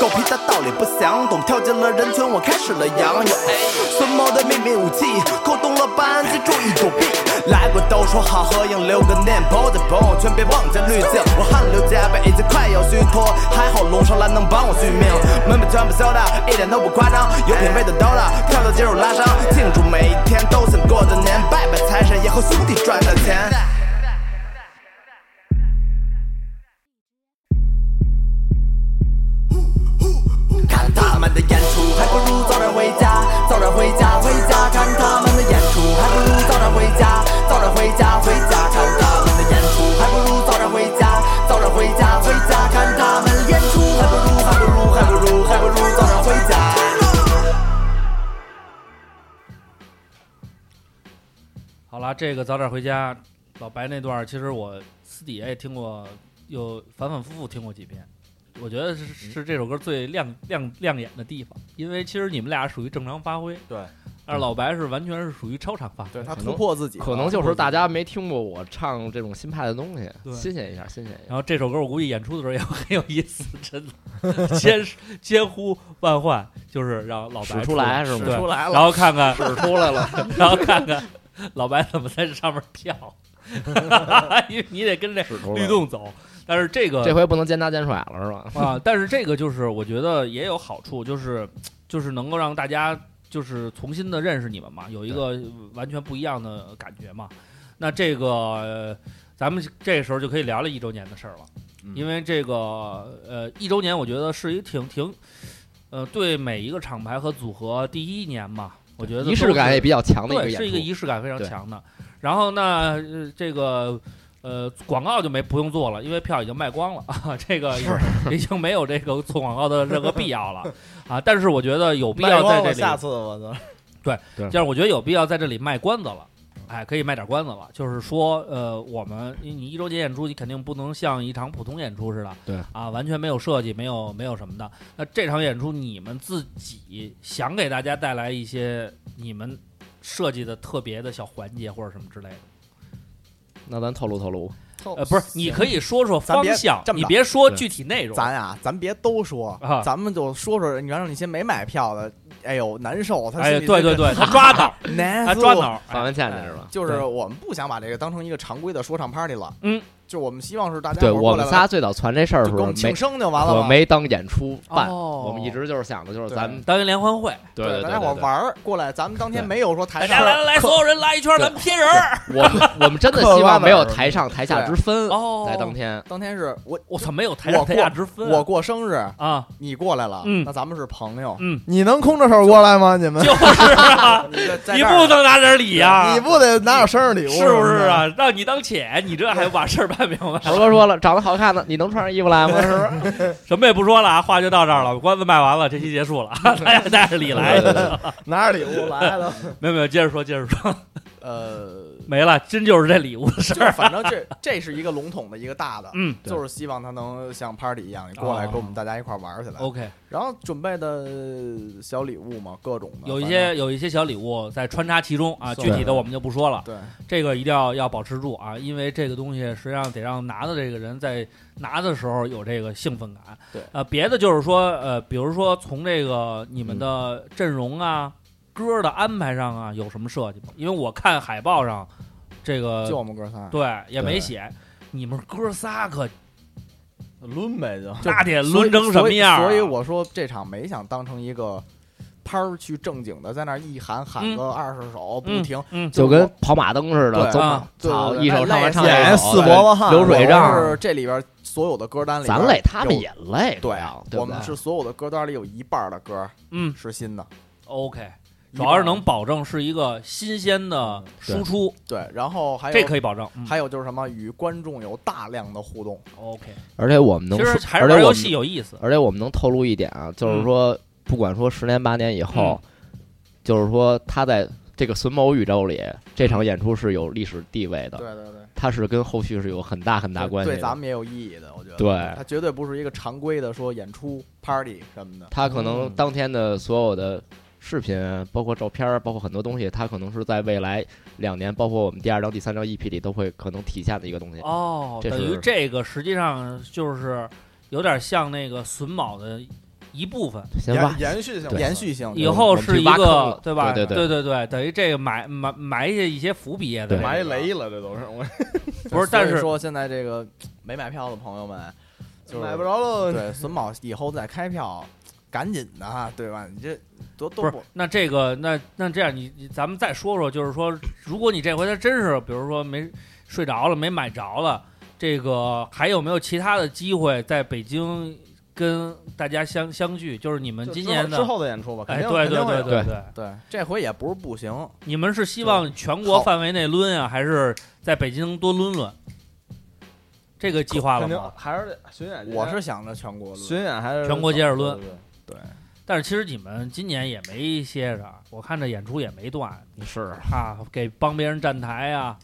Speaker 7: 狗屁的道理不想懂，跳进了人群，我开始了洋泳。孙某的秘密武器，扣动了扳机，注意躲避。来过都说好合影，留个念，抛在朋友圈，别忘记滤镜。我汗流浃背，已经快要虚脱，还好龙少兰能帮我续命。门把全部收到，一点都不夸张，有品味的都到，跳到肌肉拉伤，庆祝每一天都像过的年，拜拜财神爷和兄弟赚到钱。
Speaker 3: 这个早点回家，老白那段儿，其实我私底下也听过，又反反复复听过几遍。我觉得是
Speaker 6: 嗯
Speaker 3: 是这首歌最亮亮亮眼的地方，因为其实你们俩属于正常发挥，
Speaker 6: 对，
Speaker 3: 但是老白是完全是属于超常发挥。
Speaker 6: 对他
Speaker 5: 可
Speaker 6: 突
Speaker 5: 能
Speaker 6: 破自己了，
Speaker 5: 可能就是大家没听过我唱这种新派的东西
Speaker 3: 对，
Speaker 5: 新鲜一下，新鲜一下。
Speaker 3: 然后这首歌我估计演出的时候也会很有意思，真的，千千呼万唤，就是让老白
Speaker 5: 使出来是吗
Speaker 3: 对
Speaker 6: 出来
Speaker 3: 然
Speaker 6: 了。
Speaker 3: 后看看，
Speaker 5: 使出来了，
Speaker 3: 然后看看老白怎么在这上面跳， 因为你得跟这
Speaker 5: 使出来
Speaker 3: 律
Speaker 5: 了。
Speaker 3: 动走。但是这个
Speaker 5: 这回不能兼搭兼甩了是吧？
Speaker 3: 啊，但是这个就是我觉得也有好处，就是就是能够让大家就是重新的认识你们嘛，有一个完全不一样的感觉嘛。那这个、呃咱们这时候就可以聊聊一周年的事儿了，
Speaker 5: 嗯
Speaker 3: 因为这个呃一周年，我觉得是一挺挺呃对每一个厂牌和组合第一年嘛，我觉得
Speaker 5: 仪式感也
Speaker 3: 比。
Speaker 5: 比较强的一
Speaker 3: 对，
Speaker 5: 个演
Speaker 3: 是一个
Speaker 5: 出，
Speaker 3: 仪式感非常
Speaker 5: 对
Speaker 3: 强的。然后呢，呃这个呃广告就没不用做了，因为票已经卖光了，啊、这个已经没有这个做广告的任何必要了啊。但是我觉得有必
Speaker 6: 卖
Speaker 3: 要
Speaker 6: 光
Speaker 3: 在
Speaker 6: 了
Speaker 3: 这
Speaker 6: 下
Speaker 3: 里，
Speaker 6: 次我操，
Speaker 3: 但是我觉得有必要在这里卖关子了。哎，可以卖点关子了，就是说，呃，我们你你一周节演出，你肯定不能像一场普通演出似的，
Speaker 5: 对
Speaker 3: 啊，完全没有设计，没有没有什么的。那这场演出，你们自己想给大家带来一些你们设计的特别的小环节或者什么之类的。
Speaker 5: 那咱透露透露，
Speaker 3: 呃，不是，你可以说说
Speaker 6: 咱
Speaker 3: 方
Speaker 6: 别
Speaker 3: 向，
Speaker 6: 这么
Speaker 3: 你
Speaker 6: 着
Speaker 3: 别说
Speaker 5: 对
Speaker 3: 具体内容。
Speaker 6: 咱啊呀，咱别都说
Speaker 3: 啊，
Speaker 6: 咱们就说说你原让那些没买票的，哎呦难受，他
Speaker 3: 哎，
Speaker 6: 心里
Speaker 3: 对对对，他抓脑，
Speaker 6: 难
Speaker 3: 他
Speaker 6: 受
Speaker 3: 抓脑，
Speaker 5: 发
Speaker 3: 哎
Speaker 5: 完欠去是吧？
Speaker 6: 就是
Speaker 3: 对
Speaker 6: 我们不想把这个当成一个常规的说唱 party 了，
Speaker 3: 嗯，
Speaker 6: 就我们希望是大家
Speaker 5: 对
Speaker 6: 伙儿过
Speaker 5: 我们
Speaker 6: 来
Speaker 5: 仨最早传这事儿的
Speaker 6: 就
Speaker 5: 时
Speaker 6: 给我
Speaker 5: 候
Speaker 6: 们
Speaker 5: 没
Speaker 6: 庆，生就完了
Speaker 5: 我
Speaker 6: 嘛，
Speaker 5: 没当演出办，
Speaker 6: 哦
Speaker 5: 我们一直就是想的就是
Speaker 6: 对
Speaker 5: 咱们
Speaker 3: 当一联欢会，
Speaker 5: 对对
Speaker 6: 大家伙儿
Speaker 5: 对对，
Speaker 6: 玩儿过来，咱们当天
Speaker 5: 对
Speaker 6: 没有说台
Speaker 3: 大
Speaker 6: 上
Speaker 3: 家来来来，所有人拉一圈，
Speaker 5: 对
Speaker 3: 咱们贴人儿。
Speaker 5: 我们我们 真的希望没有台上台下之分，
Speaker 3: 哦，
Speaker 5: 在当天
Speaker 6: 当天是我
Speaker 3: 我操，没有台
Speaker 6: 我
Speaker 3: 上台下
Speaker 6: 过
Speaker 3: 之分啊。
Speaker 6: 我过生日，
Speaker 3: 啊，
Speaker 6: 你过来了，
Speaker 3: 嗯
Speaker 6: 那咱们是朋友，
Speaker 3: 嗯，
Speaker 4: 你能空着手过来吗？你们
Speaker 3: 就是啊，
Speaker 6: 你在在
Speaker 3: 你
Speaker 6: 这儿
Speaker 3: 不能拿点礼呀
Speaker 4: 你，不得拿点生日礼物？
Speaker 3: 是不是？ 啊？让你当且，你这还把事儿办明白？
Speaker 5: 猴哥说了，长得好看的你能穿上衣服来吗？是不是？
Speaker 3: 什么也不说了啊，话就到这儿了，关子卖完了，这期结束 了，大家带着礼来
Speaker 5: 对，对对
Speaker 4: 拿着礼物来了，
Speaker 3: 没有没有，接着说，接着说，
Speaker 6: 呃，
Speaker 3: 没了，真就是这礼物的事
Speaker 6: 就是
Speaker 3: 儿。
Speaker 6: 反正这这是一个笼统的一个大的，
Speaker 3: 嗯
Speaker 6: 就是希望他能像 party 一样，你过来
Speaker 3: 哦
Speaker 6: 跟我们大家一块儿玩儿起来。
Speaker 3: ，OK，
Speaker 6: 然后准备的小礼物嘛，各种 的，
Speaker 3: 有一
Speaker 6: 反
Speaker 3: 些有一些小礼物在穿插其中啊，
Speaker 6: 送
Speaker 3: 具体的我们就不说了
Speaker 6: 正。对
Speaker 3: 这个一定要要保持住啊，因为这个东西实际上得让拿的这个人在拿的时候有这个兴奋感。
Speaker 6: 对
Speaker 3: 呃，别的就是说，呃，比如说从这个你
Speaker 6: 嗯
Speaker 3: 们的阵容啊、歌的安排上啊，有什么设计吗？因为我看海报上，这个
Speaker 6: 就我们哥仨
Speaker 3: 对也没写，你们哥仨可
Speaker 6: 抡呗就。
Speaker 3: 那得
Speaker 6: 所以
Speaker 3: 抡成什么样啊、
Speaker 6: 所以？所以我说这场没想当成一个拍儿去正经的，在那儿一喊喊个二十首不
Speaker 3: 嗯
Speaker 6: 停，
Speaker 3: 嗯，
Speaker 5: 就跟跑马灯似
Speaker 6: 对
Speaker 5: 的，走
Speaker 3: 啊
Speaker 6: 对
Speaker 5: 操，
Speaker 6: 对
Speaker 5: 一首
Speaker 6: 累
Speaker 5: 唱完唱
Speaker 6: 死
Speaker 5: 一
Speaker 4: 演
Speaker 5: 首
Speaker 4: 死脖子汗，
Speaker 5: 流水
Speaker 6: 我们
Speaker 5: 账，
Speaker 6: 是这里边所有的歌单里边
Speaker 5: 咱
Speaker 6: 有，
Speaker 5: 累，他们也累，
Speaker 6: 对
Speaker 5: 啊，对
Speaker 6: 我
Speaker 5: 不对
Speaker 6: 们是所有的歌单里有一半的歌
Speaker 3: 嗯
Speaker 6: 是新的，
Speaker 3: ，OK，
Speaker 6: 一
Speaker 3: 主要是
Speaker 6: 半
Speaker 3: 能保证是一个呃新鲜的输出，
Speaker 6: 对，然后还有
Speaker 3: 这可以保证。嗯
Speaker 6: 还有就是什么与观众有大量的互动，
Speaker 3: OK，
Speaker 5: 而且我们能
Speaker 3: 其
Speaker 5: 说，
Speaker 3: 实还是
Speaker 5: 而且
Speaker 3: 玩
Speaker 5: 我
Speaker 3: 游戏
Speaker 5: 们，
Speaker 3: 有意思。嗯
Speaker 5: 而且我们能透露一点啊，就是说，不管说十年八年以后，就是说他在这个榫卯宇宙里，这
Speaker 3: 嗯
Speaker 5: 场演出是有历史地位的，
Speaker 6: 对对，
Speaker 5: 它是跟后续是有很大很大关系的。
Speaker 6: 对咱们也有意义的，我觉得，
Speaker 5: 对
Speaker 6: 它绝对不是一个常规的说演出 party 什么的，嗯
Speaker 5: 他可
Speaker 3: 嗯
Speaker 5: 能当天的所有的视频，啊包括照片，包括很多东西，他可能是在未来两年，包括我们第二张、第三张 EP 里都会可能体现的一个东西。
Speaker 3: 哦，
Speaker 5: 这
Speaker 3: 等于
Speaker 5: 是
Speaker 3: 这个实际上就是有点像那个榫卯的一部分，
Speaker 5: 先挖，
Speaker 4: 延续性
Speaker 5: 对
Speaker 6: 延续性
Speaker 3: 以
Speaker 5: 我
Speaker 3: 后
Speaker 5: 我们
Speaker 3: 是
Speaker 5: 去
Speaker 3: 一
Speaker 5: 挖坑
Speaker 3: 个
Speaker 5: 了
Speaker 3: 对吧？
Speaker 5: 对
Speaker 3: 对
Speaker 5: 对
Speaker 3: 对对等于这个埋埋埋下一些伏笔也得
Speaker 5: 对
Speaker 4: 埋雷了，这 都是我
Speaker 3: 不是但是
Speaker 6: 所以说现在这个没买票的朋友们，就是
Speaker 4: 买不着了。
Speaker 6: 对，榫卯以后再开票，赶紧的啊，对吧？你这多
Speaker 3: 不
Speaker 6: 多
Speaker 3: 是，那这个那那这样你，你咱们再说说，就是说，如果你这回他真是，比如说没睡着了，没买着了，这个还有没有其他的机会在北京跟大家相相聚？就是你们
Speaker 4: 就
Speaker 3: 今
Speaker 4: 之后
Speaker 3: 年的
Speaker 4: 之，后的演出吧，肯
Speaker 3: 哎，
Speaker 4: 定
Speaker 3: 对
Speaker 4: 肯定会
Speaker 3: 对
Speaker 4: 有
Speaker 3: 对
Speaker 5: 对
Speaker 3: 对，
Speaker 6: 对，这回也不是不行，
Speaker 3: 你们是希望全国范围内抡啊，还是在北京多抡抡？这个计划了
Speaker 4: 肯定
Speaker 3: 吗？
Speaker 4: 还是得巡演。
Speaker 6: 我是想着全国论
Speaker 4: 巡演还是
Speaker 3: 全国接着抡
Speaker 4: 对对对
Speaker 3: 但是其实你们今年也没歇着，我看这演出也没断
Speaker 5: 是，
Speaker 3: 啊，给帮别人站台呀、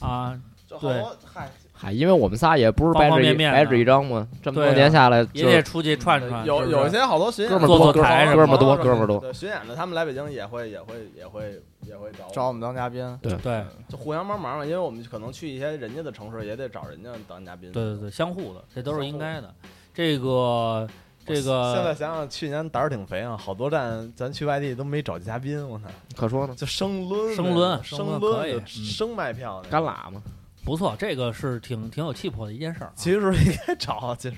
Speaker 3: 啊，
Speaker 4: 就
Speaker 3: 好多
Speaker 4: 嗨，
Speaker 5: 嗨，因为我们仨也不是
Speaker 3: 方
Speaker 5: 掰
Speaker 3: 方
Speaker 5: 着一
Speaker 3: 面面的
Speaker 5: 掰着一张嘛，这么
Speaker 3: 对
Speaker 5: 多
Speaker 3: 啊
Speaker 5: 年下来，
Speaker 3: 也
Speaker 5: 就
Speaker 3: 得
Speaker 5: 是
Speaker 3: 出去串
Speaker 4: 嗯
Speaker 3: 串。
Speaker 6: 有
Speaker 3: 是不
Speaker 6: 有
Speaker 3: 是
Speaker 6: 一些好多巡演
Speaker 5: 哥们儿
Speaker 3: 做
Speaker 5: 多，
Speaker 3: 做
Speaker 5: 哥们
Speaker 3: 台什
Speaker 5: 儿
Speaker 3: 么的
Speaker 5: 哥们儿多，哥们儿多。
Speaker 4: 对巡演的，他们来北京也会也会也会也会找
Speaker 6: 找
Speaker 4: 我
Speaker 6: 我们当嘉宾，
Speaker 3: 对
Speaker 4: 们，就互相帮忙嘛，因为我们可能去一些人家的城市，也得找人家当嘉宾。
Speaker 3: 对对对，相互的，这都是应该的。这个这
Speaker 4: 现在
Speaker 3: 个
Speaker 4: 想想，去年胆儿挺肥啊，好多站咱去外地都没找嘉宾，我操，
Speaker 5: 可说呢，
Speaker 4: 就生抡呗
Speaker 3: 生抡
Speaker 4: 生
Speaker 3: 生抡可以
Speaker 4: 就
Speaker 3: 嗯
Speaker 4: 生卖票呢。
Speaker 5: 干喇嘛，
Speaker 3: 不错，这个是挺挺有气魄的一件事儿啊。
Speaker 4: 其实应该找，啊其实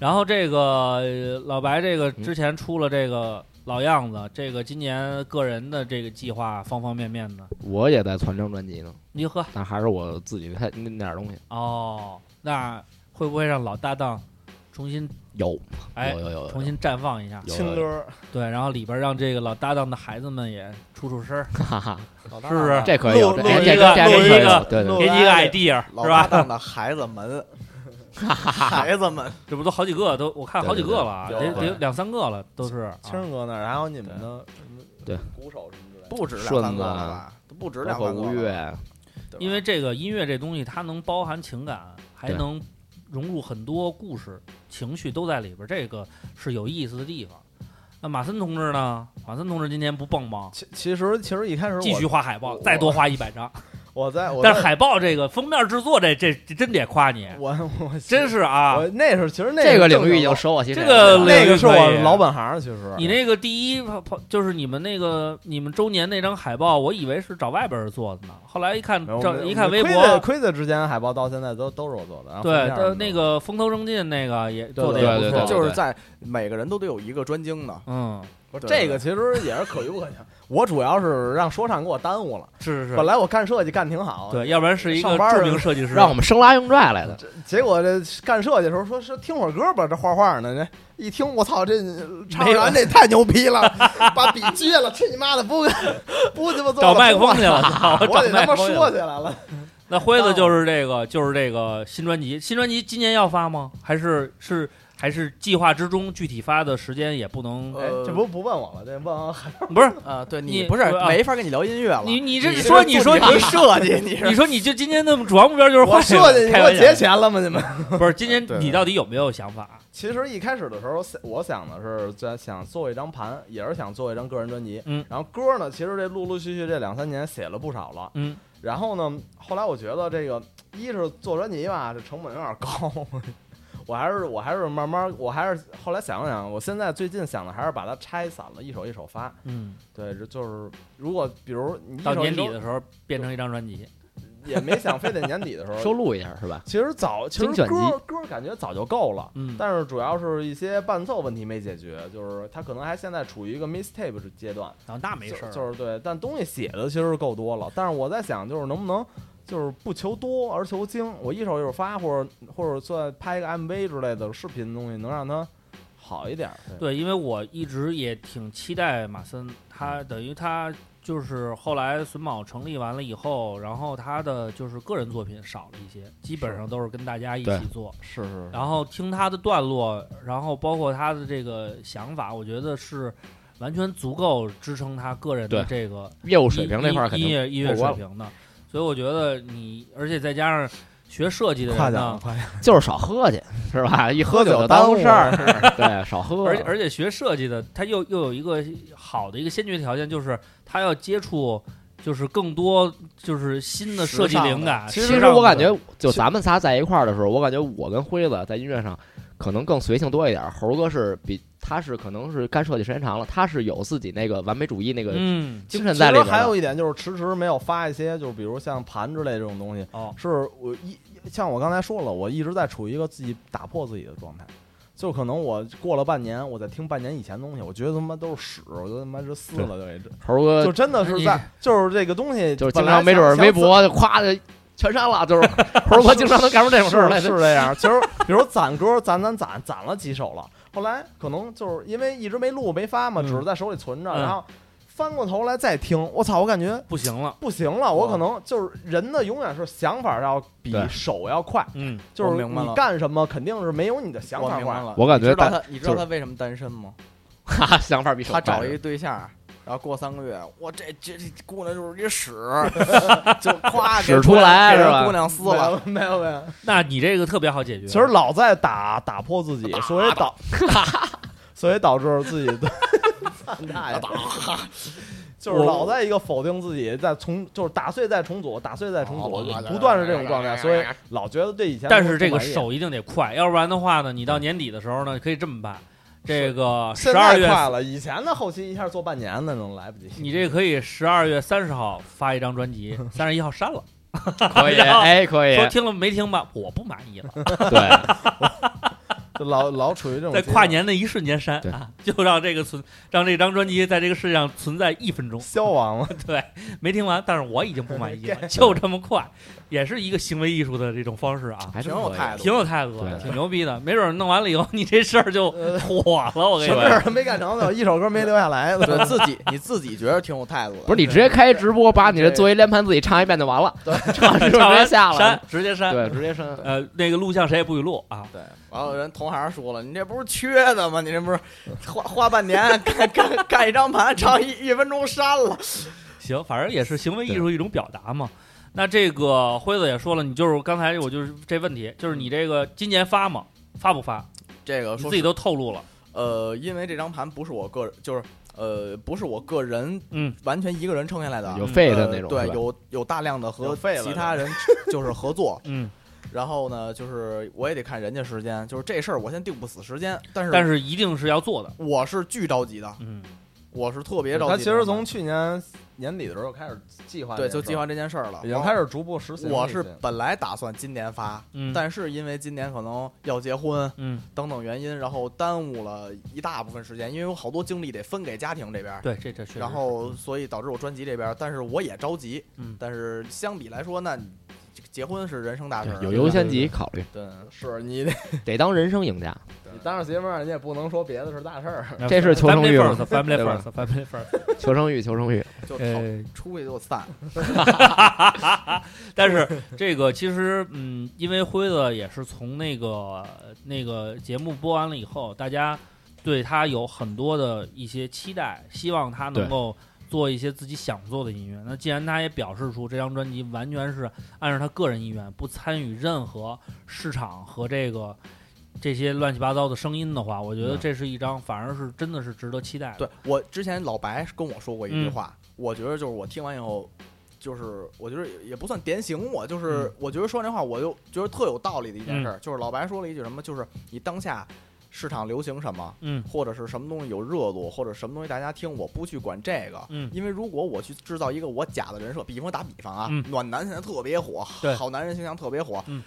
Speaker 3: 然后这个呃老白这
Speaker 5: 嗯
Speaker 3: 个之前出了这个老样子，这个今年个人的这个计划方方面面的，
Speaker 5: 我也在传张专辑呢，
Speaker 3: 你喝
Speaker 5: 但还是我自己看那那点东西。
Speaker 3: 哦，那会不会让老搭档重新
Speaker 5: 有，
Speaker 3: 哎
Speaker 5: 有有有有
Speaker 3: 重新绽放一下？
Speaker 5: 有
Speaker 4: 亲
Speaker 5: 有
Speaker 4: 哥
Speaker 5: 有，
Speaker 4: 儿
Speaker 3: 对，然后里边让这个老搭档的孩子们也出出声儿，
Speaker 5: 哈哈，
Speaker 6: 是
Speaker 3: 是不是？
Speaker 5: 这可以有，
Speaker 3: 录
Speaker 5: 这
Speaker 3: 录
Speaker 5: 这
Speaker 3: 一
Speaker 5: 这
Speaker 3: 个
Speaker 5: 这
Speaker 3: 录
Speaker 5: 可
Speaker 3: 一
Speaker 5: 以
Speaker 3: 个
Speaker 5: 有，对对
Speaker 3: 给你一个 idea
Speaker 6: 老
Speaker 3: 是
Speaker 6: 搭
Speaker 3: 吧？
Speaker 6: 档的孩子 们，孩子们，
Speaker 3: 这不都好几个都，我看好几个了啊，
Speaker 4: 对
Speaker 3: 得
Speaker 4: 对
Speaker 3: 得有两三个了，都是。啊
Speaker 4: 青哥那儿，还有你们的
Speaker 5: 对
Speaker 4: 鼓手什么之类的。
Speaker 6: 不止两
Speaker 5: 顺
Speaker 6: 三个
Speaker 5: 子
Speaker 6: 了吧？都不止
Speaker 5: 对，
Speaker 6: 两
Speaker 5: 包括
Speaker 6: 三个
Speaker 5: 吴
Speaker 6: 了，
Speaker 5: 越，
Speaker 6: 对吧
Speaker 3: 因为这个音乐这东西，它能包含情感，还
Speaker 5: 对
Speaker 3: 能融入很多故事、情绪都在里边儿，这个是有意思的地方。那马森同志呢？马森同志今年不蹦吗？
Speaker 4: 其其实其实一开始
Speaker 3: 继续
Speaker 4: 我
Speaker 3: 画海报，
Speaker 4: 我
Speaker 3: 再多画一百张。
Speaker 4: 我在我
Speaker 3: 但是
Speaker 4: 在
Speaker 3: 海报这个封面制作这，这这真得夸你，
Speaker 4: 我 我
Speaker 3: 真是啊
Speaker 4: 我！那是其实那
Speaker 5: 这个领
Speaker 4: 正
Speaker 5: 域
Speaker 4: 经
Speaker 5: 已经
Speaker 4: 老
Speaker 5: 舍我其谁
Speaker 3: 这
Speaker 5: 了。
Speaker 3: 个领
Speaker 4: 那个是
Speaker 3: 可以
Speaker 4: 我老本行儿，其实
Speaker 3: 你那个第一跑跑就是你们那个你们周年那张海报，我以为是找外边人做的呢，后来一看
Speaker 4: 没有
Speaker 3: 照
Speaker 4: 没有
Speaker 3: 一看微
Speaker 4: 亏的
Speaker 3: 博，
Speaker 4: 亏的之前海报到现在都都是我做的，然后
Speaker 3: 对，
Speaker 4: 啊封面
Speaker 3: 呃
Speaker 4: 儿
Speaker 3: 那个风头正劲那个也
Speaker 4: 对
Speaker 3: 做的
Speaker 5: 对
Speaker 3: 也不
Speaker 5: 对
Speaker 3: 错，
Speaker 5: 对
Speaker 6: 就是在每个人都得有一个专精的，
Speaker 3: 嗯，
Speaker 4: 不是
Speaker 6: 对
Speaker 4: 这个其实也是可遇不可求，我主要是 让说唱给我耽误了，
Speaker 3: 是是
Speaker 4: 本
Speaker 3: 是，
Speaker 4: 来我干设计干挺好，，
Speaker 3: 对，要不然是一个
Speaker 4: 哦上班儿
Speaker 3: 著名设计师，
Speaker 5: 让我们生拉硬拽来的，
Speaker 4: 结果这干设计的时候说是听会儿歌吧，这画画呢，这一听我操这超
Speaker 3: 没有
Speaker 4: 然这太牛逼 了，把笔撅了，去你妈的不不鸡巴做
Speaker 3: 找
Speaker 4: 了
Speaker 3: 麦克
Speaker 4: 不画
Speaker 3: 风去了，找
Speaker 4: 我得
Speaker 3: 麦克
Speaker 4: 他妈
Speaker 3: 风去
Speaker 4: 说
Speaker 3: 了。
Speaker 4: 起来了，
Speaker 3: 那辉子就是这个，就是这个新专辑，新专辑今年要发吗？还是是还是计划之中，具体发的时间也不能，
Speaker 4: 哎
Speaker 6: 呃，
Speaker 4: 这不不问我了，这问完还
Speaker 3: 不是
Speaker 6: 啊，对
Speaker 3: 你
Speaker 6: 你不是
Speaker 3: 不是啊
Speaker 6: 没法跟你聊音乐了，
Speaker 3: 你你这
Speaker 6: 这
Speaker 3: 说
Speaker 6: 是
Speaker 3: 你
Speaker 6: 做
Speaker 3: 说
Speaker 6: 你
Speaker 3: 你
Speaker 6: 设计，你
Speaker 3: 你
Speaker 6: 是
Speaker 3: 说你 就今天的主要目标就是画
Speaker 4: 我
Speaker 3: 这个
Speaker 4: 设计你给
Speaker 3: 开
Speaker 4: 我
Speaker 3: 玩笑
Speaker 4: 结钱了吗？你们？
Speaker 3: 不是，今年
Speaker 6: 对
Speaker 3: 你到底有没有想法？
Speaker 4: 其实一开始的时候，我想的是在想做一张盘，也是想做一张个人专辑。
Speaker 3: 嗯
Speaker 4: 然后歌呢，其实这陆陆续续这两三年写了不少了。
Speaker 3: 嗯，
Speaker 4: 然后呢，后来我觉得这个一是做专辑吧，这成本有点高，我还是我还是慢慢，我还是后来想了想，我现在最近想的还是把它拆散了，一首一首发。
Speaker 3: 嗯，
Speaker 4: 对，这就是如果比如你一
Speaker 3: 到
Speaker 4: 首一
Speaker 3: 年底
Speaker 4: 首
Speaker 3: 的时候变成一张专辑，
Speaker 4: 也没想非得年底的时
Speaker 5: 收
Speaker 4: 候。
Speaker 5: 录一下是吧？
Speaker 4: 其实早，其
Speaker 5: 精
Speaker 4: 实
Speaker 5: 选集
Speaker 4: 歌歌感觉早就够了。
Speaker 3: 嗯，
Speaker 4: 但是主要是一些伴奏问题没解决，就是他可能还现在处于一个 mistape 阶段，
Speaker 3: 然后哦那没事儿，
Speaker 4: 就就是对，但东西写的其实够多了。但是我在想，就是能不能就是不求多而求精，我一首一首发，或者或者算拍一个 MV 之类的视频的东西，能让它好一点儿。
Speaker 3: 对，因为我一直也挺期待马森，
Speaker 5: 嗯
Speaker 3: 他等于他就是后来榫卯成立完了以后，然后他的就是个人作品少了一些，基本上都是跟大家一
Speaker 5: 对
Speaker 3: 起做。
Speaker 4: 是是
Speaker 3: 然后听他的段落，然后包括他的这个想法，我觉得是完全足够支撑他个人的
Speaker 5: 对
Speaker 3: 这个
Speaker 5: 业务水平这块儿肯
Speaker 3: 音音
Speaker 5: 定
Speaker 3: 乐音乐
Speaker 5: 过关
Speaker 3: 水
Speaker 5: 了
Speaker 3: 平的，所以我觉得你，而且再加上学设计的人呢，
Speaker 4: 夸奖，
Speaker 5: 就是少喝去，是吧？一喝
Speaker 4: 喝酒
Speaker 5: 就耽
Speaker 4: 耽误
Speaker 5: 误事儿， 对，少喝。
Speaker 3: 而且而且学设计的，他又又有一个好的一个先决条件，就是他要接触就是更多就是新的设计灵感。
Speaker 5: 其
Speaker 3: 时
Speaker 5: 实
Speaker 3: 尚
Speaker 5: 我
Speaker 3: 的
Speaker 5: 感觉，就咱们仨在一块儿的时候，我感觉我跟辉子在音乐上可能更随性多一点儿。猴哥是比他是可能是干设计时间长了，他是有自己那个完美主义那个
Speaker 3: 嗯
Speaker 5: 精神在
Speaker 4: 其
Speaker 5: 里边
Speaker 4: 实
Speaker 5: 的。
Speaker 4: 还有一点就是迟迟没有发一些，就是比如像盘之类这种东西，
Speaker 3: 哦，
Speaker 4: 是我一像我刚才说了，我一直在处于一个自己打破自己的状态，就可能我过了半年，我在听半年以前的东西，我觉得他妈都是屎，我觉得他妈是撕了就一
Speaker 5: 猴哥哎
Speaker 4: 就真的
Speaker 3: 那
Speaker 4: 是
Speaker 3: 你
Speaker 4: 在就是这个东西，
Speaker 5: 就是经常没准儿微博夸的全删了，就是 猴哥经常能干出这种事儿来。
Speaker 4: 是是这样。其实比如攒歌，攒攒攒攒了几 首了，后来可能就是因为一直没录没发嘛，
Speaker 3: 嗯
Speaker 4: 只是在手里存着，
Speaker 3: 嗯
Speaker 4: 然后翻过头来再听，我操，我感觉。
Speaker 3: 不行了，
Speaker 4: 不行
Speaker 6: 哦
Speaker 4: 了，我可能就是人的永远是想法要比
Speaker 5: 对
Speaker 4: 手要快，
Speaker 3: 嗯，
Speaker 4: 就是
Speaker 6: 我明白
Speaker 4: 你
Speaker 6: 了
Speaker 4: 干什么肯定是没有你的想
Speaker 6: 我
Speaker 4: 法
Speaker 6: 明白
Speaker 4: 快。
Speaker 6: 了，
Speaker 5: 我感
Speaker 6: 你
Speaker 5: 觉
Speaker 6: 知道
Speaker 5: 大
Speaker 6: 他，你知道
Speaker 5: 就是
Speaker 6: 他为什么单身吗？
Speaker 5: 他想法比手
Speaker 6: 他
Speaker 5: 快
Speaker 6: 找一对象，然后过三个月，我这 这这姑娘就是 一屎，就夸
Speaker 5: 使出来是吧
Speaker 6: 姑娘撕
Speaker 4: 没
Speaker 6: 了，
Speaker 4: 有没有没有。
Speaker 3: 那你这个特别好解决。
Speaker 4: 其实老在打打破自己，所以导， 所以导致自己的惨大呀，就是老在一个否定自己，在重就是打碎再重组，打碎再重
Speaker 6: 哦
Speaker 4: 组，就不断是这种状态，所以老觉得对以前
Speaker 3: 但是这个
Speaker 4: 不满意
Speaker 3: 手一定得快，要不然的话呢，你到年底的时候呢，可以这么办：这个十
Speaker 4: 现在
Speaker 3: 二月，
Speaker 4: 快了，以前的后期一下做半年的能来不及。
Speaker 3: 你这可以十二月三十号发一张专辑，三十一号删了，
Speaker 5: 可 以，
Speaker 6: 啊
Speaker 3: 然后
Speaker 5: 哎，可以，
Speaker 3: 啊说听了没听吧，我不满 意了，
Speaker 5: 对，
Speaker 4: 就老老处于这种
Speaker 3: 在
Speaker 4: 阶段
Speaker 3: 跨年的一瞬间删
Speaker 5: 对
Speaker 3: 啊，就让这个存，让这张专辑在这个世界上存在一分钟。
Speaker 4: 消亡了，
Speaker 3: 对，没听完，但是我已经不满 意了，就这么快，也是一个行为艺术的这种方式啊。
Speaker 5: 还
Speaker 6: 挺
Speaker 5: 真
Speaker 6: 有
Speaker 5: 可以
Speaker 6: 态度
Speaker 3: 挺有态度的，
Speaker 5: 对呃
Speaker 3: 挺牛逼的，没准儿弄完了以后，你这事儿就火了。我跟你
Speaker 4: 什
Speaker 3: 说
Speaker 4: 么，事儿没干成的，一首歌没留下来的。
Speaker 6: 对自己你自己觉得挺有态度的，
Speaker 5: 不是你直接开直播，把你这作为连盘自己唱一遍就完了， 唱
Speaker 3: 唱
Speaker 5: 完之后直接
Speaker 3: 完
Speaker 5: 下了
Speaker 3: 删，，直接删。
Speaker 5: 对，直接删。
Speaker 3: 呃，那个录像谁也不许录啊。
Speaker 6: 对，然后人同行说了，你这不是缺的吗？你这不是花花半年 干干干一张盘，唱一一分钟删了，
Speaker 3: 行，反正也是行为艺术一种表达嘛。那这个辉子也说了，你就是刚才我就是这问题，就是你这个今年发吗？发不发？
Speaker 6: 这个
Speaker 3: 你
Speaker 6: 说
Speaker 3: 自己
Speaker 6: 实
Speaker 3: 都透露了。
Speaker 6: 呃，因为这张盘不是我个人，就是呃，不是我个人
Speaker 3: 嗯，
Speaker 6: 完全一个人撑下来的，
Speaker 5: 有费的
Speaker 6: 呃
Speaker 5: 那种，
Speaker 6: 对，
Speaker 5: 是吧
Speaker 6: 有有大量的和
Speaker 4: 有废了
Speaker 6: 其
Speaker 4: 的
Speaker 6: 他人就是合作，
Speaker 3: 嗯，
Speaker 6: 然后呢，就是我也得看人家时间，就是这事儿我先定不死时间，但是
Speaker 3: 但是一定是要做的。
Speaker 6: 我是巨着急的，
Speaker 3: 嗯，
Speaker 6: 我是 特别着急
Speaker 4: 他
Speaker 6: 的。
Speaker 4: 其实从去年年底的时候开始计划这
Speaker 6: 对
Speaker 4: 件事儿，
Speaker 6: 就计划这件事儿了，
Speaker 4: 已经
Speaker 6: 然后
Speaker 4: 开始逐步实行了
Speaker 6: 我
Speaker 4: 已
Speaker 6: 是
Speaker 4: 经
Speaker 6: 本来打算今年发，
Speaker 3: 嗯
Speaker 6: 但是因为今年可能要结婚
Speaker 3: 嗯，
Speaker 6: 等等原因，然后耽误了一大部分时间，因为有好多精力得分给家庭这边儿，
Speaker 3: 对，这这确实是。
Speaker 6: 然后所以导致我专辑这边儿，但是我也着急，
Speaker 3: 嗯
Speaker 6: 但是相比来说，那你这个结婚是人生大事儿，
Speaker 5: 对有优先级考虑，
Speaker 6: 对，是你得
Speaker 5: 得当人生赢家。
Speaker 4: 你当着媳妇儿，人家也不能说别的是大事儿。
Speaker 3: 那
Speaker 5: 这是求生
Speaker 3: family
Speaker 5: 欲嘛
Speaker 3: first，family
Speaker 5: 对吧
Speaker 3: first，family first。
Speaker 5: 求生欲，求 生欲，
Speaker 6: 就逃
Speaker 3: 呃，
Speaker 6: 出去就 散，
Speaker 3: 但是这个其实，嗯，因为辉子也是从那个那个节目播完了以后，大家对他有很多的一些期待，希望他能
Speaker 5: 对
Speaker 3: 够做一些自己想做的音乐。那既然他也表示出这张专辑完全是按照他个人意愿，不参与任何市场和这个这些乱七八糟的声音的话，我觉得
Speaker 5: 嗯
Speaker 3: 这是一张反而是真的是值得期待的。
Speaker 6: 对我之前老白跟我说过一句
Speaker 3: 嗯
Speaker 6: 话，我觉得就是我听完以后，就是我觉得也也不算点醒我，就是
Speaker 3: 嗯
Speaker 6: 我觉得说完这话，我就觉得特有道理的一
Speaker 3: 嗯
Speaker 6: 件事儿，就是老白说了一句什么，就是你当下市场流行什么，
Speaker 3: 嗯
Speaker 6: 或者是什么东西有热度，或者什么东西大家听，我不去管这个。
Speaker 3: 嗯
Speaker 6: 因为如果我去制造一个我假的人设，比方打比方啊，
Speaker 3: 嗯
Speaker 6: 暖男现在特别火
Speaker 3: 对，
Speaker 6: 好男人形象特别火。
Speaker 3: 嗯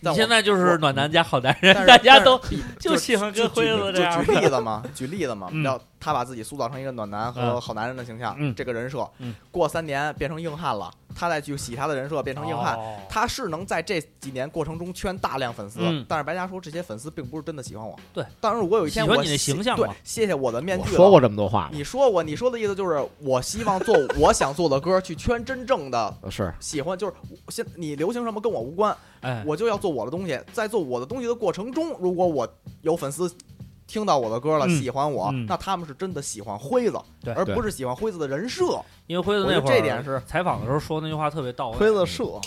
Speaker 6: 但
Speaker 3: 你
Speaker 6: 我，
Speaker 3: 现在就是
Speaker 6: 我
Speaker 3: 暖男加好男人，
Speaker 6: 但是
Speaker 3: 大家都
Speaker 6: 但是比
Speaker 3: 就喜欢跟辉子这样
Speaker 6: 就举例子嘛，举例子嘛，
Speaker 3: 嗯
Speaker 6: 然后他把自己塑造成一个暖男和
Speaker 3: 嗯
Speaker 6: 好男人的形象，
Speaker 3: 嗯
Speaker 6: 这个人设，
Speaker 3: 嗯
Speaker 6: 过三年变成硬汉了，他再去洗他的人设变成硬汉。
Speaker 3: 哦
Speaker 6: 他是能在这几年过程中圈大量粉丝，
Speaker 3: 嗯
Speaker 6: 但是白家说这些粉丝并不是真的喜欢我。
Speaker 3: 对，
Speaker 6: 但是我有一天
Speaker 3: 喜欢
Speaker 6: 我
Speaker 3: 你的
Speaker 6: 卸
Speaker 3: 形象
Speaker 6: 对
Speaker 3: 嘛，
Speaker 6: 卸下我的面
Speaker 5: 我
Speaker 6: 具了。
Speaker 5: 说过这么多话吗？
Speaker 6: 你说过，你说的意思就是我希望做我想做的歌，去圈真正的
Speaker 5: 呃
Speaker 4: 啊
Speaker 5: 是
Speaker 6: 喜欢，就是我现你流行什么跟我无关，
Speaker 3: 哎，
Speaker 6: 我就要做我的东西，在做我的东西的过程中，如果我有粉丝听到我的歌了，
Speaker 3: 嗯
Speaker 6: 喜欢我，
Speaker 3: 嗯
Speaker 6: 那他们是真的喜欢辉子，
Speaker 3: 对
Speaker 6: 而不是喜欢辉子的人设。
Speaker 3: 因为辉子
Speaker 6: 我觉
Speaker 3: 那
Speaker 6: 得
Speaker 3: 会儿
Speaker 6: 这点是
Speaker 3: 采访的时候说那句话特别到位。
Speaker 4: 推了射，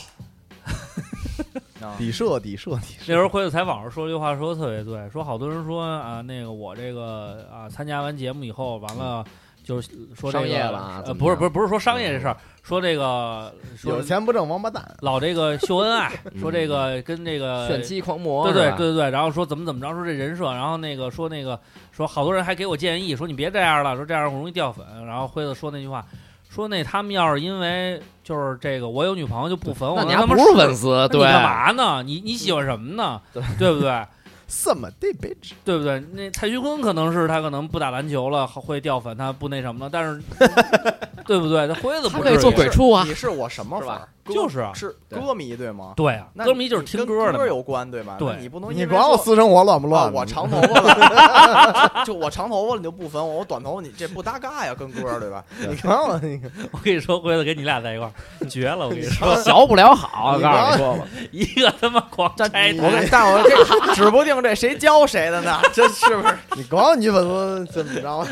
Speaker 6: 啊
Speaker 4: 底射底射底
Speaker 3: 那时候辉子采访时说这句话说的特别对，说好多人说啊，那个我这个啊参加完节目以后，完了就是说这个
Speaker 5: 嗯商业了啊
Speaker 3: 呃，
Speaker 5: 怎么嗯
Speaker 3: 不是
Speaker 5: 样
Speaker 3: 不是不是说商业这事儿，说这个
Speaker 4: 有
Speaker 3: 说
Speaker 4: 钱不挣王八蛋。
Speaker 3: 老这个秀恩 爱，
Speaker 5: 嗯
Speaker 3: 说这个跟这个
Speaker 5: 炫妻狂魔，
Speaker 3: 对对
Speaker 5: 是
Speaker 3: 对
Speaker 5: 吧，
Speaker 3: 对对，然后说怎么怎么着，说这人设，然后那个说那个说好多人还给我建议，说你别这样了，说这样容易掉粉。然后辉子说那句话，说那他们要是因为就是这个我有女朋友就不粉我，
Speaker 5: 那你
Speaker 3: 他
Speaker 5: 还
Speaker 3: 们
Speaker 5: 不是粉丝，
Speaker 3: 那
Speaker 5: 对
Speaker 3: 你，干嘛呢？你你喜欢什么呢？对不对？
Speaker 4: 什么的 bitch？
Speaker 3: 对不对？那蔡徐坤可能是他可能不打篮球了，会掉 粉，他不那什么了，但是对不对？他辉子
Speaker 5: 他
Speaker 3: 不
Speaker 5: 可以
Speaker 3: 至
Speaker 5: 做
Speaker 3: 于
Speaker 5: 鬼畜啊
Speaker 6: 你是我什么粉儿？歌
Speaker 3: 就是啊
Speaker 6: 是
Speaker 5: 对
Speaker 6: 歌迷对吗？
Speaker 3: 对啊，
Speaker 6: 那
Speaker 3: 歌
Speaker 6: 你
Speaker 3: 迷就是
Speaker 6: 你
Speaker 3: 听
Speaker 6: 跟
Speaker 3: 歌
Speaker 6: 歌
Speaker 3: 的嘛，
Speaker 6: 有关对吧？
Speaker 3: 对
Speaker 6: 那你不能
Speaker 10: 你
Speaker 6: 因为
Speaker 10: 管我
Speaker 6: 说
Speaker 10: 私生活乱不
Speaker 6: 啊
Speaker 10: 乱？
Speaker 6: 我长头发 了， 就我长头发了，你就不分我；我短头发，你这不搭嘎呀，跟歌对 吧？
Speaker 10: 你管我那个，
Speaker 3: 我跟你说，回头给你俩在一块儿，绝了！我跟你说，
Speaker 5: 小不了好，我
Speaker 10: 你
Speaker 5: 告诉
Speaker 10: 刚
Speaker 5: 你说吧，
Speaker 3: 一个他妈狂
Speaker 6: 但
Speaker 3: 拆
Speaker 6: 我
Speaker 3: 台
Speaker 6: 跟，但我这指不定这谁教谁的呢， 这是不是？
Speaker 10: 你管我女粉丝怎么着？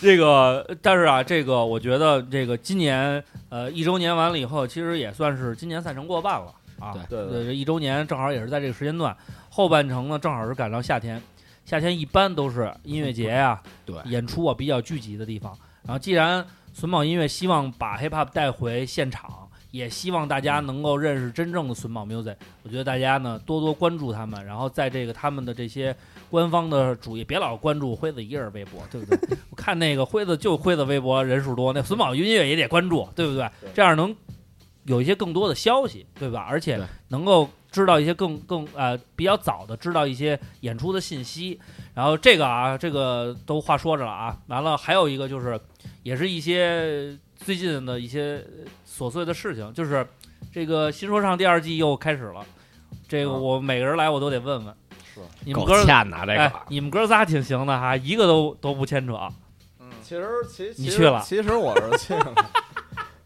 Speaker 3: 这个，但是啊，这个我觉得这个今年呃一周年完了以后，其实也算是今年赛程过半了啊。
Speaker 5: 对
Speaker 4: 对对
Speaker 3: 对，这一周年正好也是在这个时间段，后半程呢正好是赶上夏天，夏天一般都是音乐节呀、
Speaker 5: 嗯对
Speaker 3: 演出啊比较聚集的地方。然后既然榫卯音乐希望把 hiphop 带回现场，也希望大
Speaker 5: 嗯
Speaker 3: 家能够认识真正的榫卯 music，我觉得大家呢多多关注他们，然后在这个他们的这些官方的主页，别老关注辉子一个人微博，对不对？ 我看那个辉子就辉子微博人数多，那榫卯音乐也得关注，对不对？这样能有一些更多的消息，对吧？而且
Speaker 5: 对
Speaker 3: 能够知道一些更更呃比较早的知道一些演出的信息。然后这个啊，这个都话说着了啊，完了还有一个就是，也是一些最近的一些琐碎的事情，就是这个新说唱第二季又开始了。这
Speaker 5: 啊
Speaker 3: 个我每个人来我都得问问，你们
Speaker 5: 够
Speaker 3: 哥儿
Speaker 5: 欠的这
Speaker 3: 哎
Speaker 5: 个，，啊
Speaker 3: 你们哥仨挺行的哈，一个都都不牵扯啊。
Speaker 6: 嗯
Speaker 4: 其实其
Speaker 3: 你
Speaker 4: 其实
Speaker 3: 去了
Speaker 4: 其实我是去了。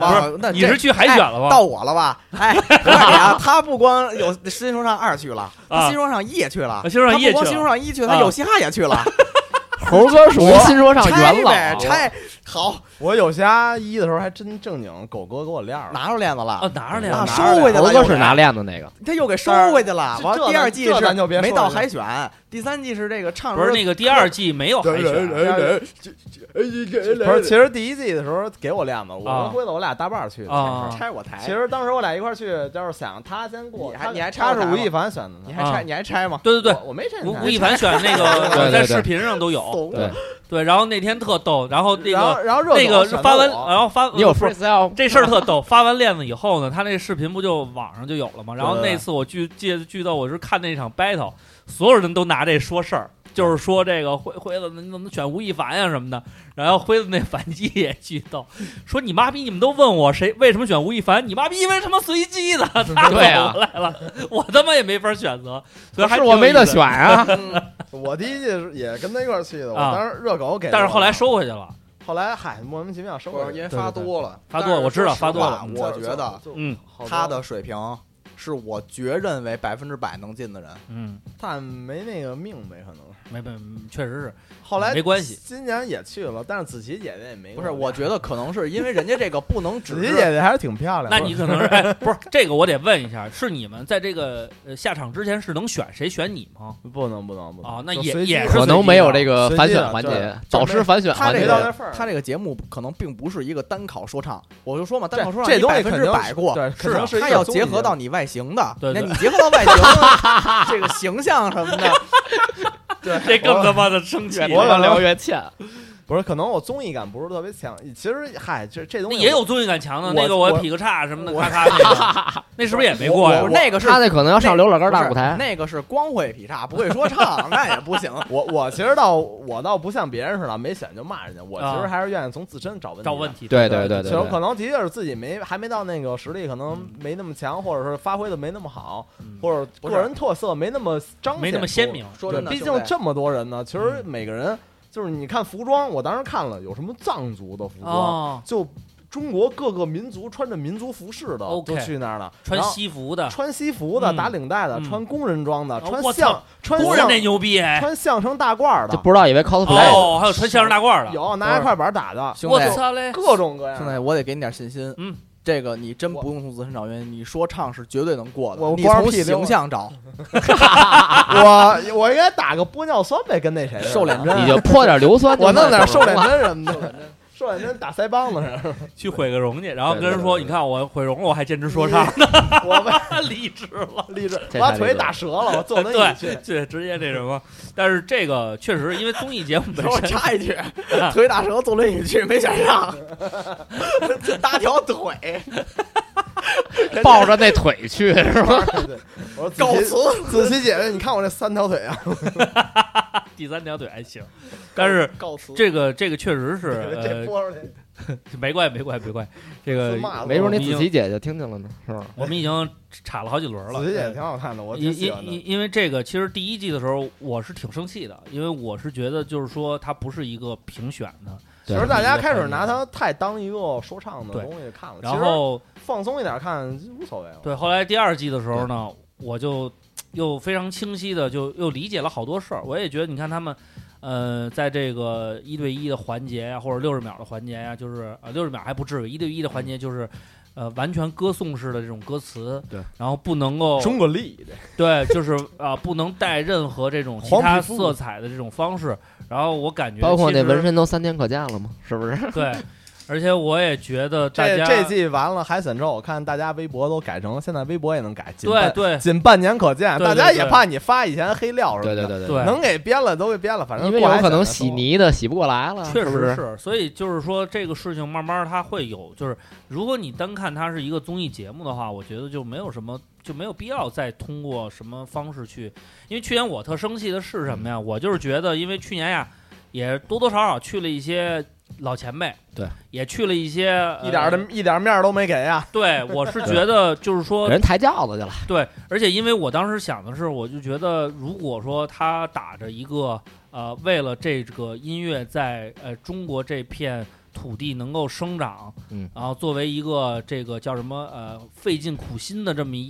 Speaker 6: 哇那
Speaker 3: 你
Speaker 6: 这
Speaker 3: 是去海选了吗？
Speaker 6: 到我了吧？ 哎，快点啊！他不光有新说唱二去了，
Speaker 3: 啊
Speaker 6: 他新说唱一也去了，
Speaker 3: 啊新说唱一也
Speaker 6: 他不光
Speaker 3: 去了
Speaker 6: 新说唱 一去，
Speaker 3: 啊
Speaker 6: 他有嘻哈也去了，
Speaker 5: 猴哥属于新说唱元
Speaker 6: 拆
Speaker 5: 老，
Speaker 6: 呗，拆好
Speaker 4: 我有侠一的时候还真正经，狗哥给我链儿了。
Speaker 6: 拿出链子了，
Speaker 3: 哦，哪儿来
Speaker 6: 啊
Speaker 3: 了？
Speaker 6: 收回去
Speaker 5: 猴
Speaker 6: 了，
Speaker 5: 哥
Speaker 6: 又
Speaker 5: 是拿链子那个，
Speaker 4: 啊
Speaker 6: 他又给收回去了。完
Speaker 4: 这
Speaker 6: 了，第二季
Speaker 4: 这
Speaker 6: 是
Speaker 4: 咱就别说
Speaker 6: 没到
Speaker 4: 了
Speaker 6: 海选，第三季是这个唱
Speaker 3: 不是
Speaker 6: 歌
Speaker 3: 那个第二季没有海选，啊
Speaker 4: 不是，其实第一季的时候给我链子，我
Speaker 3: 啊
Speaker 4: 跟辉子我俩搭伴儿去的。
Speaker 3: 啊
Speaker 4: 其实
Speaker 6: 拆我台，
Speaker 4: 其实当时我俩一块儿去，就是想他先过，
Speaker 6: 你还
Speaker 4: 他
Speaker 6: 你还拆
Speaker 4: 他
Speaker 6: 我
Speaker 4: 是
Speaker 6: 台
Speaker 4: 吴
Speaker 6: 吗
Speaker 4: 亦凡选的呢，
Speaker 6: 你还拆你还拆吗？
Speaker 3: 啊对对对，
Speaker 4: 我我没拆你
Speaker 3: 吴
Speaker 4: 台。
Speaker 3: 吴亦 凡选那个
Speaker 5: 对
Speaker 3: 我
Speaker 5: 对
Speaker 3: 在
Speaker 5: 对
Speaker 3: 视频上都有，
Speaker 6: 怂
Speaker 5: 对，
Speaker 3: 对，然后那天特逗，然后那
Speaker 4: 然后
Speaker 3: 个
Speaker 4: 然后热
Speaker 3: 那
Speaker 4: 狗
Speaker 3: 个
Speaker 4: 选的
Speaker 3: 发完，
Speaker 4: 我
Speaker 3: 然后发
Speaker 5: 你有
Speaker 3: 呃不是
Speaker 5: freestyle
Speaker 3: 这事儿特逗，发完链子以后呢，他那视频不就网上就有了吗？然后
Speaker 4: 对
Speaker 3: 那次我剧记剧到我是看那场 battle，所有人都拿这说事儿。就是说这个辉辉子，你怎么选吴亦凡呀、什么的？然后辉子那反击也巨逗，说你妈逼，你们都问我谁为什么选吴亦凡，你妈逼因为他妈随机 的，他走过
Speaker 5: 对啊
Speaker 3: 来了，我他妈也没法选择，所以还
Speaker 5: 是我
Speaker 3: 挺有
Speaker 5: 没得
Speaker 3: 意思
Speaker 5: 选啊，
Speaker 6: 嗯
Speaker 4: 我第一季是也跟他一块儿去的，我
Speaker 3: 啊
Speaker 4: 当时热狗给的
Speaker 3: 但
Speaker 4: 我，
Speaker 3: 是后来收回去了。
Speaker 4: 后来嗨莫名其妙收
Speaker 6: 不是
Speaker 4: 回
Speaker 6: 因
Speaker 4: 去。
Speaker 6: 为发多了，
Speaker 3: 对对对发多了
Speaker 6: 但是
Speaker 3: 我知道
Speaker 6: 说实
Speaker 3: 发多了
Speaker 6: 话
Speaker 3: 嗯
Speaker 6: 我觉得
Speaker 3: 嗯
Speaker 6: 他的水平是我绝认为百分之百能进的人。
Speaker 3: 嗯，
Speaker 4: 但没那个命呗，可能是。
Speaker 3: 没没，确实是
Speaker 4: 后来
Speaker 3: 没关系
Speaker 4: 今年也去了，但是子琪姐姐也没
Speaker 6: 不是，
Speaker 4: 过
Speaker 6: 我觉得可能是因为人家这个不能只
Speaker 4: 子琪
Speaker 6: 是
Speaker 4: 姐姐还是挺漂亮的。
Speaker 3: 那你可 能是、哎、不是这个？我得问一下，是你们在这个呃下场之前是能选谁选你吗？
Speaker 4: 不能不能不能
Speaker 3: 啊，那
Speaker 4: 就
Speaker 3: 也
Speaker 4: 随机
Speaker 3: 也是
Speaker 5: 可能没有这个
Speaker 4: 随
Speaker 5: 反
Speaker 4: 机的
Speaker 5: 选环
Speaker 4: 对
Speaker 5: 节，导师反选
Speaker 6: 他
Speaker 5: 环
Speaker 6: 这
Speaker 5: 节
Speaker 4: 没到那份儿，
Speaker 6: 他这个节目可能并不是一个单考说唱，我就说嘛，单
Speaker 4: 这
Speaker 6: 考说唱
Speaker 4: 这
Speaker 6: 你
Speaker 4: 东
Speaker 6: 百
Speaker 4: 西
Speaker 6: 分
Speaker 4: 肯
Speaker 6: 之
Speaker 4: 定
Speaker 6: 百过，
Speaker 4: 对，肯定一
Speaker 6: 他
Speaker 4: 个
Speaker 6: 要
Speaker 4: 综
Speaker 6: 结
Speaker 4: 艺
Speaker 6: 合
Speaker 4: 的
Speaker 6: 到你外形的，
Speaker 3: 对对
Speaker 6: 那你结合到外形 这个形象什么的，
Speaker 3: 这更他妈的生气。
Speaker 4: 我
Speaker 5: 越聊越欠，
Speaker 4: 不是，可能我综艺感不是特别强。其实嗨，这这东
Speaker 3: 那
Speaker 4: 西
Speaker 3: 也有综艺感强的，
Speaker 4: 我
Speaker 3: 那个
Speaker 4: 我
Speaker 3: 我劈个叉什么的，咔咔那 个，那是不是也没过呀
Speaker 6: 我？那个是
Speaker 5: 他那可能要上刘老根
Speaker 6: 不
Speaker 5: 大
Speaker 6: 是
Speaker 5: 舞台，
Speaker 6: 那个是光会劈叉，不会说唱， 那也不行。
Speaker 4: 我我其实倒我倒不像别人似的，没选就骂人家。我其实
Speaker 3: 啊
Speaker 4: 还是愿意从自身找问题的。
Speaker 3: 找问题，
Speaker 5: 对对对对
Speaker 4: 其实
Speaker 5: 对
Speaker 4: 可能的确是自己没还没到那个实力，可能没那么强，或者是发挥的没那么好，
Speaker 3: 嗯
Speaker 4: 或者
Speaker 6: 不是
Speaker 4: 个人特色没那么彰显，
Speaker 3: 没那么鲜。明。
Speaker 6: 说真的，
Speaker 4: 毕竟
Speaker 6: 兄弟
Speaker 4: 这么多人呢，其实
Speaker 3: 嗯
Speaker 4: 每个人就是你看服装，我当时看了有什么藏族的服装，
Speaker 3: 哦，
Speaker 4: 就中国各个民族穿着民族服饰的
Speaker 3: OK
Speaker 4: 都去那儿了，
Speaker 3: 穿
Speaker 4: 然后
Speaker 3: 西服的，
Speaker 4: 穿西服的、
Speaker 3: 嗯
Speaker 4: 打领带的、
Speaker 3: 嗯
Speaker 4: 穿工人装的、
Speaker 3: 哦
Speaker 4: 穿
Speaker 3: 我
Speaker 4: 相
Speaker 3: 操
Speaker 4: 穿
Speaker 3: 不是
Speaker 4: 相
Speaker 3: 那牛逼哎！
Speaker 4: 穿相声大褂
Speaker 5: 就
Speaker 4: 的，
Speaker 5: 不知道以为 cosplay
Speaker 3: 哦，还有穿相声大 褂的，
Speaker 4: 有拿一块板打的，
Speaker 6: 兄
Speaker 3: 我
Speaker 6: 弟，
Speaker 3: 操嘞！
Speaker 4: 各种各样
Speaker 6: 兄
Speaker 4: 的。
Speaker 6: 弟，我得给你点信心。
Speaker 3: 嗯，
Speaker 6: 这个你真不用从自身找原因，你说唱是绝对能过的。
Speaker 4: 我
Speaker 6: 你
Speaker 4: 光是
Speaker 6: 从
Speaker 4: 屁溜
Speaker 6: 形象找，
Speaker 4: 我我应该打个玻尿酸呗，跟那谁似的
Speaker 6: 瘦脸针
Speaker 5: 你就泼点硫酸，
Speaker 4: 我弄点瘦脸
Speaker 5: 针，
Speaker 4: 针什么的，瘦脸针打腮帮子上，
Speaker 3: 去毁个容去，然后跟人说：“
Speaker 4: 对对对对
Speaker 3: 你看我毁容了，我还坚持说唱呢，
Speaker 4: 我被
Speaker 3: 离职了。”
Speaker 4: 立志
Speaker 5: 这太
Speaker 4: 把
Speaker 5: 励志
Speaker 4: 腿
Speaker 5: 了
Speaker 4: 打折了，我 坐轮椅
Speaker 3: 对
Speaker 4: 去。
Speaker 3: 对，直接那什么。但是这个确实，因为综艺节目本
Speaker 6: 然后 我
Speaker 3: 身啊
Speaker 6: 插 一句，腿打折坐轮椅去没选上， 搭条腿
Speaker 5: 抱着那腿去是吧？
Speaker 4: 对对，我说
Speaker 6: 告
Speaker 4: 子琪
Speaker 6: 辞。
Speaker 4: 子琪姐姐，你看我这三条腿啊，
Speaker 3: 第三条腿还行，但是
Speaker 6: 告辞。
Speaker 3: 这个这个确实是
Speaker 4: 这
Speaker 3: 呃
Speaker 4: 拨出去
Speaker 3: 没怪没怪没怪，这个
Speaker 4: 骂
Speaker 5: 没准
Speaker 3: 我
Speaker 5: 你
Speaker 3: 们已
Speaker 5: 子
Speaker 3: 经
Speaker 5: 琪姐姐听见了呢，是吧？
Speaker 3: 我们已经插了好几轮了。呃
Speaker 4: 子怡也挺好看的，我挺
Speaker 3: 因
Speaker 4: 喜
Speaker 3: 因
Speaker 4: 欢的。
Speaker 3: 因因为这个，其实第一季的时候我是挺生气的，因为我是觉得就是说它不是一个评选的，
Speaker 4: 其
Speaker 5: 对
Speaker 4: 实大家开始拿它太当一个说唱的
Speaker 3: 对
Speaker 4: 东西看了，
Speaker 3: 然后
Speaker 4: 其实放松一点看无所谓了。
Speaker 3: 对后来第二季的时候呢，我就又非常清晰的就又理解了好多事儿，我也觉得你看他们。呃，在这个一对一的环节呀、或者六十秒的环节呀、就是呃六十秒还不至于，一对一的环节
Speaker 4: 嗯
Speaker 3: 就是，呃，完全歌颂式的这种歌词，
Speaker 5: 对，
Speaker 3: 然后不能够
Speaker 4: 中国力，
Speaker 3: 对，就是啊、不能带任何这种其
Speaker 4: 黄
Speaker 3: 他
Speaker 4: 皮肤
Speaker 3: 色彩的这种方式。然后我感觉，
Speaker 5: 包括那纹，身都三天可见了嘛，是不是？
Speaker 3: 对，而且我也觉得大
Speaker 4: 这
Speaker 3: 家
Speaker 4: 这季完了海选之后，我看大家微博都改成现在微博也能改，仅
Speaker 3: 对
Speaker 4: 半
Speaker 3: 对
Speaker 4: 仅半年可见，
Speaker 3: 对对
Speaker 4: 大家也
Speaker 3: 对
Speaker 4: 怕你发以前黑料什么的，
Speaker 5: 对
Speaker 3: 对
Speaker 4: 能给编了都给编了，反正
Speaker 5: 因为
Speaker 4: 过
Speaker 5: 有
Speaker 4: 海
Speaker 5: 可
Speaker 4: 选
Speaker 5: 能
Speaker 4: 的
Speaker 5: 洗
Speaker 4: 都
Speaker 5: 泥的洗不过来了，
Speaker 3: 确
Speaker 5: 是不
Speaker 3: 实
Speaker 5: 是？
Speaker 3: 是，所以就是说这个事情慢慢它会有，就是如果你单看它是一个综艺节目的话，我觉得就没有什么就没有必要再通过什么方式去，因为去年我特生气的是什么呀？我就是觉得，因为去年呀也多多少少去了一些老前辈，
Speaker 5: 对，
Speaker 3: 也去了一些呃
Speaker 4: 一点儿的一点儿面儿都没给呀。
Speaker 3: 对，我是觉 得就是说
Speaker 5: 给人抬轿子去了，
Speaker 3: 对，而且因为我当时想的是，我就觉得如果说他打着一个呃，为了这个音乐在呃中国这片土地能够生长，
Speaker 5: 嗯
Speaker 3: 然后作为一个这个叫什么呃费尽苦心的这么一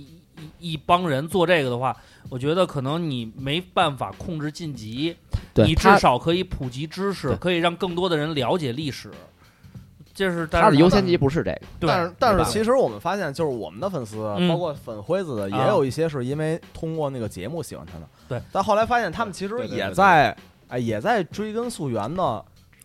Speaker 3: 一一帮人做这个的话，我觉得可能你没办法控制晋级，
Speaker 5: 对
Speaker 3: 你
Speaker 5: 他
Speaker 3: 至少可以普及知识，
Speaker 5: 对
Speaker 3: 可以让更多的人了解历史。这是但
Speaker 5: 他的
Speaker 3: 是
Speaker 5: 优先级不是这个，
Speaker 3: 对
Speaker 4: 但是但是
Speaker 5: 没办法
Speaker 4: 其实我们发现，就是我们的粉丝，
Speaker 3: 嗯
Speaker 4: 包括粉灰子的，
Speaker 3: 啊
Speaker 4: 也有一些是因为通过那个节目喜欢他的。
Speaker 3: 对，
Speaker 4: 但后来发现他们其实
Speaker 5: 对对对
Speaker 4: 也
Speaker 5: 对
Speaker 4: 在。哎，也在追根溯源呢，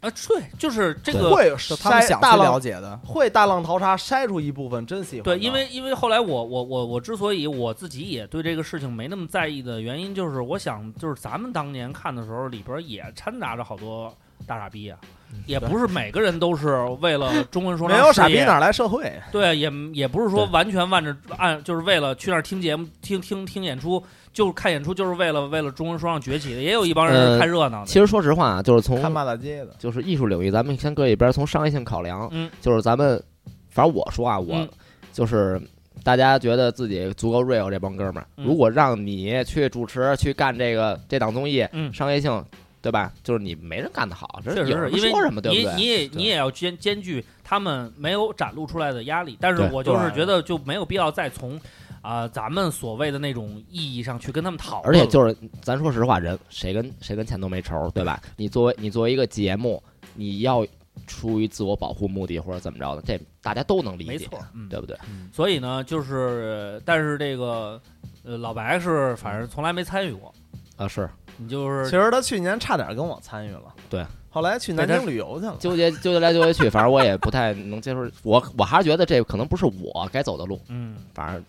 Speaker 3: 啊，对，就是这
Speaker 5: 对
Speaker 3: 个
Speaker 4: 会
Speaker 6: 就他们
Speaker 4: 筛
Speaker 6: 想
Speaker 4: 大
Speaker 6: 去
Speaker 4: 浪
Speaker 6: 了解的，
Speaker 4: 会大浪淘沙筛出一部分真喜欢的。
Speaker 3: 对，因为因为后来我我我我之所以我自己也对这个事情没那么在意的原因，就是我想就是咱们当年看的时候，里边也掺杂着好多大傻逼啊，
Speaker 5: 嗯
Speaker 3: 也不是每个人都是为了中文说
Speaker 4: 没
Speaker 3: 唱
Speaker 4: 有傻
Speaker 3: 事业
Speaker 4: 逼哪来社会？
Speaker 3: 对，也也不是说完全按着按就是为了去那儿听节目听听听演出，就是看演出就是为了为了中文说唱崛起的，也有一帮人是
Speaker 5: 呃
Speaker 3: 看热闹的。
Speaker 5: 其实说实话啊，就是从
Speaker 4: 看骂大街的，
Speaker 5: 就是艺术领域，咱们先搁一边，从商业性考量，
Speaker 3: 嗯
Speaker 5: 就是咱们，反正我说啊，我、
Speaker 3: 嗯
Speaker 5: 就是大家觉得自己足够 real 这帮哥们儿，
Speaker 3: 嗯
Speaker 5: 如果让你去主持去干这个这档综艺，
Speaker 3: 嗯
Speaker 5: 商业性。对吧？就是你没人干得好，这
Speaker 3: 确实
Speaker 5: 有
Speaker 3: 是
Speaker 5: 人
Speaker 3: 因为
Speaker 5: 说什么对不
Speaker 3: 你
Speaker 5: 对？
Speaker 3: 你也
Speaker 5: 对
Speaker 3: 你也要兼兼具他们没有展露出来的压力，但是
Speaker 5: 对
Speaker 3: 我就是
Speaker 4: 对
Speaker 3: 觉得就没有必要再从啊、咱们所谓的那种意义上去跟他们讨
Speaker 5: 而
Speaker 3: 论了。
Speaker 5: 且就是咱说实话，人谁跟谁跟钱都没仇，对吧？你作为你作为一个节目，你要出于自我保护目的或者怎么着的，这大家都能理解，
Speaker 3: 没错，嗯，
Speaker 5: 对不对？
Speaker 3: 所以呢，就是但是这个呃老白是反正从来没参与过，
Speaker 5: 啊，是
Speaker 3: 你就是
Speaker 4: 其实他去年差点跟我参与了，
Speaker 5: 对，
Speaker 4: 后来去南
Speaker 3: 对他
Speaker 4: 京旅游去了。
Speaker 5: 纠结纠结来纠结去，反正我也不太能接受。我我还是觉得这可能不是我该走的路，
Speaker 3: 嗯，
Speaker 5: 反正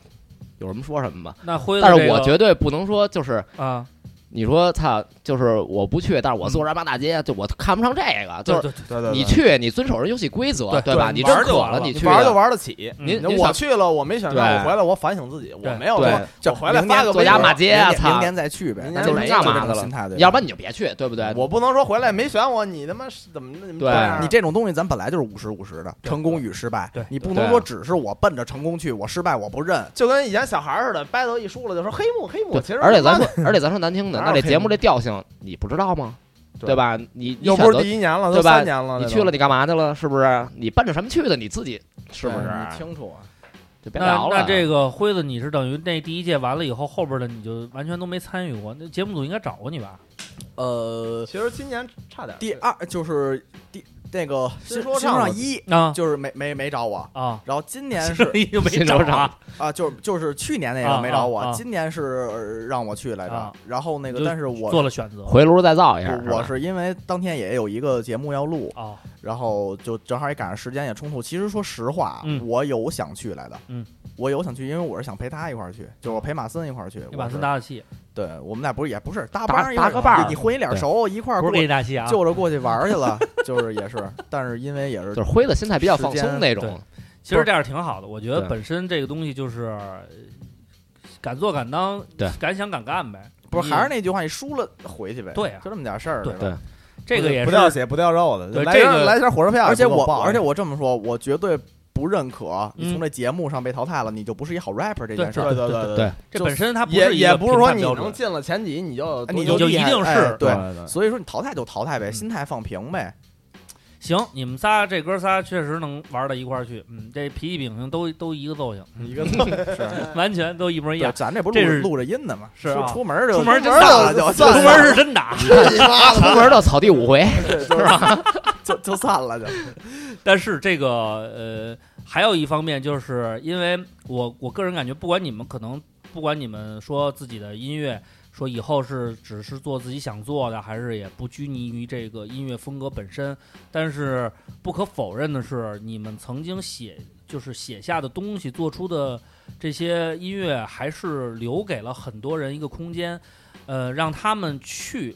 Speaker 5: 有什么说什么吧。
Speaker 3: 那辉子
Speaker 5: 但
Speaker 3: 这个、
Speaker 5: 是我绝对不能说就是
Speaker 3: 啊，嗯
Speaker 5: 你说操，就是我不去，但是我坐这儿骂大街，就我看不上这个，就
Speaker 3: 对
Speaker 5: 是
Speaker 3: 对对，
Speaker 4: 对对
Speaker 5: 你去，你遵守人游戏规则，
Speaker 3: 对
Speaker 5: 对吧？
Speaker 3: 对
Speaker 5: 你
Speaker 3: 玩
Speaker 5: 认
Speaker 3: 儿就
Speaker 5: 可
Speaker 3: 完了
Speaker 5: 你
Speaker 4: 你
Speaker 5: 去
Speaker 4: 玩儿就
Speaker 5: 的
Speaker 4: 玩儿得起。
Speaker 3: 嗯
Speaker 5: 您
Speaker 4: 那
Speaker 5: 您
Speaker 4: 我
Speaker 5: 想
Speaker 4: 去了，我没选上，
Speaker 5: 对
Speaker 4: 我回来我反省自己，我
Speaker 3: 对
Speaker 4: 没有
Speaker 5: 对
Speaker 4: 说就回来发个
Speaker 5: 作
Speaker 4: 微
Speaker 5: 家
Speaker 4: 博
Speaker 5: 骂街啊，
Speaker 6: 明年明
Speaker 5: 操！
Speaker 6: 年再去呗，
Speaker 4: 那
Speaker 5: 就
Speaker 6: 就是
Speaker 5: 没
Speaker 6: 这
Speaker 5: 干嘛
Speaker 6: 种
Speaker 5: 的了
Speaker 6: 心态对吧
Speaker 5: 要不然你就别去，对不对？
Speaker 4: 我不能说回来没选我，你他妈是怎么啊你们
Speaker 5: 对
Speaker 4: 这样
Speaker 6: 你这种东西，咱本来就是五十五十的，
Speaker 3: 对
Speaker 6: 成功与失败
Speaker 3: 对，
Speaker 6: 你不
Speaker 5: 对
Speaker 6: 能说只是我奔着成功去，我失败我不认。
Speaker 4: 就跟以前小孩儿似的，掰头一输了就说黑幕黑幕，
Speaker 5: 对
Speaker 4: 其实
Speaker 5: 而且咱
Speaker 4: 他妈
Speaker 5: 说，而且咱说难听的，
Speaker 4: 哪
Speaker 5: 那
Speaker 4: 有
Speaker 5: 这
Speaker 4: 黑
Speaker 5: 节目
Speaker 4: 幕
Speaker 5: 这调性你不知道吗？
Speaker 4: 对
Speaker 5: 对吧？你你
Speaker 4: 又
Speaker 5: 选
Speaker 4: 不
Speaker 5: 择
Speaker 4: 是第一年了，
Speaker 5: 对
Speaker 4: 都
Speaker 5: 吧
Speaker 4: 三年了，
Speaker 5: 你
Speaker 4: 这
Speaker 5: 去
Speaker 4: 都
Speaker 5: 了，你干嘛去了？是不是？你奔着什么去的？你自己是不是？
Speaker 6: 对你清楚啊？
Speaker 5: 就别
Speaker 3: 那
Speaker 5: 聊了。
Speaker 3: 那这个辉子，你是等于那第一届完了以后，后边的你就完全都没参与过。那节目组应该找过你吧？
Speaker 6: 呃，
Speaker 4: 其实今年差点
Speaker 6: 第二就是第那个
Speaker 4: 新说
Speaker 6: 说
Speaker 4: 唱
Speaker 6: 唱一，
Speaker 3: 啊
Speaker 6: 就是没没没找我。
Speaker 3: 啊，
Speaker 6: 然后今年
Speaker 3: 是
Speaker 6: 是
Speaker 3: 又没
Speaker 5: 新
Speaker 3: 找
Speaker 5: 手掌
Speaker 3: 啊
Speaker 6: 啊，就是就是去年那
Speaker 3: 啊
Speaker 6: 个没找我，
Speaker 3: 啊啊
Speaker 6: 今年是呃让我去来着。
Speaker 3: 啊
Speaker 6: 然后那个
Speaker 3: 就，
Speaker 6: 但是我
Speaker 3: 做了选择。
Speaker 5: 回炉再造一下，
Speaker 6: 我我
Speaker 5: 是吧
Speaker 6: 是因为当天也有一个节目要录，
Speaker 3: 啊，
Speaker 6: 然后就正好也赶上时间也冲突。其实说实话，
Speaker 3: 嗯
Speaker 6: 我有想去来的，
Speaker 3: 嗯，
Speaker 6: 我有想去，因为我是想陪他一块儿去，就是我陪马森一块儿去。
Speaker 3: 你把
Speaker 6: 我是
Speaker 3: 森搭的戏，
Speaker 6: 对我们俩不是也不是搭
Speaker 5: 搭
Speaker 6: 班儿一块儿
Speaker 5: 搭个伴儿
Speaker 6: 你混一脸熟一块儿
Speaker 3: 不是
Speaker 6: 过
Speaker 3: 给你搭戏啊，
Speaker 6: 就着过去玩儿去了， 就是也是，但是因为也是
Speaker 5: 就是辉的心态比较放松那
Speaker 3: 时
Speaker 5: 种
Speaker 3: 间，其实这样挺好的，我觉得
Speaker 5: 对
Speaker 3: 本身这个东西就是呃敢做敢当
Speaker 5: 对，
Speaker 3: 敢想敢干呗。
Speaker 6: 不是
Speaker 3: 你
Speaker 6: 还是那句话，你输了回去呗，
Speaker 3: 对啊
Speaker 6: 就这么点事儿，
Speaker 3: 对
Speaker 6: 吧？
Speaker 3: 这个也
Speaker 4: 不掉
Speaker 3: 是
Speaker 4: 血不掉肉的，
Speaker 3: 对
Speaker 4: 来
Speaker 3: 这
Speaker 4: 张
Speaker 3: 个
Speaker 4: 来张火车票也
Speaker 6: 而且
Speaker 4: 不够
Speaker 6: 我
Speaker 4: 报，
Speaker 6: 而且我这么说，我绝对不认可你从
Speaker 3: 嗯
Speaker 6: 这节目上被淘汰了，你就不是一好 rapper 这件事
Speaker 4: 对
Speaker 6: 儿。
Speaker 4: 对对
Speaker 5: 对，
Speaker 3: 这本身它不
Speaker 4: 也
Speaker 3: 是一
Speaker 4: 也
Speaker 3: 个
Speaker 4: 不是
Speaker 3: 评
Speaker 4: 说
Speaker 3: 判
Speaker 4: 你
Speaker 3: 标
Speaker 4: 能
Speaker 3: 准
Speaker 4: 进了前几，你就
Speaker 6: 你
Speaker 4: 多
Speaker 3: 就
Speaker 4: 厉
Speaker 3: 一
Speaker 4: 害
Speaker 3: 定
Speaker 4: 哎
Speaker 3: 是
Speaker 4: 对
Speaker 6: 对
Speaker 4: 对
Speaker 6: 所以说你淘汰就淘汰呗，心态放平呗。
Speaker 3: 行，你们仨这哥仨确实能玩到一块儿去，嗯，这脾气秉性都都一个揍性，
Speaker 4: 嗯一个字 儿
Speaker 3: 完全都一模一
Speaker 6: 对，
Speaker 3: 样。
Speaker 6: 咱这不
Speaker 3: 这
Speaker 6: 是
Speaker 3: 是
Speaker 6: 录录着音呢吗？
Speaker 3: 是啊
Speaker 6: 出出门就
Speaker 3: 出门就
Speaker 6: 就
Speaker 10: 散
Speaker 6: 散
Speaker 10: 了
Speaker 6: 了，就
Speaker 10: 就散了
Speaker 3: 出门是真打，
Speaker 10: 你妈
Speaker 5: 出门到草地五 回，
Speaker 6: 就就散了就。
Speaker 3: 但是这个呃，还有一方面就是因为我我个人感觉，不管你们可能不管你们说自己的音乐，说以后是只是做自己想做的，还是也不拘泥于这个音乐风格本身，但是不可否认的是，你们曾经写就是写下的东西，做出的这些音乐，还是留给了很多人一个空间，呃，让他们去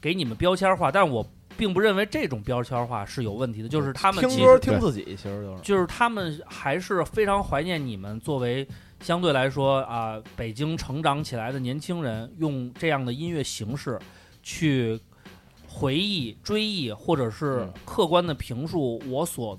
Speaker 3: 给你们标签化，但我。并不认为这种标签化是有问题的，就是他们其
Speaker 4: 嗯听
Speaker 3: 实
Speaker 4: 歌听自己，其实就是
Speaker 3: 就是他们还是非常怀念你们作为相对来说啊、北京成长起来的年轻人，用这样的音乐形式去回忆、追忆，或者是
Speaker 4: 嗯
Speaker 3: 客观的评述我所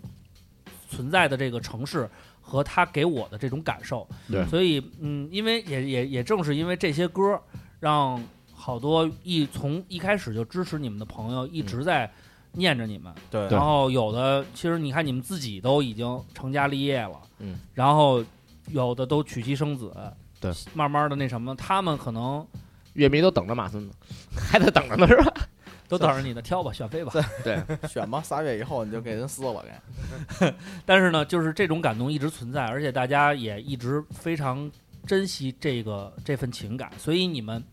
Speaker 3: 存在的这个城市和他给我的这种感受。
Speaker 5: 对
Speaker 3: 所以嗯，因为也也也正是因为这些歌儿，让好多一从一开始就支持你们的朋友一直在念着你们。
Speaker 4: 对
Speaker 3: 然后有的其实你看你们自己都已经成家立业了，
Speaker 5: 嗯，
Speaker 3: 然后有的都娶妻生子，
Speaker 5: 对，
Speaker 3: 慢慢的那什么，他们可能
Speaker 5: 乐迷都等着马孙呢， 还在等着呢是吧？
Speaker 3: 都等着你的挑吧，选妃吧。
Speaker 6: 选吧，仨月以后你就给人撕了，给
Speaker 3: 但是呢，就是这种感动一直存在，而且大家也一直非常珍惜这个这份情感，所以你们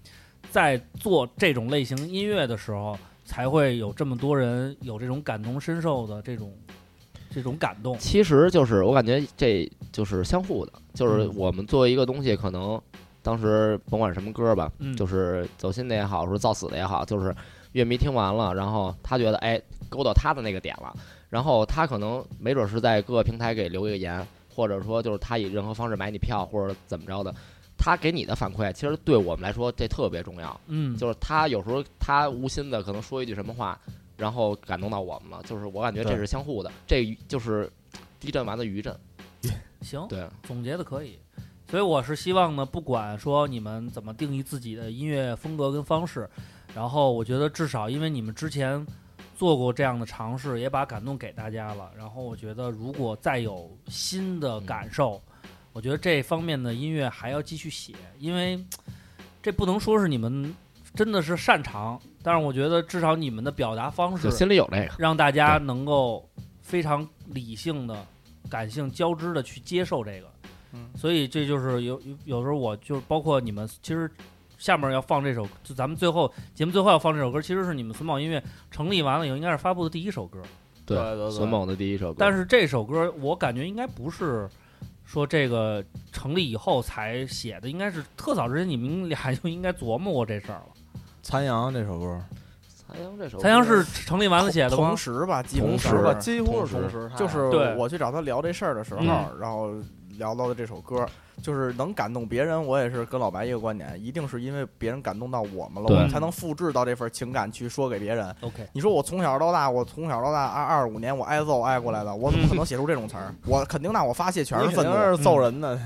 Speaker 3: 在做这种类型音乐的时候，才会有这么多人有这种感同身受的这种这种感动。
Speaker 5: 其实就是我感觉这就是相互的，就是
Speaker 3: 嗯
Speaker 5: 我们作为一个东西，可能当时甭管什么歌吧，
Speaker 3: 嗯
Speaker 5: 就是呃走心的也好，说造死的也好，就是乐迷听完了，然后他觉得哎勾到他的那个点了，然后他可能没准是在各个平台给留一个言，或者说就是他以任何方式买你票或者怎么着的，他给你的反馈，其实对我们来说这特别重要。
Speaker 3: 嗯，
Speaker 5: 就是他有时候他无心的可能说一句什么话，然后感动到我们了。就是我感觉这
Speaker 4: 对
Speaker 5: 是相互的，这就是地震完的余震。
Speaker 3: 行，
Speaker 5: 对，
Speaker 3: 总结的可以。所以我是希望呢，不管说你们怎么定义自己的音乐风格跟方式，然后我觉得至少因为你们之前做过这样的尝试，也把感动给大家了。然后我觉得如果再有新的
Speaker 5: 嗯
Speaker 3: 感受，我觉得这方面的音乐还要继续写，因为这不能说是你们真的是擅长，但是我觉得至少你们的表达方式
Speaker 5: 就心里有那个。
Speaker 3: 让大家能够非常理性的、感性交织的去接受这个。
Speaker 6: 嗯
Speaker 3: 所以这就是有有有时候我就是包括你们，其实下面要放这首，就咱们最后节目最后要放这首歌，其实是你们榫宝音乐成立完了以后，应该是发布的第一首歌。
Speaker 5: 对
Speaker 6: 对对对
Speaker 5: 孙猛的第一首歌，
Speaker 3: 但是这首歌我感觉应该不是说这个成立以后才写的，应该是特早之前你们俩就应该琢磨过这事儿了。
Speaker 4: 残阳这首歌，
Speaker 5: 残阳这首歌，
Speaker 3: 残阳是成立完了写的吗
Speaker 6: 同？时吧，基本
Speaker 5: 同
Speaker 6: 上
Speaker 5: 时
Speaker 4: 吧，
Speaker 6: 是
Speaker 4: 几乎是
Speaker 5: 同时
Speaker 4: 时，
Speaker 6: 就是
Speaker 3: 对
Speaker 6: 我去找他聊这事儿的时候，
Speaker 3: 嗯
Speaker 6: 然后聊到的这首歌，就是能感动别人，我也是跟老白一个观点，一定是因为别人感动到我们了，我
Speaker 5: 对
Speaker 6: 们才能复制到这份情感去说给别人。
Speaker 3: OK，
Speaker 6: 你说我从小到大，我从小到大二二十五年，我挨揍挨过来的，我怎么可能写出这种词儿？我肯定那我发泄全是
Speaker 4: 你肯
Speaker 6: 愤
Speaker 4: 定
Speaker 6: 怒，嗯
Speaker 4: 是揍人的，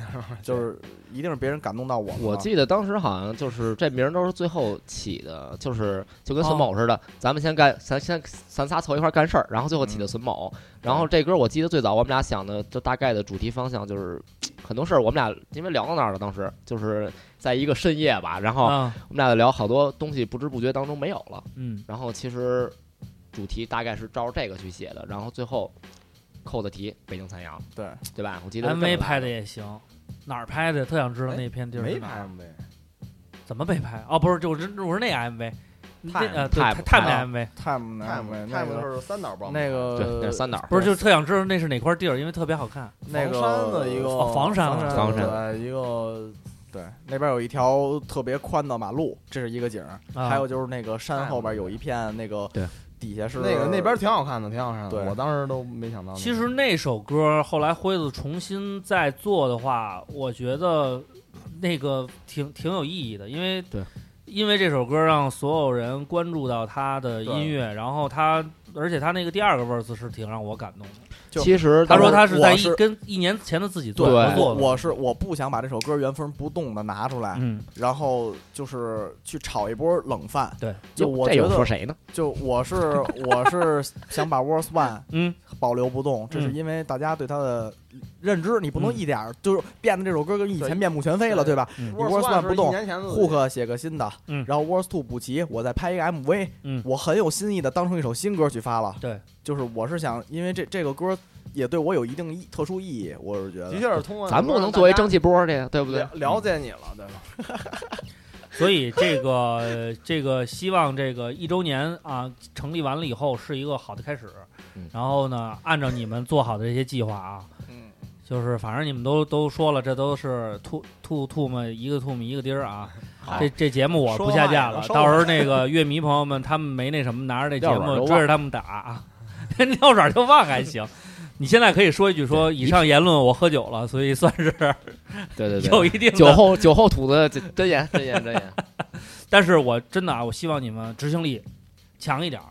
Speaker 6: 就是一定是别人感动到我们了。
Speaker 5: 我记得当时好像就是这名儿都是最后起的，就是
Speaker 3: 哦
Speaker 5: 就跟孙某似的，咱们先干，咱先咱仨凑一块儿干事儿，然后最后
Speaker 3: 嗯
Speaker 5: 起的孙某。然后这歌我记得最早我们俩想的，就大概的主题方向就是很多事儿，我们俩因为聊到那儿了，当时就是在一个深夜吧，然后
Speaker 3: 啊，
Speaker 5: 我们俩在聊好多东西，不知不觉当中没有了。
Speaker 3: 嗯，
Speaker 5: 然后其实主题大概是照着这个去写的，然后最后扣的题北京残阳，
Speaker 6: 对
Speaker 5: 对吧？我记得是这么
Speaker 3: MV
Speaker 5: 来
Speaker 3: 拍的也行，哪儿拍的？特想知道
Speaker 4: 哎
Speaker 3: 那片地儿是
Speaker 4: 没
Speaker 3: 哪儿
Speaker 4: 拍呗。
Speaker 3: 怎么没拍？哦，不是，就我是我是那个 MV，那
Speaker 4: Time，
Speaker 3: 呃对
Speaker 5: Time，
Speaker 3: Time
Speaker 6: 啊
Speaker 3: 的 MV，
Speaker 6: time 呢
Speaker 10: 太美太
Speaker 6: 那
Speaker 10: 美
Speaker 6: 个
Speaker 10: 就是三岛帮
Speaker 6: 那
Speaker 5: 对，那
Speaker 6: 个
Speaker 5: 是三岛。
Speaker 3: 不是就特想知道那是哪块地儿，因为特别好看。
Speaker 6: 那个
Speaker 4: 房山的一个
Speaker 3: 哦房山了
Speaker 5: 房山
Speaker 6: 对一个对那边有一条特别宽的马路，这是一个景儿，
Speaker 3: 啊
Speaker 6: 还有就是那个山后边有一片那个
Speaker 5: 对
Speaker 6: 底下是
Speaker 4: 那个那边挺好看的，挺好看的，
Speaker 6: 对
Speaker 4: 我当时都没想到那个。
Speaker 3: 其实那首歌后来辉子重新再做的话，我觉得那个挺挺有意义的，因为
Speaker 5: 对
Speaker 3: 因为这首歌让所有人关注到他的音乐，然后他，而且他那个第二个 verse 是挺让我感动的。
Speaker 6: 就
Speaker 5: 其实
Speaker 3: 他说他是在
Speaker 6: 我
Speaker 3: 一
Speaker 6: 是
Speaker 3: 跟一年前的自己做
Speaker 5: 对
Speaker 3: 合
Speaker 6: 我
Speaker 3: 作的，
Speaker 6: 我是我不想把这首歌原封不动的拿出来，
Speaker 3: 嗯，
Speaker 6: 然后就是去炒一波冷饭。
Speaker 3: 对，
Speaker 6: 就我
Speaker 5: 这
Speaker 6: 觉
Speaker 5: 有说
Speaker 6: 得，
Speaker 5: 谁呢？
Speaker 6: 就我是我 是想把 Worst One
Speaker 3: 嗯，
Speaker 6: 保留不动，这是
Speaker 3: 嗯
Speaker 6: 因为大家对它的认知，你不能
Speaker 3: 嗯
Speaker 6: 一点儿就是变得这首歌跟以前
Speaker 4: 对
Speaker 6: 面目全非了，
Speaker 4: 对
Speaker 6: 对吧？
Speaker 3: 嗯
Speaker 6: 你 Worst One 不动，Hook 写个新的，
Speaker 3: 嗯
Speaker 6: 然后 Worst Two 补齐，我再拍一个 MV，
Speaker 3: 嗯
Speaker 6: 我很有新意的当成一首新歌去发了。
Speaker 3: 对，
Speaker 6: 就是我是想，因为这这个歌也对我有一定意特殊意义，我是觉得
Speaker 4: 的确是通过
Speaker 5: 咱不能作为蒸汽波去，对不对
Speaker 4: 了？了解你了，对吧？
Speaker 3: 所以这个这个希望这个一周年啊成立完了以后是一个好的开始
Speaker 5: 嗯，
Speaker 3: 然后呢，按照你们做好的这些计划啊，
Speaker 6: 嗯
Speaker 3: 就是反正你们都都说了，这都是吐吐吐沫一个吐沫一个钉儿啊。这这节目我不下架了，
Speaker 4: 说
Speaker 3: 到
Speaker 4: 话呀
Speaker 3: 时候那个乐迷朋友们他们没那什么，拿着这节
Speaker 5: 撂软
Speaker 3: 目
Speaker 5: 就
Speaker 3: 追着他们打啊，撂软就忘还行。你现在可以说一句说以上言论我喝酒了，所以算是
Speaker 5: 对对
Speaker 3: 有
Speaker 5: 对，
Speaker 3: 一定的
Speaker 5: 酒后酒后吐的真真言真言真言，
Speaker 3: 但是我真的啊，我希望你们执行力强一点儿。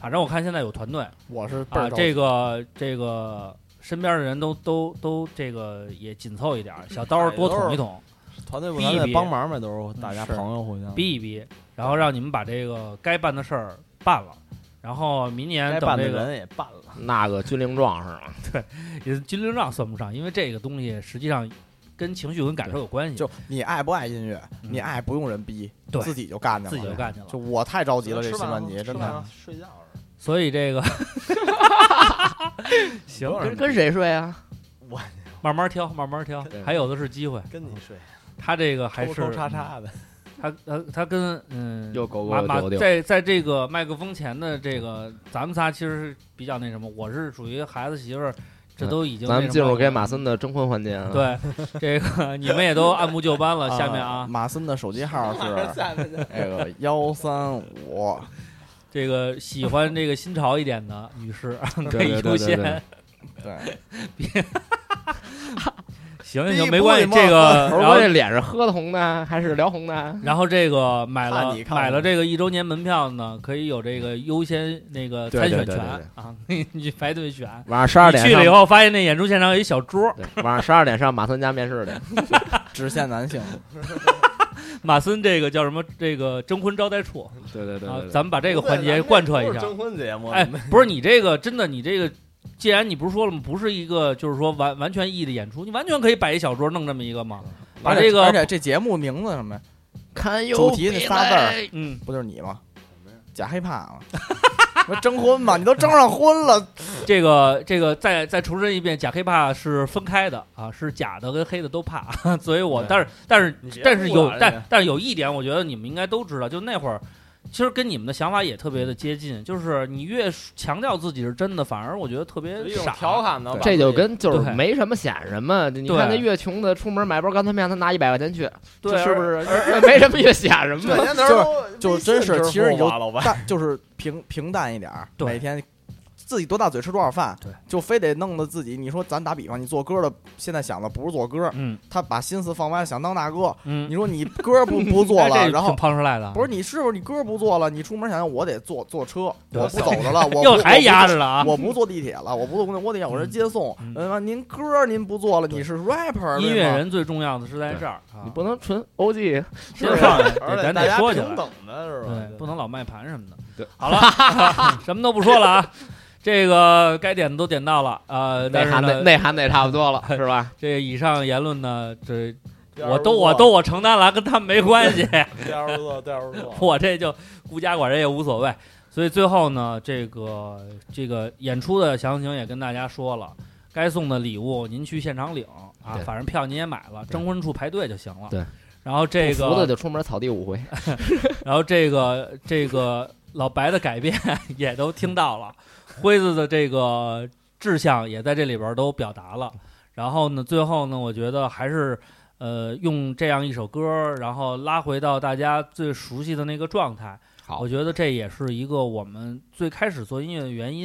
Speaker 3: 反正我看现在有团队
Speaker 6: 我是倍
Speaker 3: 啊，
Speaker 6: 儿着
Speaker 3: 这个这个身边的人都都都这个也紧凑一点儿，小刀
Speaker 6: 哎
Speaker 3: 儿多捅一捅，
Speaker 4: 团队不
Speaker 3: 逼
Speaker 4: 团
Speaker 3: 逼嗯
Speaker 4: 队帮忙呗，都是大家
Speaker 3: 是
Speaker 4: 朋友互相。
Speaker 3: 逼一逼，然后让你们把这个该办的事儿办了。然后明年
Speaker 4: 该
Speaker 3: 等
Speaker 4: 办的
Speaker 3: 这个
Speaker 4: 人也办了，
Speaker 5: 那个军令状是吧？
Speaker 3: 也军令状算不上，因为这个东西实际上跟情绪跟感受有关系，
Speaker 6: 就你爱不爱音乐，
Speaker 3: 嗯
Speaker 6: 你爱不用人逼，
Speaker 3: 对
Speaker 6: 自己就干去了，
Speaker 3: 自己就。干去了
Speaker 6: 就。我太着急了，这
Speaker 4: 吃
Speaker 6: 新
Speaker 4: 完
Speaker 6: 专辑
Speaker 4: 了
Speaker 6: 真
Speaker 4: 吃完
Speaker 6: 的
Speaker 4: 了睡觉了。
Speaker 3: 所以这 个行，
Speaker 5: 跟跟谁睡 啊？
Speaker 3: 慢慢挑，慢慢挑
Speaker 5: 对，
Speaker 3: 还有的是机会。嗯
Speaker 4: 跟你睡，
Speaker 3: 他这个还是嗯
Speaker 4: 抽抽插插的，
Speaker 3: 他他他跟嗯，
Speaker 5: 又狗狗
Speaker 3: 马
Speaker 5: 又
Speaker 3: 马
Speaker 5: 丢丢
Speaker 3: 在在这个麦克风前的这个，咱们仨其实是比较那什么，我是属于孩子媳妇儿，这都已经
Speaker 5: 嗯咱
Speaker 3: 那
Speaker 5: 们
Speaker 3: 什
Speaker 5: 进入
Speaker 3: 么
Speaker 5: 给
Speaker 3: 了
Speaker 5: 马森的征婚环节啊。，
Speaker 3: 嗯对这个你们也都按部就班了。下面
Speaker 6: 呃
Speaker 3: 啊，
Speaker 6: 马森的手机号 是那个幺三五，
Speaker 3: 这个喜欢这个新潮一点的女士可
Speaker 5: 对
Speaker 3: 以
Speaker 5: 对
Speaker 3: 优
Speaker 5: 对对对
Speaker 3: 先。
Speaker 6: 对，
Speaker 3: 行行行，没关系，这个
Speaker 5: 猴
Speaker 3: 然
Speaker 5: 哥
Speaker 3: 后
Speaker 5: 这脸是喝的红的还是聊红的？
Speaker 3: 然后这个买了
Speaker 6: 看你看我
Speaker 3: 买了这个一周年门票呢，可以有这个优先那个
Speaker 5: 对
Speaker 3: 参
Speaker 5: 对
Speaker 3: 选
Speaker 5: 对
Speaker 3: 权
Speaker 5: 对
Speaker 3: 啊， 你你去排队选。
Speaker 5: 晚上十二
Speaker 3: 你
Speaker 5: 点
Speaker 3: 去了以
Speaker 5: 上，
Speaker 3: 后，发现那演出现场有一小桌，
Speaker 5: 对，晚上十二点上马森家面试去。
Speaker 6: 直线男 性，
Speaker 3: 马森这个叫什么？这个征婚招待处
Speaker 5: 对对对
Speaker 3: 啊
Speaker 5: 对，，
Speaker 3: 咱们把这个环节贯彻一
Speaker 4: 不是
Speaker 3: 下。
Speaker 4: 征婚节目，
Speaker 3: 哎，不是你这个真的，你这个既然你不是说了吗？不是一个就是说完完全意义的演出，你完全可以摆一小桌弄这么一个嘛。把
Speaker 6: 而
Speaker 3: 这
Speaker 6: 且而
Speaker 3: 个
Speaker 6: 且这哎节目名字什么呀？
Speaker 5: 看
Speaker 6: 主题那仨字儿
Speaker 3: 嗯，
Speaker 6: 不就是你吗？假黑怕啊吗？不是征婚吗？你都征上婚了，
Speaker 3: 这个这个再再重申一遍，假黑怕是分开的啊，是假的跟黑的都怕， 所以我但是但是
Speaker 4: 你别啊
Speaker 3: 但是
Speaker 4: 误
Speaker 3: 有
Speaker 4: 导人家
Speaker 3: 但但是有一点，我觉得你们应该都知道，就那会儿，其实跟你们的想法也特别的接近，就是你越强调自己是真的，反而我觉得特别
Speaker 4: 有一种
Speaker 3: 傻。
Speaker 4: 调侃的吧，
Speaker 5: 这就跟就是
Speaker 3: 对
Speaker 5: 没什么显什么，你
Speaker 3: 对
Speaker 5: 看那越穷的出门买包干脆面，他拿一百块钱去，
Speaker 3: 对
Speaker 5: 这是不
Speaker 3: 而
Speaker 5: 是？ 没什么越显什么。
Speaker 4: 对，就是
Speaker 6: 就真是其实你就
Speaker 4: 老吧，
Speaker 6: 但就是平平淡一点儿，
Speaker 3: 对
Speaker 6: 每天自己多大嘴吃多少饭，
Speaker 3: 对，
Speaker 6: 就非得弄得自己。你说咱打比方，你做歌的现在想的不是做歌，
Speaker 3: 嗯
Speaker 6: 他把心思放歪，想当大哥。
Speaker 3: 嗯，
Speaker 6: 你说你歌不 不做
Speaker 3: 哎
Speaker 6: 了，
Speaker 3: 这
Speaker 6: 然后
Speaker 3: 挺胖出来的啊，
Speaker 6: 不是你是不是你歌不做了？你出门想想我得坐坐车，
Speaker 3: 对
Speaker 6: 我不走着了，我
Speaker 3: 又
Speaker 6: 不
Speaker 3: 还
Speaker 6: 我不
Speaker 3: 压着了啊！
Speaker 6: 我不坐地铁了，我不坐公交，我得有人接送。
Speaker 3: 嗯
Speaker 6: 嗯，您歌您不做了，
Speaker 3: 对
Speaker 6: 你是 rapper
Speaker 3: 音乐
Speaker 6: 对吗，
Speaker 3: 人最重要的是在这儿啊，
Speaker 5: 你不能纯 OG，
Speaker 3: 先上来，得
Speaker 4: 而且
Speaker 3: 咱
Speaker 4: 大
Speaker 3: 得
Speaker 4: 家
Speaker 3: 说起
Speaker 4: 平
Speaker 3: 来。
Speaker 4: 等的是吧？
Speaker 3: 对，不能老卖盘什么的。
Speaker 5: 对，
Speaker 3: 好了，什么都不说了啊，这个该点的都点到了，呃，但
Speaker 5: 内
Speaker 3: 是
Speaker 5: 涵
Speaker 3: 呢
Speaker 5: 的，内涵的也差不多 了，是吧？
Speaker 3: 这以上言论呢，这
Speaker 4: 对
Speaker 3: 我都我都我承担了，跟他们没关系，
Speaker 4: 第二座，第二座，
Speaker 3: 我这就孤家寡人也无所谓。所以最后呢，这个这个演出的详情也跟大家说了，该送的礼物您去现场领啊
Speaker 5: 对，
Speaker 3: 反正票您也买了，征婚处排队就行了。
Speaker 5: 对，
Speaker 3: 然后这
Speaker 5: 不服的
Speaker 3: 个，
Speaker 5: 就出门草 地五回。
Speaker 3: 然后这个这个老白的改变 也都听到了，辉子的这个志向也在这里边都表达了。然后呢，最后呢，我觉得还是呃用这样一首歌，然后拉回到大家最熟悉的那个状态。
Speaker 5: 好
Speaker 3: 我觉得这也是一个我们最开始做音乐的原因，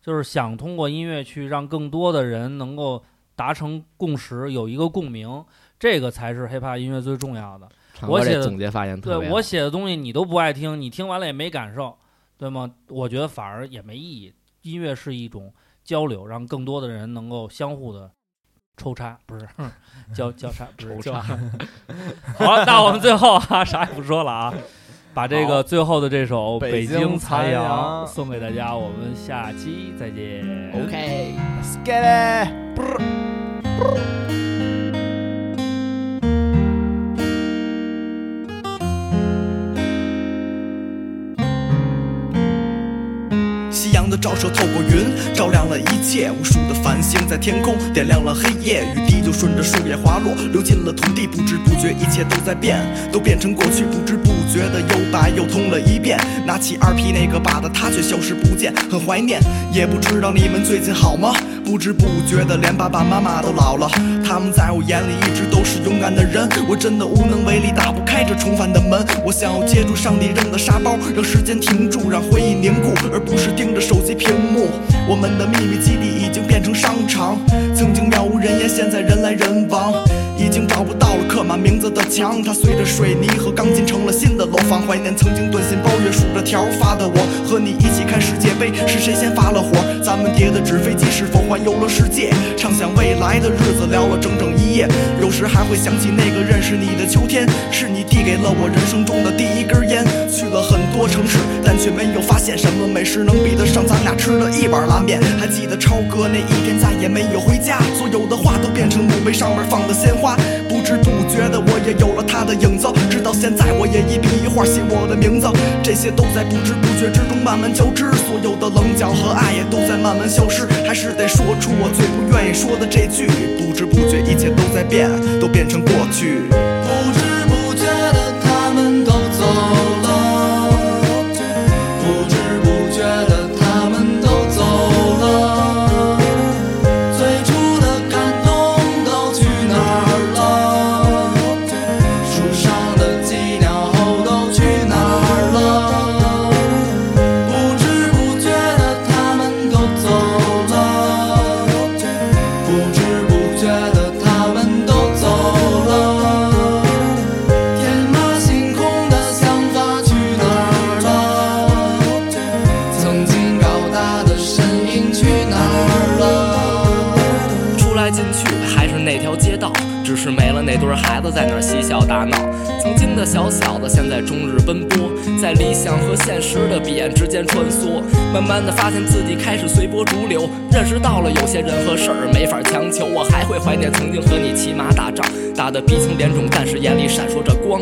Speaker 3: 就是想通过音乐去让更多的人能够达成共识，有一个共鸣，这个才是 hiphop 音乐最重要的。
Speaker 5: 常
Speaker 3: 我
Speaker 5: 哥
Speaker 3: 写
Speaker 5: 这
Speaker 3: 的
Speaker 5: 总结发言特别
Speaker 3: 对
Speaker 5: 好
Speaker 3: 我写的东西你都不爱听，你听完了也没感受，对吗？我觉得反而也没意义。音乐是一种交流，让更多的人能够相互的抽插，不是
Speaker 6: 嗯
Speaker 3: 交交叉，不是交叉。 好了，那我们最后啊，啥也不说了啊，把这个最后的这首《
Speaker 6: 北
Speaker 3: 北
Speaker 6: 京
Speaker 3: 京
Speaker 6: 残
Speaker 3: 残
Speaker 6: 阳哦
Speaker 3: 阳》送给大家，我们下期再见。
Speaker 5: OK。
Speaker 6: Let's get it。
Speaker 11: 夕阳的照射透过云，照亮了一切。无数的繁星在天空点亮了黑夜，雨滴就顺着树叶滑落，流进了土地。不知不觉，一切都在变，都变成过去。不知不觉的又白又通了一遍。拿起二 P 那个把的他却消失不见，很怀念。也不知道你们最近好吗？不知不觉的，连爸爸妈妈都老了。他们在我眼里一直都是勇敢的人，我真的无能为力，打不开这重返的门。我想要接住上帝扔的沙包，让时间停住，让回忆凝固，而不是盯着手机屏幕。我们的秘密基地已经变成商场，曾经渺无人烟，现在人来人往。已经找不到了刻满名字的墙，它随着水泥和钢筋成了新的楼房。怀念曾经短信包月数着条发的我，和你一起看世界杯，是谁先发了火？咱们叠的纸飞机是否环游了世界？畅想未来的日子，聊了整整一夜。有时还会想起那个认识你的秋天，是你递给了我人生中的第一根烟。去了很多城市，但却没有发现什么美食能比得上咱俩吃的一碗拉面。还记得超哥那一天再也没有回家，所有的话都变成墓碑上面放的鲜花。不知不觉的，我也有了他的影子，直到现在，我也一笔一画写我的名字。这些都在不知不觉之中慢慢交织，所有的棱角和爱也都在慢慢消失。还是得说出我最不愿意说的这句：不知不觉，一切都在变，都变成过去。
Speaker 10: 不知不觉的，他们都走了。不知不觉的，他们都走了。最初的感动都去哪儿了？树上的寂寥后都去哪儿了？不知不觉的，他们都走了。不知不觉的，他们都走了。天马行空的想法去哪儿了？曾经高大的身影去哪儿了？
Speaker 8: 出来进去还是那条街道，只是没了那堆孩子在那儿嬉笑打闹。曾经的小小子，现在终日奔波，在理想和现实的彼岸之间穿梭。慢慢的发现自己开始随波逐流，认识到了有些人和事儿没法强求。我还会怀念曾经和你骑马打仗，打得鼻青脸肿，但是眼里闪烁着光。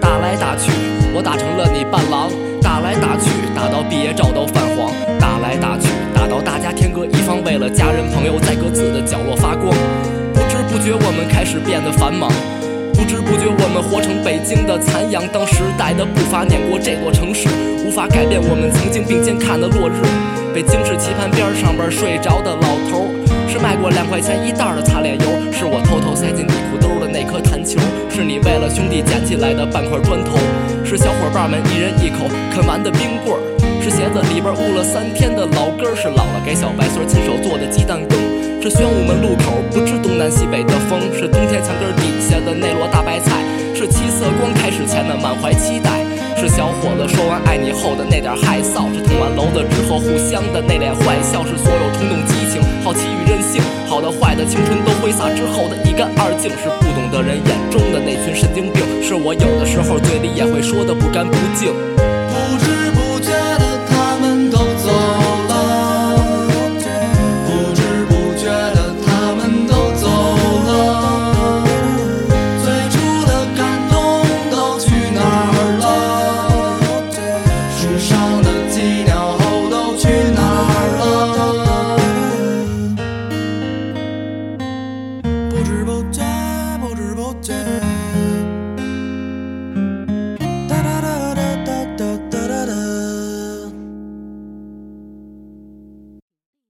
Speaker 8: 打来打去，我打成了你伴郎；打来打去，打到毕业照都泛黄；打来打去，打到大家天各一方，为了家人朋友在各自的角落发光。不知不觉，我们开始变得繁忙。不知不觉，我们活成北京的残阳。当时代的步伐碾过这座城市，无法改变我们曾经并肩看的落日。北京市棋盘边儿上边儿睡着的老头儿，是卖过两块钱一袋儿的擦脸油，是我偷偷塞进你裤兜的那颗弹球，是你为了兄弟捡起来的半块砖头，是小伙伴们一人一口啃完的冰棍儿，是鞋子里边儿捂了三天的老根儿，是姥姥给小白孙儿亲手做的鸡蛋羹。是宣武门路口不知东南西北的风，是冬天墙根底下的那摞大白菜，是七色光开始前的满怀期待，是小伙子说完爱你后的那点害臊，是捅完娄子之后互相的那脸坏笑，是所有冲动激情、好奇与任性，好的坏的青春都挥洒之后的一干二净，是不懂的人眼中的那群神经病，是我有的时候嘴里也会说的不干不净。